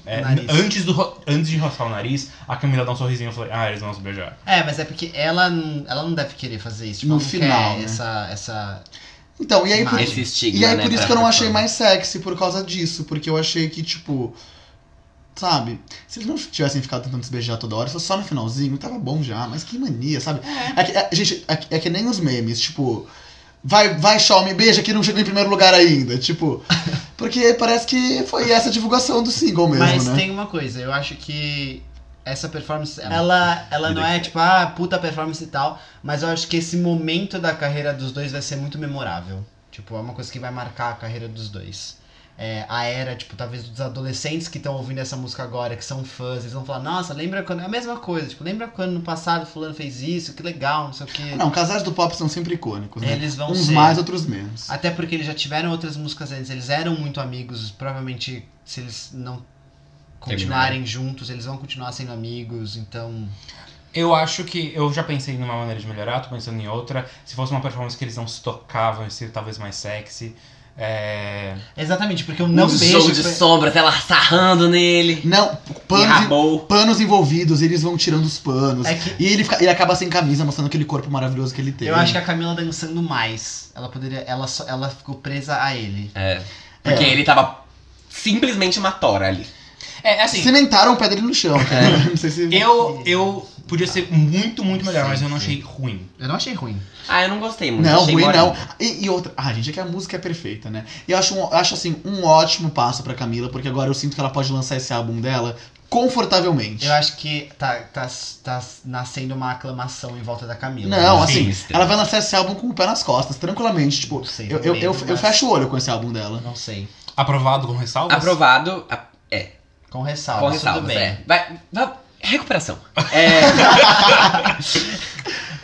é,
Nariz.
antes, do, ro- antes de roçar o nariz, a Camila dá um sorrisinho e fala, ah, eles vão se beijar.
É, mas é porque ela, não- ela não deve querer fazer isso. Tipo,
No
ela não
final,
quer
né?
essa, essa.
Então, e aí por,
Esse estigma,
E aí,
né,
por isso
pra
que eu não achei
performance.
mais sexy, por causa disso. Porque eu achei que, tipo. Sabe? Se eles não tivessem ficado tentando se beijar toda hora, se fosse só no finalzinho, tava bom já. Mas que mania, sabe? É que- é- gente, é, que- é que nem os memes, tipo. Vai, vai, Shaw, me beija que não chegou em primeiro lugar ainda. Tipo. Porque parece que foi essa a divulgação do single mesmo,
Mas
né?
tem uma coisa, eu acho que essa performance,
Ela-
ela, ela não
vida
é tipo, ah, puta performance e tal, mas eu acho que esse momento da carreira dos dois vai ser muito memorável. Tipo, é uma coisa que vai marcar a carreira dos dois. É, a era, tipo, talvez dos adolescentes que estão ouvindo essa música agora, que são fãs, eles vão falar, nossa, lembra quando. É a mesma coisa, tipo, lembra quando no passado fulano fez isso, que legal, não sei o quê.
Não, casais do pop são sempre icônicos, né?
Eles vão
Uns
ser.
mais, outros menos.
Até porque eles já tiveram outras músicas antes, eles eram muito amigos, provavelmente se eles não continuarem juntos, eles vão continuar sendo amigos, então.
Eu acho que eu já pensei numa maneira de melhorar, tô pensando em outra. Se fosse uma performance que eles não se tocavam, ia ser talvez mais sexy. É...
Exatamente, porque eu não
um
vejo.
jogo de
pra-
sombras, ela sarrando nele.
Não,
E
panos,
rabou.
panos envolvidos, eles vão tirando os panos.
É que
E ele, fica- ele acaba sem camisa, mostrando aquele corpo maravilhoso que ele tem.
eu acho que é a Camila dançando mais. Ela poderia. Ela, só- ela ficou presa a ele.
É. Porque
É.
ele tava simplesmente uma tora ali.
É, assim,
Cimentaram o pé dele no chão,
É.
cara. Não sei se...
eu, eu podia ser muito, muito melhor,
Sim,
mas eu não
sim.
achei ruim.
Eu não achei ruim.
Ah, eu não gostei muito.
Não,
achei
ruim
morno.
não. E, e outra. Ah, gente, é que a música é perfeita, né? E eu acho, um- acho assim, um ótimo passo pra Camila, porque agora eu sinto que ela pode lançar esse álbum dela confortavelmente.
Eu acho que tá, tá, tá nascendo uma aclamação em volta da Camila.
Não,
Sim,
assim,
estranho.
ela vai lançar esse álbum com o pé nas costas, tranquilamente. Tipo,
Não sei,
eu, eu, eu,
medo,
eu
mas-
fecho o olho com esse álbum dela.
Não sei.
Aprovado com ressalvas?
Aprovado. a- É,
Com
Ah,
ressalvas,
com
tudo
ressalvas.
bem.
É. Vai, vai- recuperação. É.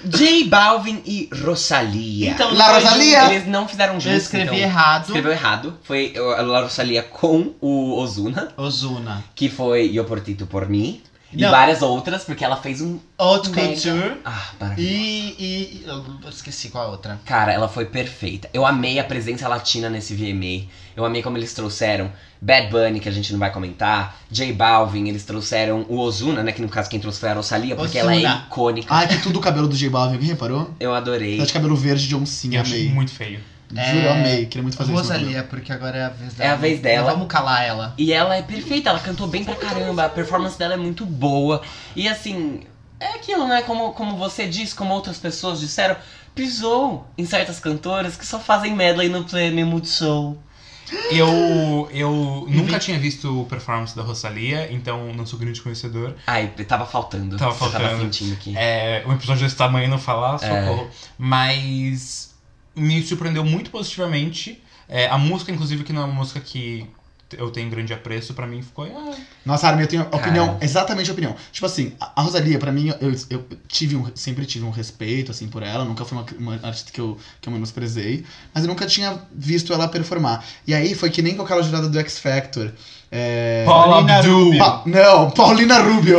J Balvin e Rosalia.
Então,
La
foi de-
Rosalia!
Eles não fizeram juntos.
Eu escrevi
então.
errado.
Escreveu errado. Foi o- a La Rosalia com o Ozuna,
Ozuna.
que foi Yo Portito Por Mi. E
Não.
várias outras, porque ela fez um.
Haute
Mega.
Couture.
Ah, maravilhoso.
E, e- e- Eu esqueci qual a outra.
Cara, ela foi perfeita. Eu amei a presença latina nesse VMA. Eu amei como eles trouxeram Bad Bunny, que a gente não vai comentar, J Balvin, eles trouxeram o Ozuna, né? Que no caso quem trouxe foi a Rosalia, porque ela
Ozuna.
é icônica.
Ai, que tudo o cabelo do J Balvin, alguém reparou?
Eu adorei.
Tá de cabelo verde de
Eu
oncinha,
achei
amei.
muito feio.
Juro,
É,
eu amei. Queria muito fazer isso.
Rosalia, porque agora é a vez dela.
É a vez
Mas
dela.
Vamos calar ela.
E ela é perfeita, ela cantou bem pra caramba, a performance dela é muito boa. E assim, é aquilo, né? Como, como você diz, como outras pessoas disseram, pisou em certas cantoras que só fazem medley no prêmio Multishow.
Eu, eu nunca tinha visto o performance da Rosalia, então não sou grande conhecedor.
Ai, Ah, tava faltando.
Tava
Você Tava
faltando.
sentindo aqui.
É, um episódio desse tamanho não
É.
falar, socorro. Mas me surpreendeu muito positivamente. É, a música, inclusive, que não é uma música que eu tenho grande apreço, pra mim ficou. ah,
Nossa, Armin, eu tenho a opinião,
Cara.
exatamente a opinião. Tipo assim, a a Rosalia, pra mim, eu, eu tive um- sempre tive um respeito, assim, por ela. Nunca foi uma, uma artista que eu, que eu menosprezei. Mas eu nunca tinha visto ela performar. E aí, foi que nem com aquela jurada do X Factor. É...
Paula
Paulina
Abdul.
Pa- não, Paulina Rubio.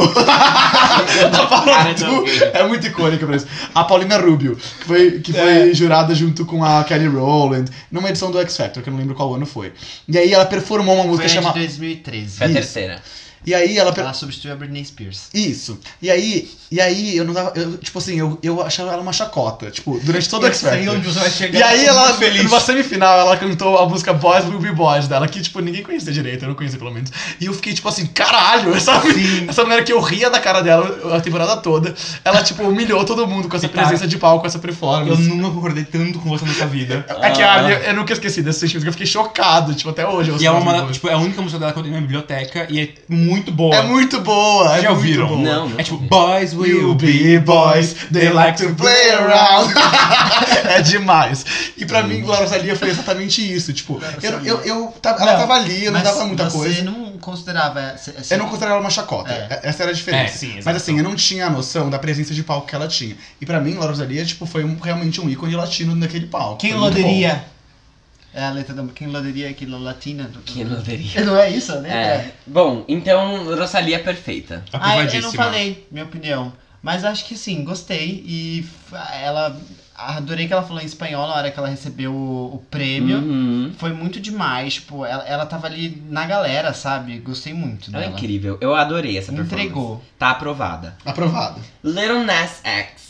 Da Paula
Cara, não,
Abdul. É muito icônica pra isso. A Paulina Rubio, que foi, que
É.
foi jurada junto com a Kelly Rowland, numa edição do X Factor, que eu não lembro qual ano foi. E aí ela performou uma
Foi
música
a de
chamada.
2013.
Foi a
Isso.
terceira.
E aí ela. per-
Ela substituiu a Britney Spears.
Isso. E aí, e aí eu não tava. eu, tipo assim, eu, eu achava ela uma chacota, tipo, durante todo o
Eu
X Factor.
sei onde você vai chegar,
E aí
eu tô
ela,
muito feliz.
numa semifinal, ela cantou a música Boys Will Be Boys dela, que, tipo, ninguém conhecia direito, eu não conhecia pelo menos. E eu fiquei, tipo assim, caralho, sabe? Essa mulher que eu ria da cara dela a temporada toda. Ela, tipo, humilhou todo mundo com essa
E tá.
presença de palco, com essa
Eu
performance.
nunca concordei tanto com você nessa vida.
É que,
Ah.
ah, eu, eu nunca esqueci desse sentimento, que eu fiquei chocado, tipo, até hoje. eu
E é
ouço
uma,
música.
tipo, é a única música dela que eu tenho na minha biblioteca e é muito boa.
É muito boa, é
Já
muito
ouviram?
boa.
Não, não.
É tipo, boys will
We'll
be.
be boys, they like to play around. é demais. E pra mim, Laura Rosalia foi exatamente isso. Tipo, eu, eu, eu tava- ela
Não,
tava ali, eu não
Mas
dava muita
você
coisa.
não considerava essa. essa-
Eu não considerava ela uma chacota.
É.
Essa era a diferença.
É, sim, exato.
Mas assim, eu não tinha a noção da presença de palco que ela tinha. E pra mim, Laura Rosalia, tipo, foi um- realmente um ícone latino naquele palco.
Quem
Foi muito
loderia? É a letra da. Quem loderia aqui na latina?
Que loderia.
Não é isso, né?
É. Bom, então Rosalia é perfeita.
Ah, eu
Aprovadíssima.
não falei, minha opinião. Mas acho que sim, gostei. E f- ela. Adorei que ela falou em espanhol na hora que ela recebeu o, o prêmio.
Uhum.
Foi muito demais, tipo, ela, ela tava ali na galera, sabe? Gostei muito
Ela é
dela.
incrível. Eu adorei essa performance.
Entregou.
Tá aprovada.
bom. Aprovado.
Little Nas X.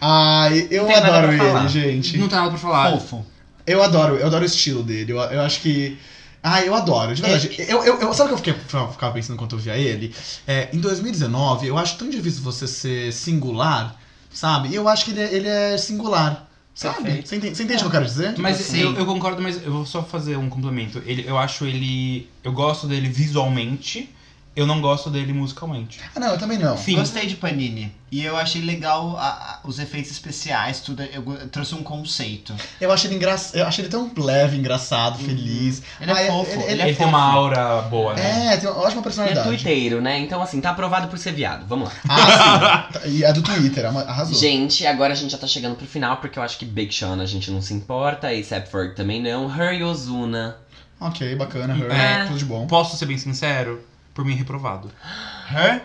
Ai, eu
Não tem nada
adoro
pra
ele,
falar.
gente.
Não tem nada pra falar.
Fofo.
Eu adoro, eu adoro o estilo dele. Eu, eu acho que. Ah, eu adoro, de
É,
verdade. Eu, eu, eu- sabe o que eu fiquei, ficava pensando enquanto eu via ele? É, em 2019, eu acho tão difícil você ser singular, sabe? E eu acho que ele é, ele é singular, sabe?
Perfeito.
Você entende, você entende o que eu quero dizer?
Mas
Sim.
eu, eu concordo, mas eu vou só fazer um complemento. Ele, eu acho ele. Eu gosto dele visualmente. eu não gosto dele musicalmente.
Ah, não, eu também não.
Fim.
Gostei de Panini. E eu achei legal a- a- os efeitos especiais, tudo. Eu, go- eu trouxe um conceito.
Eu achei ele engraçado. Eu achei ele tão leve, engraçado,
Uhum.
feliz.
Ele é
Ah,
fofo.
ele-
Ele,
ele é
tem uma aura boa, né?
É, tem uma ótima
Ele é
personalidade.
tuiteiro, né? Então, assim, tá aprovado por ser viado. Vamos lá.
Ah, sim. E a do Twitter, ama- arrasou.
Gente, agora a gente já tá chegando pro final, porque eu acho que Big Sean a gente não se importa, e Sepford também não. Her e Ozuna.
Ok, bacana, her,
É.
tudo de bom.
Posso ser bem sincero? Por mim, reprovado.
Her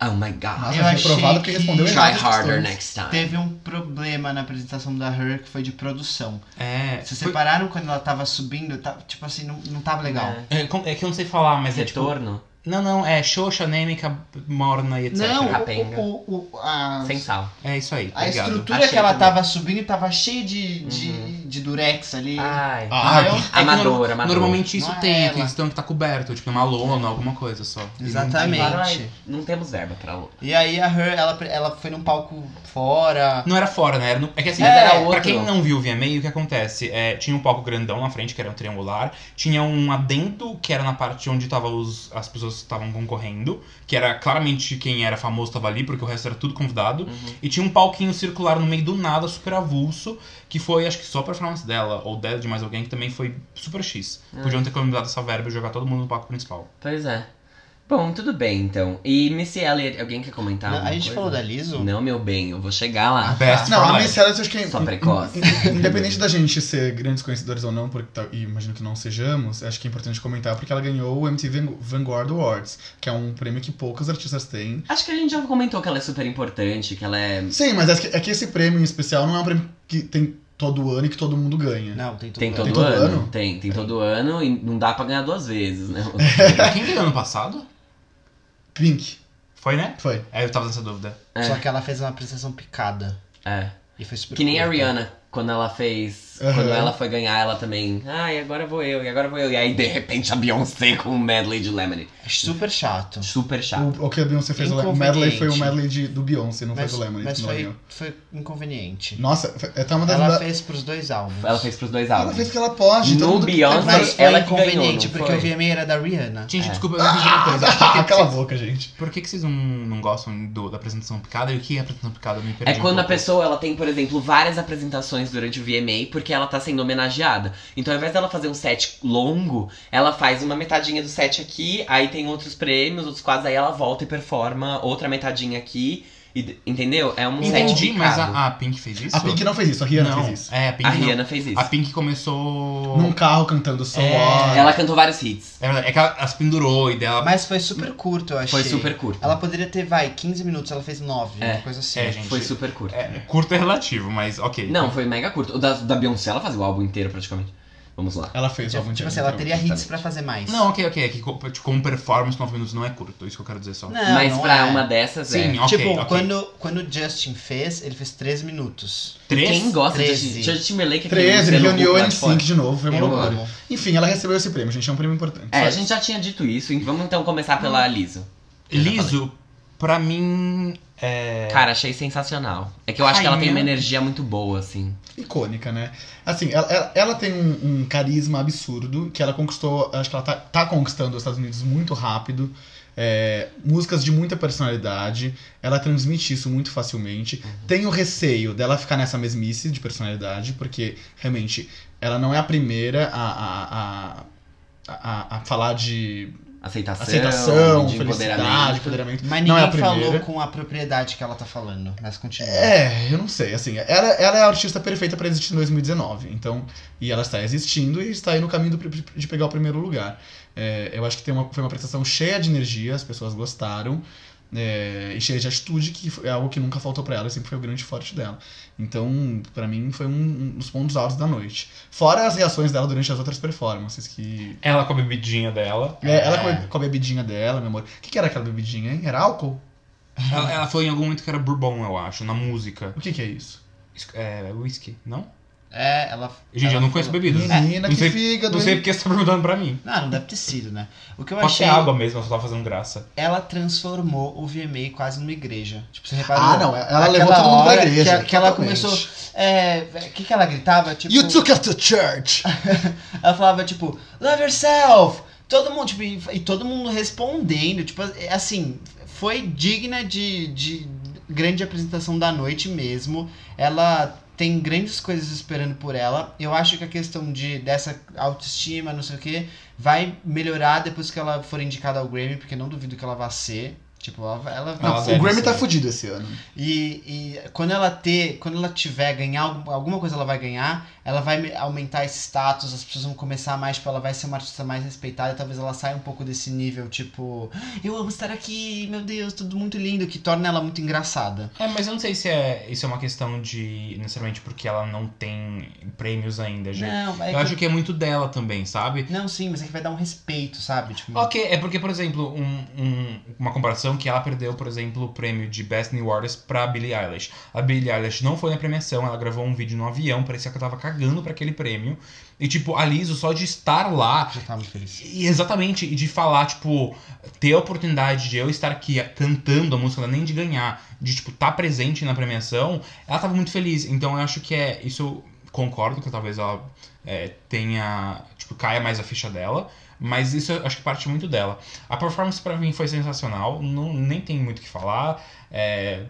Oh my god.
Nossa,
Eu achei
reprovado porque
que-
respondeu
Try
errado as
harder né?
questões.
next time.
teve um problema na apresentação da Her que foi de produção.
É.
Vocês
foi-
separaram quando ela tava subindo? Tá, tipo assim, não, não tava legal.
É.
é, com- é que eu não sei falar, mas é tipo.
Retorno?
Não, não, é Xoxa, anêmica, morna e etc.
Não,
Capenga.
o, o, o- a,
Sem sal.
É isso aí,
a
obrigado.
estrutura
Achei
que ela
também.
tava subindo tava cheia de, de, de durex ali.
Ai.
Ah,
eu-
É que
Amador,
norma-
amador.
Normalmente isso
Não é
tem,
ela.
tem esse tanque que tá coberto, tipo, tem uma lona, alguma coisa só. E não-
Exatamente.
Ai, Não temos verba pra luta.
E aí a Her, ela, ela foi num palco fora.
Não era fora, né? Era no- É que assim,
Mas era
pra
outro.
quem não viu o VMA, o que acontece? É, tinha um palco grandão na frente, que era um triangular. Tinha um adendo, que era na parte onde tava os, as pessoas que estavam concorrendo. Que era claramente quem era famoso tava ali, porque o resto era tudo convidado.
Uhum.
E tinha um palquinho circular no meio do nada, super avulso. Que foi, acho que só a performance dela, ou dela de mais alguém, que também foi super X. Podiam ter economizado essa verba e jogar todo mundo no palco principal.
Pois é. Bom, tudo bem então. E Missy Elliott, alguém quer comentar?
Não, a
alguma
gente
coisa?
falou da Liso?
Não, meu bem, eu vou chegar lá.
Best
Não,
for
a
life.
Miss Elliot, eu acho que. é
Só precoce.
Independente da gente ser grandes conhecedores ou não, porque tá- e imagino que não sejamos, acho que é importante comentar porque ela ganhou o MTV Van- Vanguard Awards, que é um prêmio que poucos artistas têm.
Acho que a gente já comentou que ela é super importante, que ela é.
Sim, mas é que, é que esse prêmio em especial não é um prêmio que tem todo ano e que todo mundo ganha.
Não, tem tudo.
Tem todo,
Tem todo
ano?
ano?
Tem, tem todo ano e não dá pra ganhar duas vezes, né?
Quem ganhou ano passado?
Pink,
Foi, né?
foi.
É, eu tava nessa dúvida.
Só que ela fez uma apresentação picada.
É.
E foi super
Que nem a
curta.
Rihanna, quando ela fez.
Aham.
Quando ela foi ganhar, ela também. Ai, agora vou eu, e agora vou eu. E aí, de repente, a Beyoncé com um medley de Lemonade.
É super chato.
Super chato.
O, o que a Beyoncé fez, o le- o
Inconveniente.
medley foi o medley de- do Beyoncé, não
Mas,
foi do Lemonade.
mas
não
foi,
ganhou.
foi inconveniente.
Nossa, foi- é tá uma das.
Ela
da-
fez pros dois álbuns.
Ela fez pros dois
ela
álbuns.
fez o que ela pode. todo
No
mundo que
Beyoncé,
tem-
Mas foi
Ela que ganhou,
inconveniente,
não
porque
foi?
o VMA era da Rihanna.
Gente,
É.
desculpa, eu não entendi uma coisa. Por que que
Cala a
vocês-
boca, gente.
Por que, que vocês não, não gostam do- da apresentação picada? E o que é apresentação picada? Eu me perdi
É
um
quando a
pouco.
pessoa ela tem, por exemplo, várias apresentações durante o VMA porque ela tá sendo homenageada. Então, ao invés dela fazer um set longo, ela faz uma metadinha do set aqui, aí tem outros prêmios, outros quase, aí ela volta e performa outra metadinha aqui. e- entendeu? É um set
Entendi, mas
picado.
a, a Pink fez isso?
A Pink não fez isso, a Rihanna
não.
fez isso.
É, a Pink,
A
não.
Rihanna fez isso.
A Pink começou...
Num carro cantando So
É.
What.
Ela cantou vários hits.
É verdade, é que ela, ela se pendurou e dela...
Mas foi super curto, eu achei.
Foi super curto.
Ela poderia ter, vai, 15 minutos, ela fez 9,
É.
uma coisa assim.
É, gente.
Foi super curto.
É, curto é relativo, mas ok.
Não, foi mega curto. O da, da Beyoncé, ela fazia o álbum inteiro praticamente. Vamos lá.
Ela fez
Tipo,
algum
tipo
dia,
assim, ela
então,
teria hits
justamente.
pra fazer mais.
Não, ok, ok. É que co- tipo, como performance, 9 minutos não é curto. Isso que eu quero dizer só.
Não,
mas
não
pra
é.
uma dessas,
Sim,
é.
ok,
tipo,
ok.
Quando, quando o Justin fez, ele fez 13 minutos.
Três?
Quem gosta de
Treze.
Justin Timberlake? é aquele
13,
Luciano
reuniu o
Huck lá de fora.
N5 de novo, foi uma
Eu
loucura.
amo.
Enfim, ela recebeu esse prêmio, gente, é um prêmio importante.
É,
Só
a
isso.
gente já tinha dito isso. hein? Vamos então começar pela Liso.
Liso, pra mim... É...
Cara, achei sensacional. É que eu acho que ela tem
Rainha.
uma energia muito boa, assim.
Icônica, né? Assim, ela, ela, ela tem um, um carisma absurdo que ela conquistou, acho que ela tá, tá conquistando os Estados Unidos muito rápido. É, músicas de muita personalidade, ela transmite isso muito facilmente. Tenho receio dela ficar nessa mesmice de personalidade, porque realmente ela não é a primeira a- a- a- a, a, a falar de
Aceitação,
aceitação,
de
felicidade,
empoderamento.
empoderamento.
Mas
Não é a
ninguém falou
primeira.
com a propriedade que ela tá falando. Mas continua.
É, eu não sei, assim, ela, ela é a artista perfeita pra existir em 2019, então, e ela está existindo e está aí no caminho do pri- de pegar o primeiro lugar. É, eu acho que tem uma, foi uma apresentação cheia de energia, as pessoas gostaram, é, e cheia de atitude, que é algo que nunca faltou pra ela, sempre foi o grande forte dela. Então, pra mim, foi um, um dos pontos altos da noite. Fora as reações dela durante as outras performances, que...
Ela com a bebidinha dela.
É, ela com a,
É.
com a bebidinha dela, meu amor. O que, que era aquela bebidinha, hein? Era álcool?
ela. Ela falou em algum momento que era bourbon, eu acho, na música.
O que, que é isso?
Isso- É, whisky, não?
É, ela.
Gente,
ela
eu não conheço
falou-
bebidas.
Menina,
Não
que
sei-
fígado.
Não sei
hein?
porque você tá perguntando pra mim.
Não, não deve ter sido, né? O que eu
Pode ser
achei.
água mesmo, eu só tava fazendo graça.
Ela transformou o VMA quase numa igreja. Tipo, você reparou?
Ah, não, ela
Naquela
levou todo mundo pra
hora
igreja.
Que, que ela
totalmente.
começou. É. O que, que ela gritava? Tipo.
You took us to church!
Ela falava, tipo, love yourself! Todo mundo, tipo, e e todo mundo respondendo, tipo, assim, foi digna de, de grande apresentação da noite mesmo. Ela tem grandes coisas esperando por ela. Eu acho que a questão de dessa autoestima, não sei o quê, vai melhorar depois que ela for indicada ao Grammy, porque não duvido que ela vá ser. Tipo, ela, vai- ela
Ela
Não,
deve
o Grammy
ser.
tá fudido esse ano.
e, e quando ela ter, quando ela tiver ganhar algum- alguma coisa, ela vai ganhar, ela vai me- aumentar esse status, as pessoas vão começar mais, tipo, ela vai ser uma artista mais respeitada, talvez ela saia um pouco desse nível, tipo, eu amo estar aqui, meu Deus, tudo muito lindo, que torna ela muito engraçada.
É, mas eu não sei se é, isso é uma questão de. necessariamente porque ela não tem prêmios ainda, gente.
Não, vai
Eu acho que Hum. é muito dela também, sabe?
Não, sim, mas é que vai dar um respeito, sabe? Tipo,
Ok, é porque, por exemplo, um- um- uma comparação que ela perdeu, por exemplo, o prêmio de Best New Artist pra Billie Eilish. A Billie Eilish não foi na premiação, ela gravou um vídeo no avião, parecia que ela tava cagando pra aquele prêmio. E, tipo, a Lizzo, só de estar lá,
já tá muito feliz.
E exatamente, e de falar, tipo, ter a oportunidade de eu estar aqui cantando a música, ela nem de ganhar, de, tipo, estar presente na premiação, ela tava muito feliz. Então eu acho que é. Isso eu concordo que talvez ela é, tenha. Tipo, caia mais a ficha dela. Mas isso eu acho que parte muito dela. A performance pra mim foi sensacional, não, nem tem muito o que falar. É,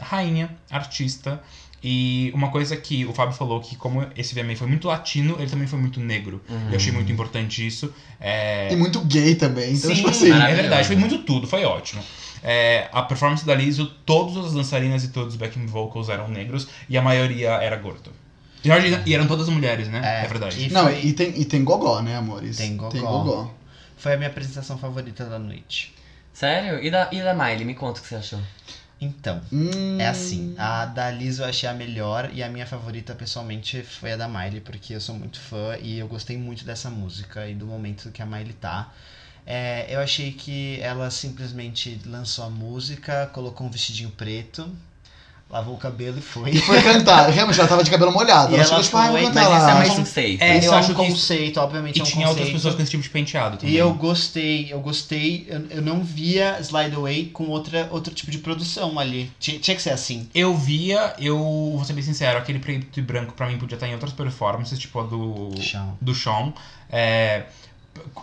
rainha, artista. E uma coisa que o Fábio falou que como esse VMA foi muito latino, ele também foi muito negro.
Uhum.
Eu achei muito importante isso. É,
Tem muito gay também, então,
Sim,
tipo assim.
é
maravilhoso.
verdade, foi muito tudo, foi ótimo. É, a performance da Lizzo, todas as dançarinas e todos os backing vocals eram negros e a maioria era gordo. E, na verdade, e eram todas mulheres, né? É, verdade.
E
Não,
foi,
e tem, e tem gogó, né, amores?
Tem gogó.
Tem gogó.
foi a minha apresentação favorita da noite.
Sério? E da, e da Miley? Me conta o que você achou.
Então,
Hum,
É assim, a da Liz eu achei a melhor e a minha favorita pessoalmente foi a da Miley, porque eu sou muito fã e eu gostei muito dessa música e do momento que a Miley tá. É, eu achei que ela simplesmente lançou a música, colocou um vestidinho preto, lavou o cabelo e foi.
E foi cantar. Realmente, ela tava de cabelo molhado.
E
Ela
ela
chegou tipo, ah, eu vou
foi,
cantar
Mas isso é
lá.
mais um conceito.
É,
isso
eu
é
acho
um
que isso-
conceito, obviamente
E
é um
tinha outras
conceito.
pessoas com esse tipo de penteado também.
E eu gostei, eu gostei, eu, eu não via Slide Away com outra, outro tipo de produção ali. Tinha, tinha que ser assim.
Eu via, eu vou ser bem sincero, aquele preto e branco pra mim podia estar em outras performances, tipo a do.
Chão.
do Sean. É,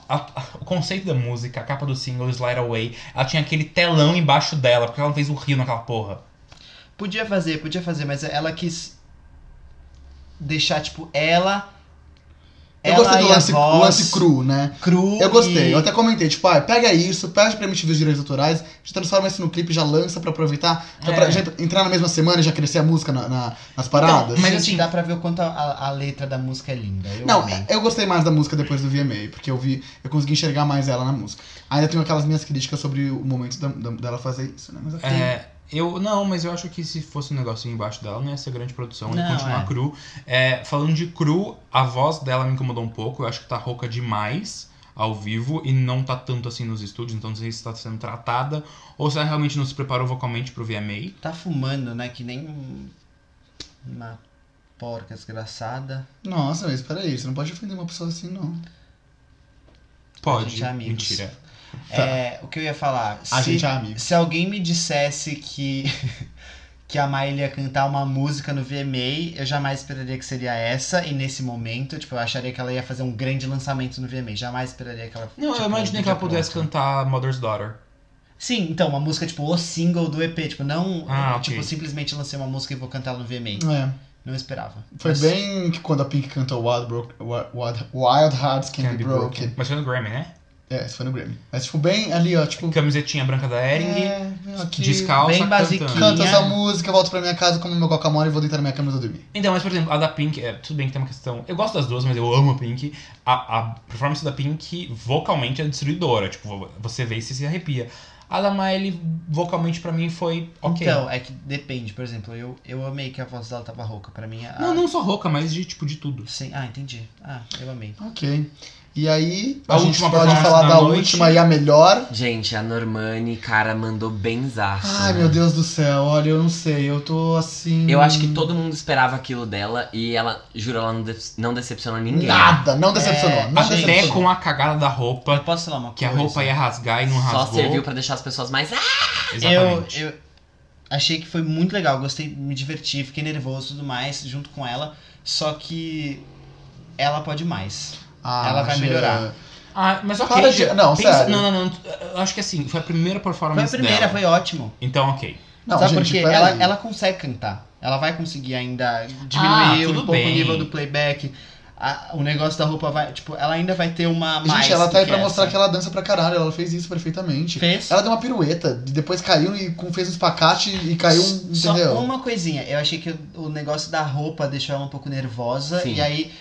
a- a- o conceito da música, a capa do single, Slide Away, ela tinha aquele telão embaixo dela, porque ela não fez o rio naquela porra.
Podia fazer, podia fazer, mas ela quis deixar, tipo, ela.
Eu gostei
e
do
a
lance,
voz
o lance cru, né?
cru
Eu gostei.
e-
Eu até comentei, tipo, ah, pega isso, pede pra emitir os direitos autorais, já transforma isso no clipe, já lança pra aproveitar, já,
É.
pra- já entrar na mesma semana e já crescer a música na- na- nas paradas.
Então, mas
Gente,
assim-
dá pra ver o quanto a- a, a letra da música é linda. Eu
Não,
amei.
eu gostei mais da música depois do VMA, porque eu vi, eu consegui enxergar mais ela na música. Ainda tenho aquelas minhas críticas sobre o momento da- da- dela fazer isso, né? Mas eu tenho.
É, eu não, mas eu acho que se fosse um negocinho embaixo dela, não ia ser grande produção, ia
Não,
continuar
é.
cru. É, falando de cru, a voz dela me incomodou um pouco, eu acho que tá rouca demais ao vivo e não tá tanto assim nos estúdios, então não sei se tá sendo tratada ou se ela realmente não se preparou vocalmente pro VMA.
Tá fumando, né? Que nem um- uma porca desgraçada.
Nossa, mas peraí, você não pode ofender uma pessoa assim, não.
Pode,
gente é amigos.
mentira.
É, o que eu ia falar?
Tá. A
se,
gente é amigo.
se alguém me dissesse que. Que a Miley ia cantar uma música no VMA, eu jamais esperaria que seria essa, e nesse momento, tipo, eu acharia que ela ia fazer um grande lançamento no VMA, jamais esperaria que ela.
Não, eu
tipo,
imaginei que
vídeo
ela pudesse
pronto.
cantar Mother's Daughter.
Sim, então, uma música, tipo, o single do EP, tipo, não,
Ah,
tipo,
ok.
simplesmente lancei uma música e vou cantar ela no VMA.
É.
Não esperava.
Foi
Mas-
bem que quando a Pink cantou Wild, Bro- Wi- Wild, Wild Hearts Can, Be, broken.
Mas foi no Grammy, né?
É, isso foi no Grammy. Mas, tipo, bem ali, ó, tipo.
Camisetinha branca da Ering,
é, meu, aqui,
descalça,
bem
cantando.
basiquinha.
Canta essa música, volto pra minha casa, como meu guacamole e vou deitar na minha cama e dormir.
Então, mas por exemplo, a da Pink, é, tudo bem que tem uma questão. Eu gosto das duas, mas eu amo a Pink. A, a performance da Pink vocalmente é destruidora. Tipo, vo- você vê e você se arrepia. A da Miley, vocalmente pra mim foi ok.
Então, é que depende, por exemplo, eu, eu amei que a voz dela tava rouca, pra mim a...
não, não só rouca, mas de tipo de tudo.
Sim, ah, entendi. Ah, eu amei.
Ok. E aí, a,
A
gente
última
pode
performance
falar
da
da
noite.
última e a melhor.
Gente, a Normani, cara, mandou benzaço.
Ai, meu Deus do céu, olha, eu não sei, eu tô assim.
Eu acho que todo mundo esperava aquilo dela e ela, juro, ela não, de- não decepcionou ninguém.
Nada, não decepcionou.
É,
não
Até
decepcionou.
com a cagada da roupa,
Posso falar uma
que a
coisa?
roupa ia rasgar e não
Só
rasgou.
serviu pra deixar as pessoas mais. Ah!
é. Eu,
Exatamente.
eu achei que foi muito legal, gostei, me diverti, fiquei nervoso e tudo mais junto com ela, só que ela pode mais.
Ah, é.
Ela vai
Jean.
melhorar.
Ah, mas ok.
Para de- não, sério.
Não, não, não. Eu acho que assim, foi a primeira
Foi a
performance
primeira,
dela.
foi ótimo.
Então, ok.
Não,
Sabe
gente,
por quê?
peraí.
Ela, ela consegue cantar. Ela vai conseguir ainda
Ah,
diminuir um
tudo
pouco
bem.
o nível do playback. A- o negócio da roupa vai. Tipo, ela ainda vai ter uma mais.
Gente, ela tá aí
do
pra mostrar
essa.
que ela dança pra caralho. Ela fez isso perfeitamente.
fez.
Ela deu uma pirueta, e depois caiu e com- fez um espacate e caiu, um-
Só
entendeu?
uma coisinha. Eu achei que o, o negócio da roupa deixou ela um pouco nervosa.
Sim.
E aí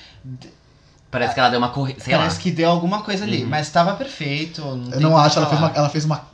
Parece que ela deu uma corrida. Sei
parece
lá.
que deu alguma coisa ali.
Uhum.
Mas tava perfeito. Não
Eu
tem
não
como
acho, ela fez,
falar.
uma, ela fez uma.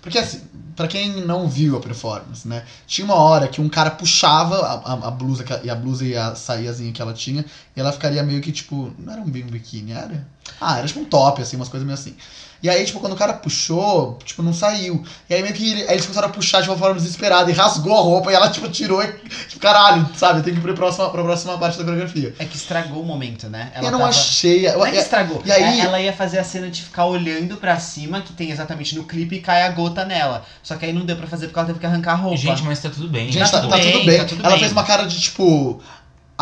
Porque assim, pra quem não viu a performance, né? Tinha uma hora que um cara puxava a, a- a blusa que- e a blusa e a saiazinha que ela tinha, e ela ficaria meio que tipo. Não era um bem biquíni, era? Ah, era tipo um top, assim, umas coisas meio assim. E aí, tipo, quando o cara puxou, tipo, não saiu. E aí meio que ele- aí eles começaram a puxar de uma forma desesperada e rasgou a roupa e ela, tipo, tirou e. Tipo, caralho, sabe? Tem que ir pra próxima, pra próxima parte da coreografia.
É que estragou o momento, né? Ela
eu não
tava-
achei. eu-
Não é que
eu-
estragou.
e aí-
É, Ela ia fazer a cena de ficar olhando pra cima, que tem exatamente no clipe, e cai a gota nela. Só que aí não deu pra fazer porque ela teve que arrancar a roupa.
Gente, mas tá tudo bem.
Gente, tá,
tudo
tá
bem,
tudo bem.
tá tudo
Ela
bem.
fez uma cara de tipo.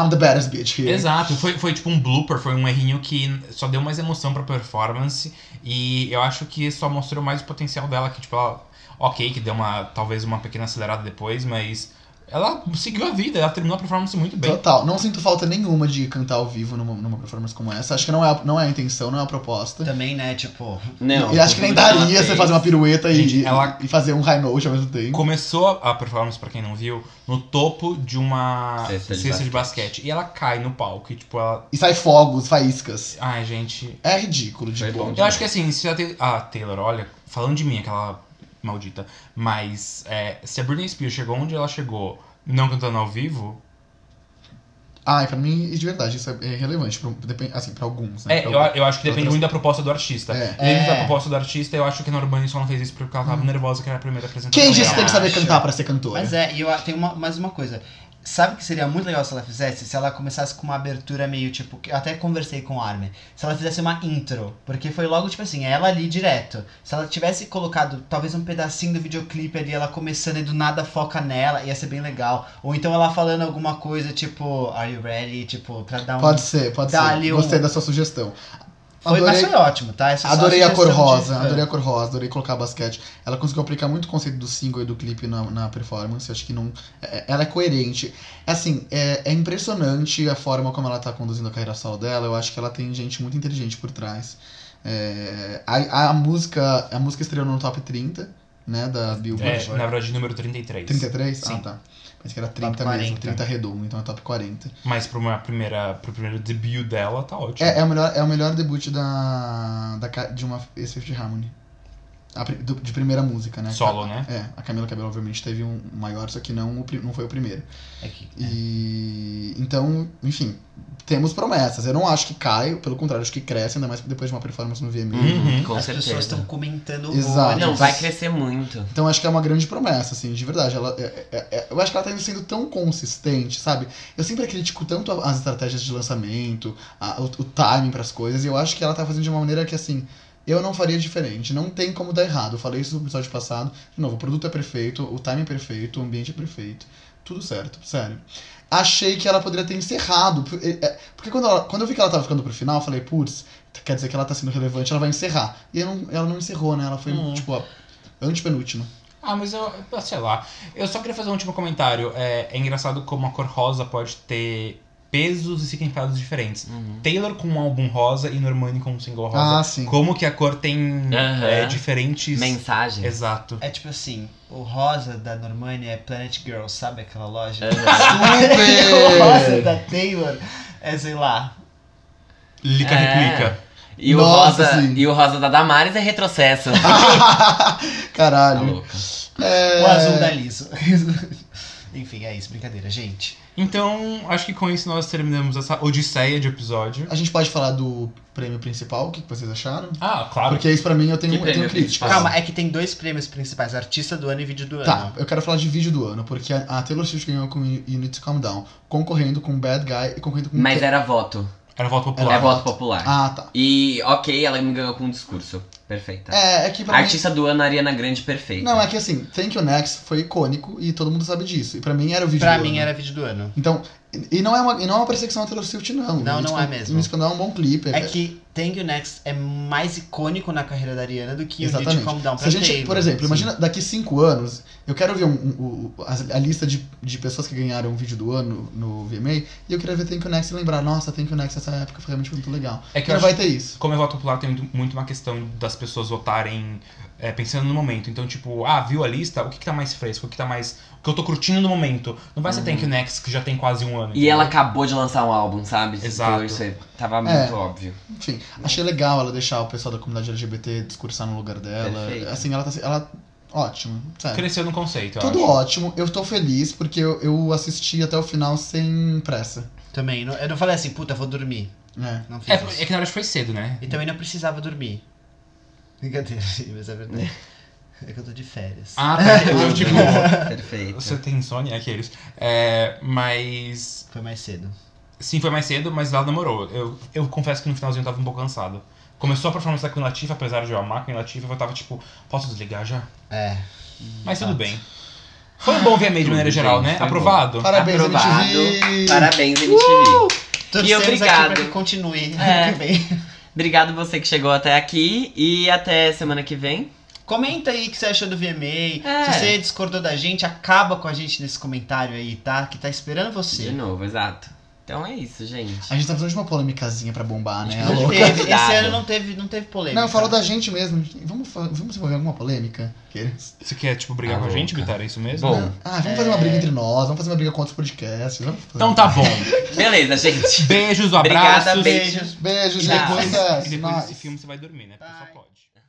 I'm the baddest bitch here.
Exato, foi, foi tipo um blooper, foi um errinho que só deu mais emoção pra performance e eu acho que só mostrou mais o potencial dela, que tipo, ela, ok, que deu uma, talvez uma pequena acelerada depois, mas ela seguiu a vida, ela terminou a performance muito bem.
Total. Não sinto falta nenhuma de cantar ao vivo numa, numa performance como essa. Acho que não é, a- não é a intenção, não é a proposta.
Também, né? Tipo,
Não.
e acho que nem
tudo ela
daria você
fez.
fazer uma pirueta e,
Gente, ela-
e fazer um high note ao mesmo tempo.
Começou a performance, pra quem não viu, no topo de uma
Cesta
cesta
de
de, basquete e ela cai no palco e tipo, ela...
E sai fogos, faíscas.
Ai, gente,
É ridículo, de
Foi bom
bom.
Eu acho que assim, se a Taylor, ah, Taylor, olha, falando de mim, aquela maldita, mas é, se a Britney Spears chegou onde ela chegou, não cantando ao vivo,
Ai, pra mim, de verdade, isso é é relevante. Pra, depende- assim, pra alguns, né?
é,
Pra
eu,
alguns.
eu acho que depende
outras-
muito da proposta do artista.
É.
Depende
É.
da proposta do artista, eu acho que a Norman só não fez isso porque ela tava nervosa que era a primeira apresentação.
Quem disse
dela.
que tem que saber
acho.
cantar pra ser cantora?
mas é, e eu tenho uma, mais uma coisa. Sabe que seria muito legal se ela fizesse? Se ela começasse com uma abertura meio tipo. que Eu até conversei com o Armin. Se ela fizesse uma intro. Porque foi logo tipo assim, ela ali direto. Se ela tivesse colocado talvez um pedacinho do videoclipe ali, ela começando e do nada foca nela, ia ser bem legal. Ou então ela falando alguma coisa tipo, Are you ready? Tipo, pra dar um.
Pode ser, pode
Dá
ser.
ali um-
Gostei da sua sugestão.
Foi, mas
Adorei-
foi ótimo, tá? É só
Adorei a cor
sugestão de- É.
rosa, adorei a cor rosa, adorei colocar basquete. Ela conseguiu aplicar muito o conceito do single e do clipe na, na performance. Acho que não. é- ela é coerente. Assim, é, é impressionante a forma como ela tá conduzindo a carreira solo dela. Eu acho que ela tem gente muito inteligente por trás. É, a, a música. A música estreou no top 30, né? Da Billboard.
É, na verdade, número 33.
33? Ah,
Sim.
tá. Pensei que era
Top
30 mesmo,
40.
30 redondo, então é top 40.
Mas pra uma primeira, pro primeiro debut dela, tá ótimo.
É, é o melhor, é o melhor debut da, da, ca- de uma Swift Harmony. A pri- do- de primeira música, né?
Solo, né?
É, a Camila Cabello obviamente teve um maior, só que não, o pri- não foi o primeiro.
É que-
E então, enfim, temos promessas. Eu não acho que cai, pelo contrário, acho que cresce, ainda mais depois de uma performance no VMA.
Uhum.
Com
As
certeza.
pessoas estão comentando
Exato.
horrores.
Não, vai crescer muito.
Então acho que é uma grande promessa, assim, de verdade. Ela, é- é- é- eu acho que ela tá sendo tão consistente, sabe? Eu sempre critico tanto a- as estratégias de lançamento, a- o, o timing pras coisas, e eu acho que ela tá fazendo de uma maneira que, assim, eu não faria diferente. Não tem como dar errado. Eu falei isso no episódio passado. De novo, o produto é perfeito, o timing é perfeito, o ambiente é perfeito. Tudo certo, sério. Achei que ela poderia ter encerrado. por- é- é- Porque quando, ela- quando eu vi que ela tava ficando pro final, eu falei, putz, quer dizer que ela tá sendo relevante, ela vai encerrar. E ela não, ela não encerrou, né? Ela foi,
Hum.
tipo, a antepenúltima.
Ah, mas eu, eu- sei lá. Eu só queria fazer um último comentário. É, é engraçado como a cor rosa pode ter pesos e significados diferentes.
Uhum.
Taylor com um álbum rosa e Normani com um single rosa.
Ah, sim.
Como que a cor tem
Aham.
é, diferentes.
Mensagem.
Exato.
É tipo assim, o rosa da Normani é Planet Girl, sabe aquela loja?
É.
o rosa
Super!
da Taylor é, sei lá.
Lica
É.
replica.
E o,
Nossa,
rosa,
sim. Ah,
e o rosa da Damares é retrocesso. Tá
Caralho.
louca.
É...
O azul da Liso. Enfim, é isso, brincadeira, gente.
Então, acho que com isso nós terminamos essa odisseia de episódio.
A gente pode falar do prêmio principal, o que que vocês acharam?
Ah, claro.
Porque isso pra mim eu tenho,
Que
eu tenho
prêmio
crítica.
principal?
Calma, é que tem dois prêmios principais, artista do ano e vídeo do
Tá,
ano.
eu quero falar de vídeo do ano, porque a a Taylor Swift ganhou com You Need to Calm Down, concorrendo com Bad Guy e concorrendo com...
é-
Mas era voto.
Era voto popular.
É voto popular.
Ah, tá.
E ok, ela me ganhou com um discurso.
Tá.
Perfeita.
É, é que pra mim...
Artista do ano, Ariana Grande, perfeita.
Não, é que assim, Thank You Next foi icônico e todo mundo sabe disso. E pra mim era o vídeo
Pra
do
mim
ano.
era vídeo do ano.
Então, E não é uma, e não é uma perseguição a Taylor Swift, não.
Não,
Vince
não
Con-
é mesmo.
Vince Condell é um bom clipe.
É que Thank You Next é mais icônico na carreira da Ariana do que o Need
Exatamente.
to Calm Down
Se
pra
a gente,
Taylor.
por exemplo,
Sim.
imagina daqui cinco anos, eu quero ver um- um- o- as- a, lista de, de pessoas que ganharam o vídeo do ano no VMA, e eu queria ver Thank You Next e lembrar, nossa, Thank You Next, essa época foi realmente muito legal.
É que eu
não
acho-
vai ter isso.
Como é voto popular, tem muito, muito uma questão das pessoas votarem é, pensando no momento. Então, tipo, ah, viu a lista? O que, que tá mais fresco? O que tá mais. O que eu tô curtindo no momento? Não vai ser Thank You Next, que já tem quase um ano.
Uhum. E ela acabou de lançar um álbum, sabe?
Exato.
Taylor Swift. Tava muito
É.
óbvio.
Enfim, achei legal ela deixar o pessoal da comunidade LGBT discursar no lugar dela.
Perfeito.
Assim, ela tá. Ela, ótimo, sério.
Cresceu no conceito, eu
Tudo
acho.
ótimo, eu tô feliz porque eu, eu assisti até o final sem pressa.
Também, não- eu não falei assim, puta, vou dormir.
É.
Não fiz isso.
É, é que na verdade foi cedo, né?
E também não precisava dormir. Brincadeira, sim, mas é verdade. É que eu tô de férias.
Ah, tá. Eu, tipo,
Perfeito.
você tem insônia, aqueles. É, mas.
Foi mais cedo.
Sim, foi mais cedo, mas ela demorou. Eu, eu confesso que no finalzinho eu tava um pouco cansado. Começou a performance da Queen Latifah, apesar de eu amar a Queen Latifah, eu tava tipo, posso desligar já?
É.
Mas tudo bem. Foi um bom VMA de maneira geral,
gente,
né?
foi
Aprovado?
Parabéns,
Aprovado.
MTV!
Parabéns, MTV.
Uh!
Torcemos aqui
obrigado.
pra que continue ano
É.
que vem.
Obrigado você que chegou até aqui e até semana que vem.
Comenta aí o que você achou do VMA.
É.
Se você discordou da gente, acaba com a gente nesse comentário aí, tá? Que tá esperando
De
você.
novo, exato. Então é isso, gente.
A gente tá precisando de uma polêmicazinha pra bombar, né?
Acho que
Alô?
Não
louca.
teve, esse
Cuidado.
ano não teve, não teve polêmica.
Não, falou da gente mesmo. Vamos, fa- vamos desenvolver alguma polêmica? Queres?
Você quer, tipo, brigar
Ah,
com a gente,
louca.
Bitar? É isso mesmo?
Bom,
Ah, vamos fazer uma briga entre nós, vamos fazer uma briga com outros podcasts. Vamos fazer...
Então tá bom.
beleza, gente.
Beijos,
Obrigada,
abraços.
beijos.
Beijo, gente.
Tchau.
E depois,
Sucesso.
e depois
Nós.
desse filme você vai dormir, né? Porque só pode.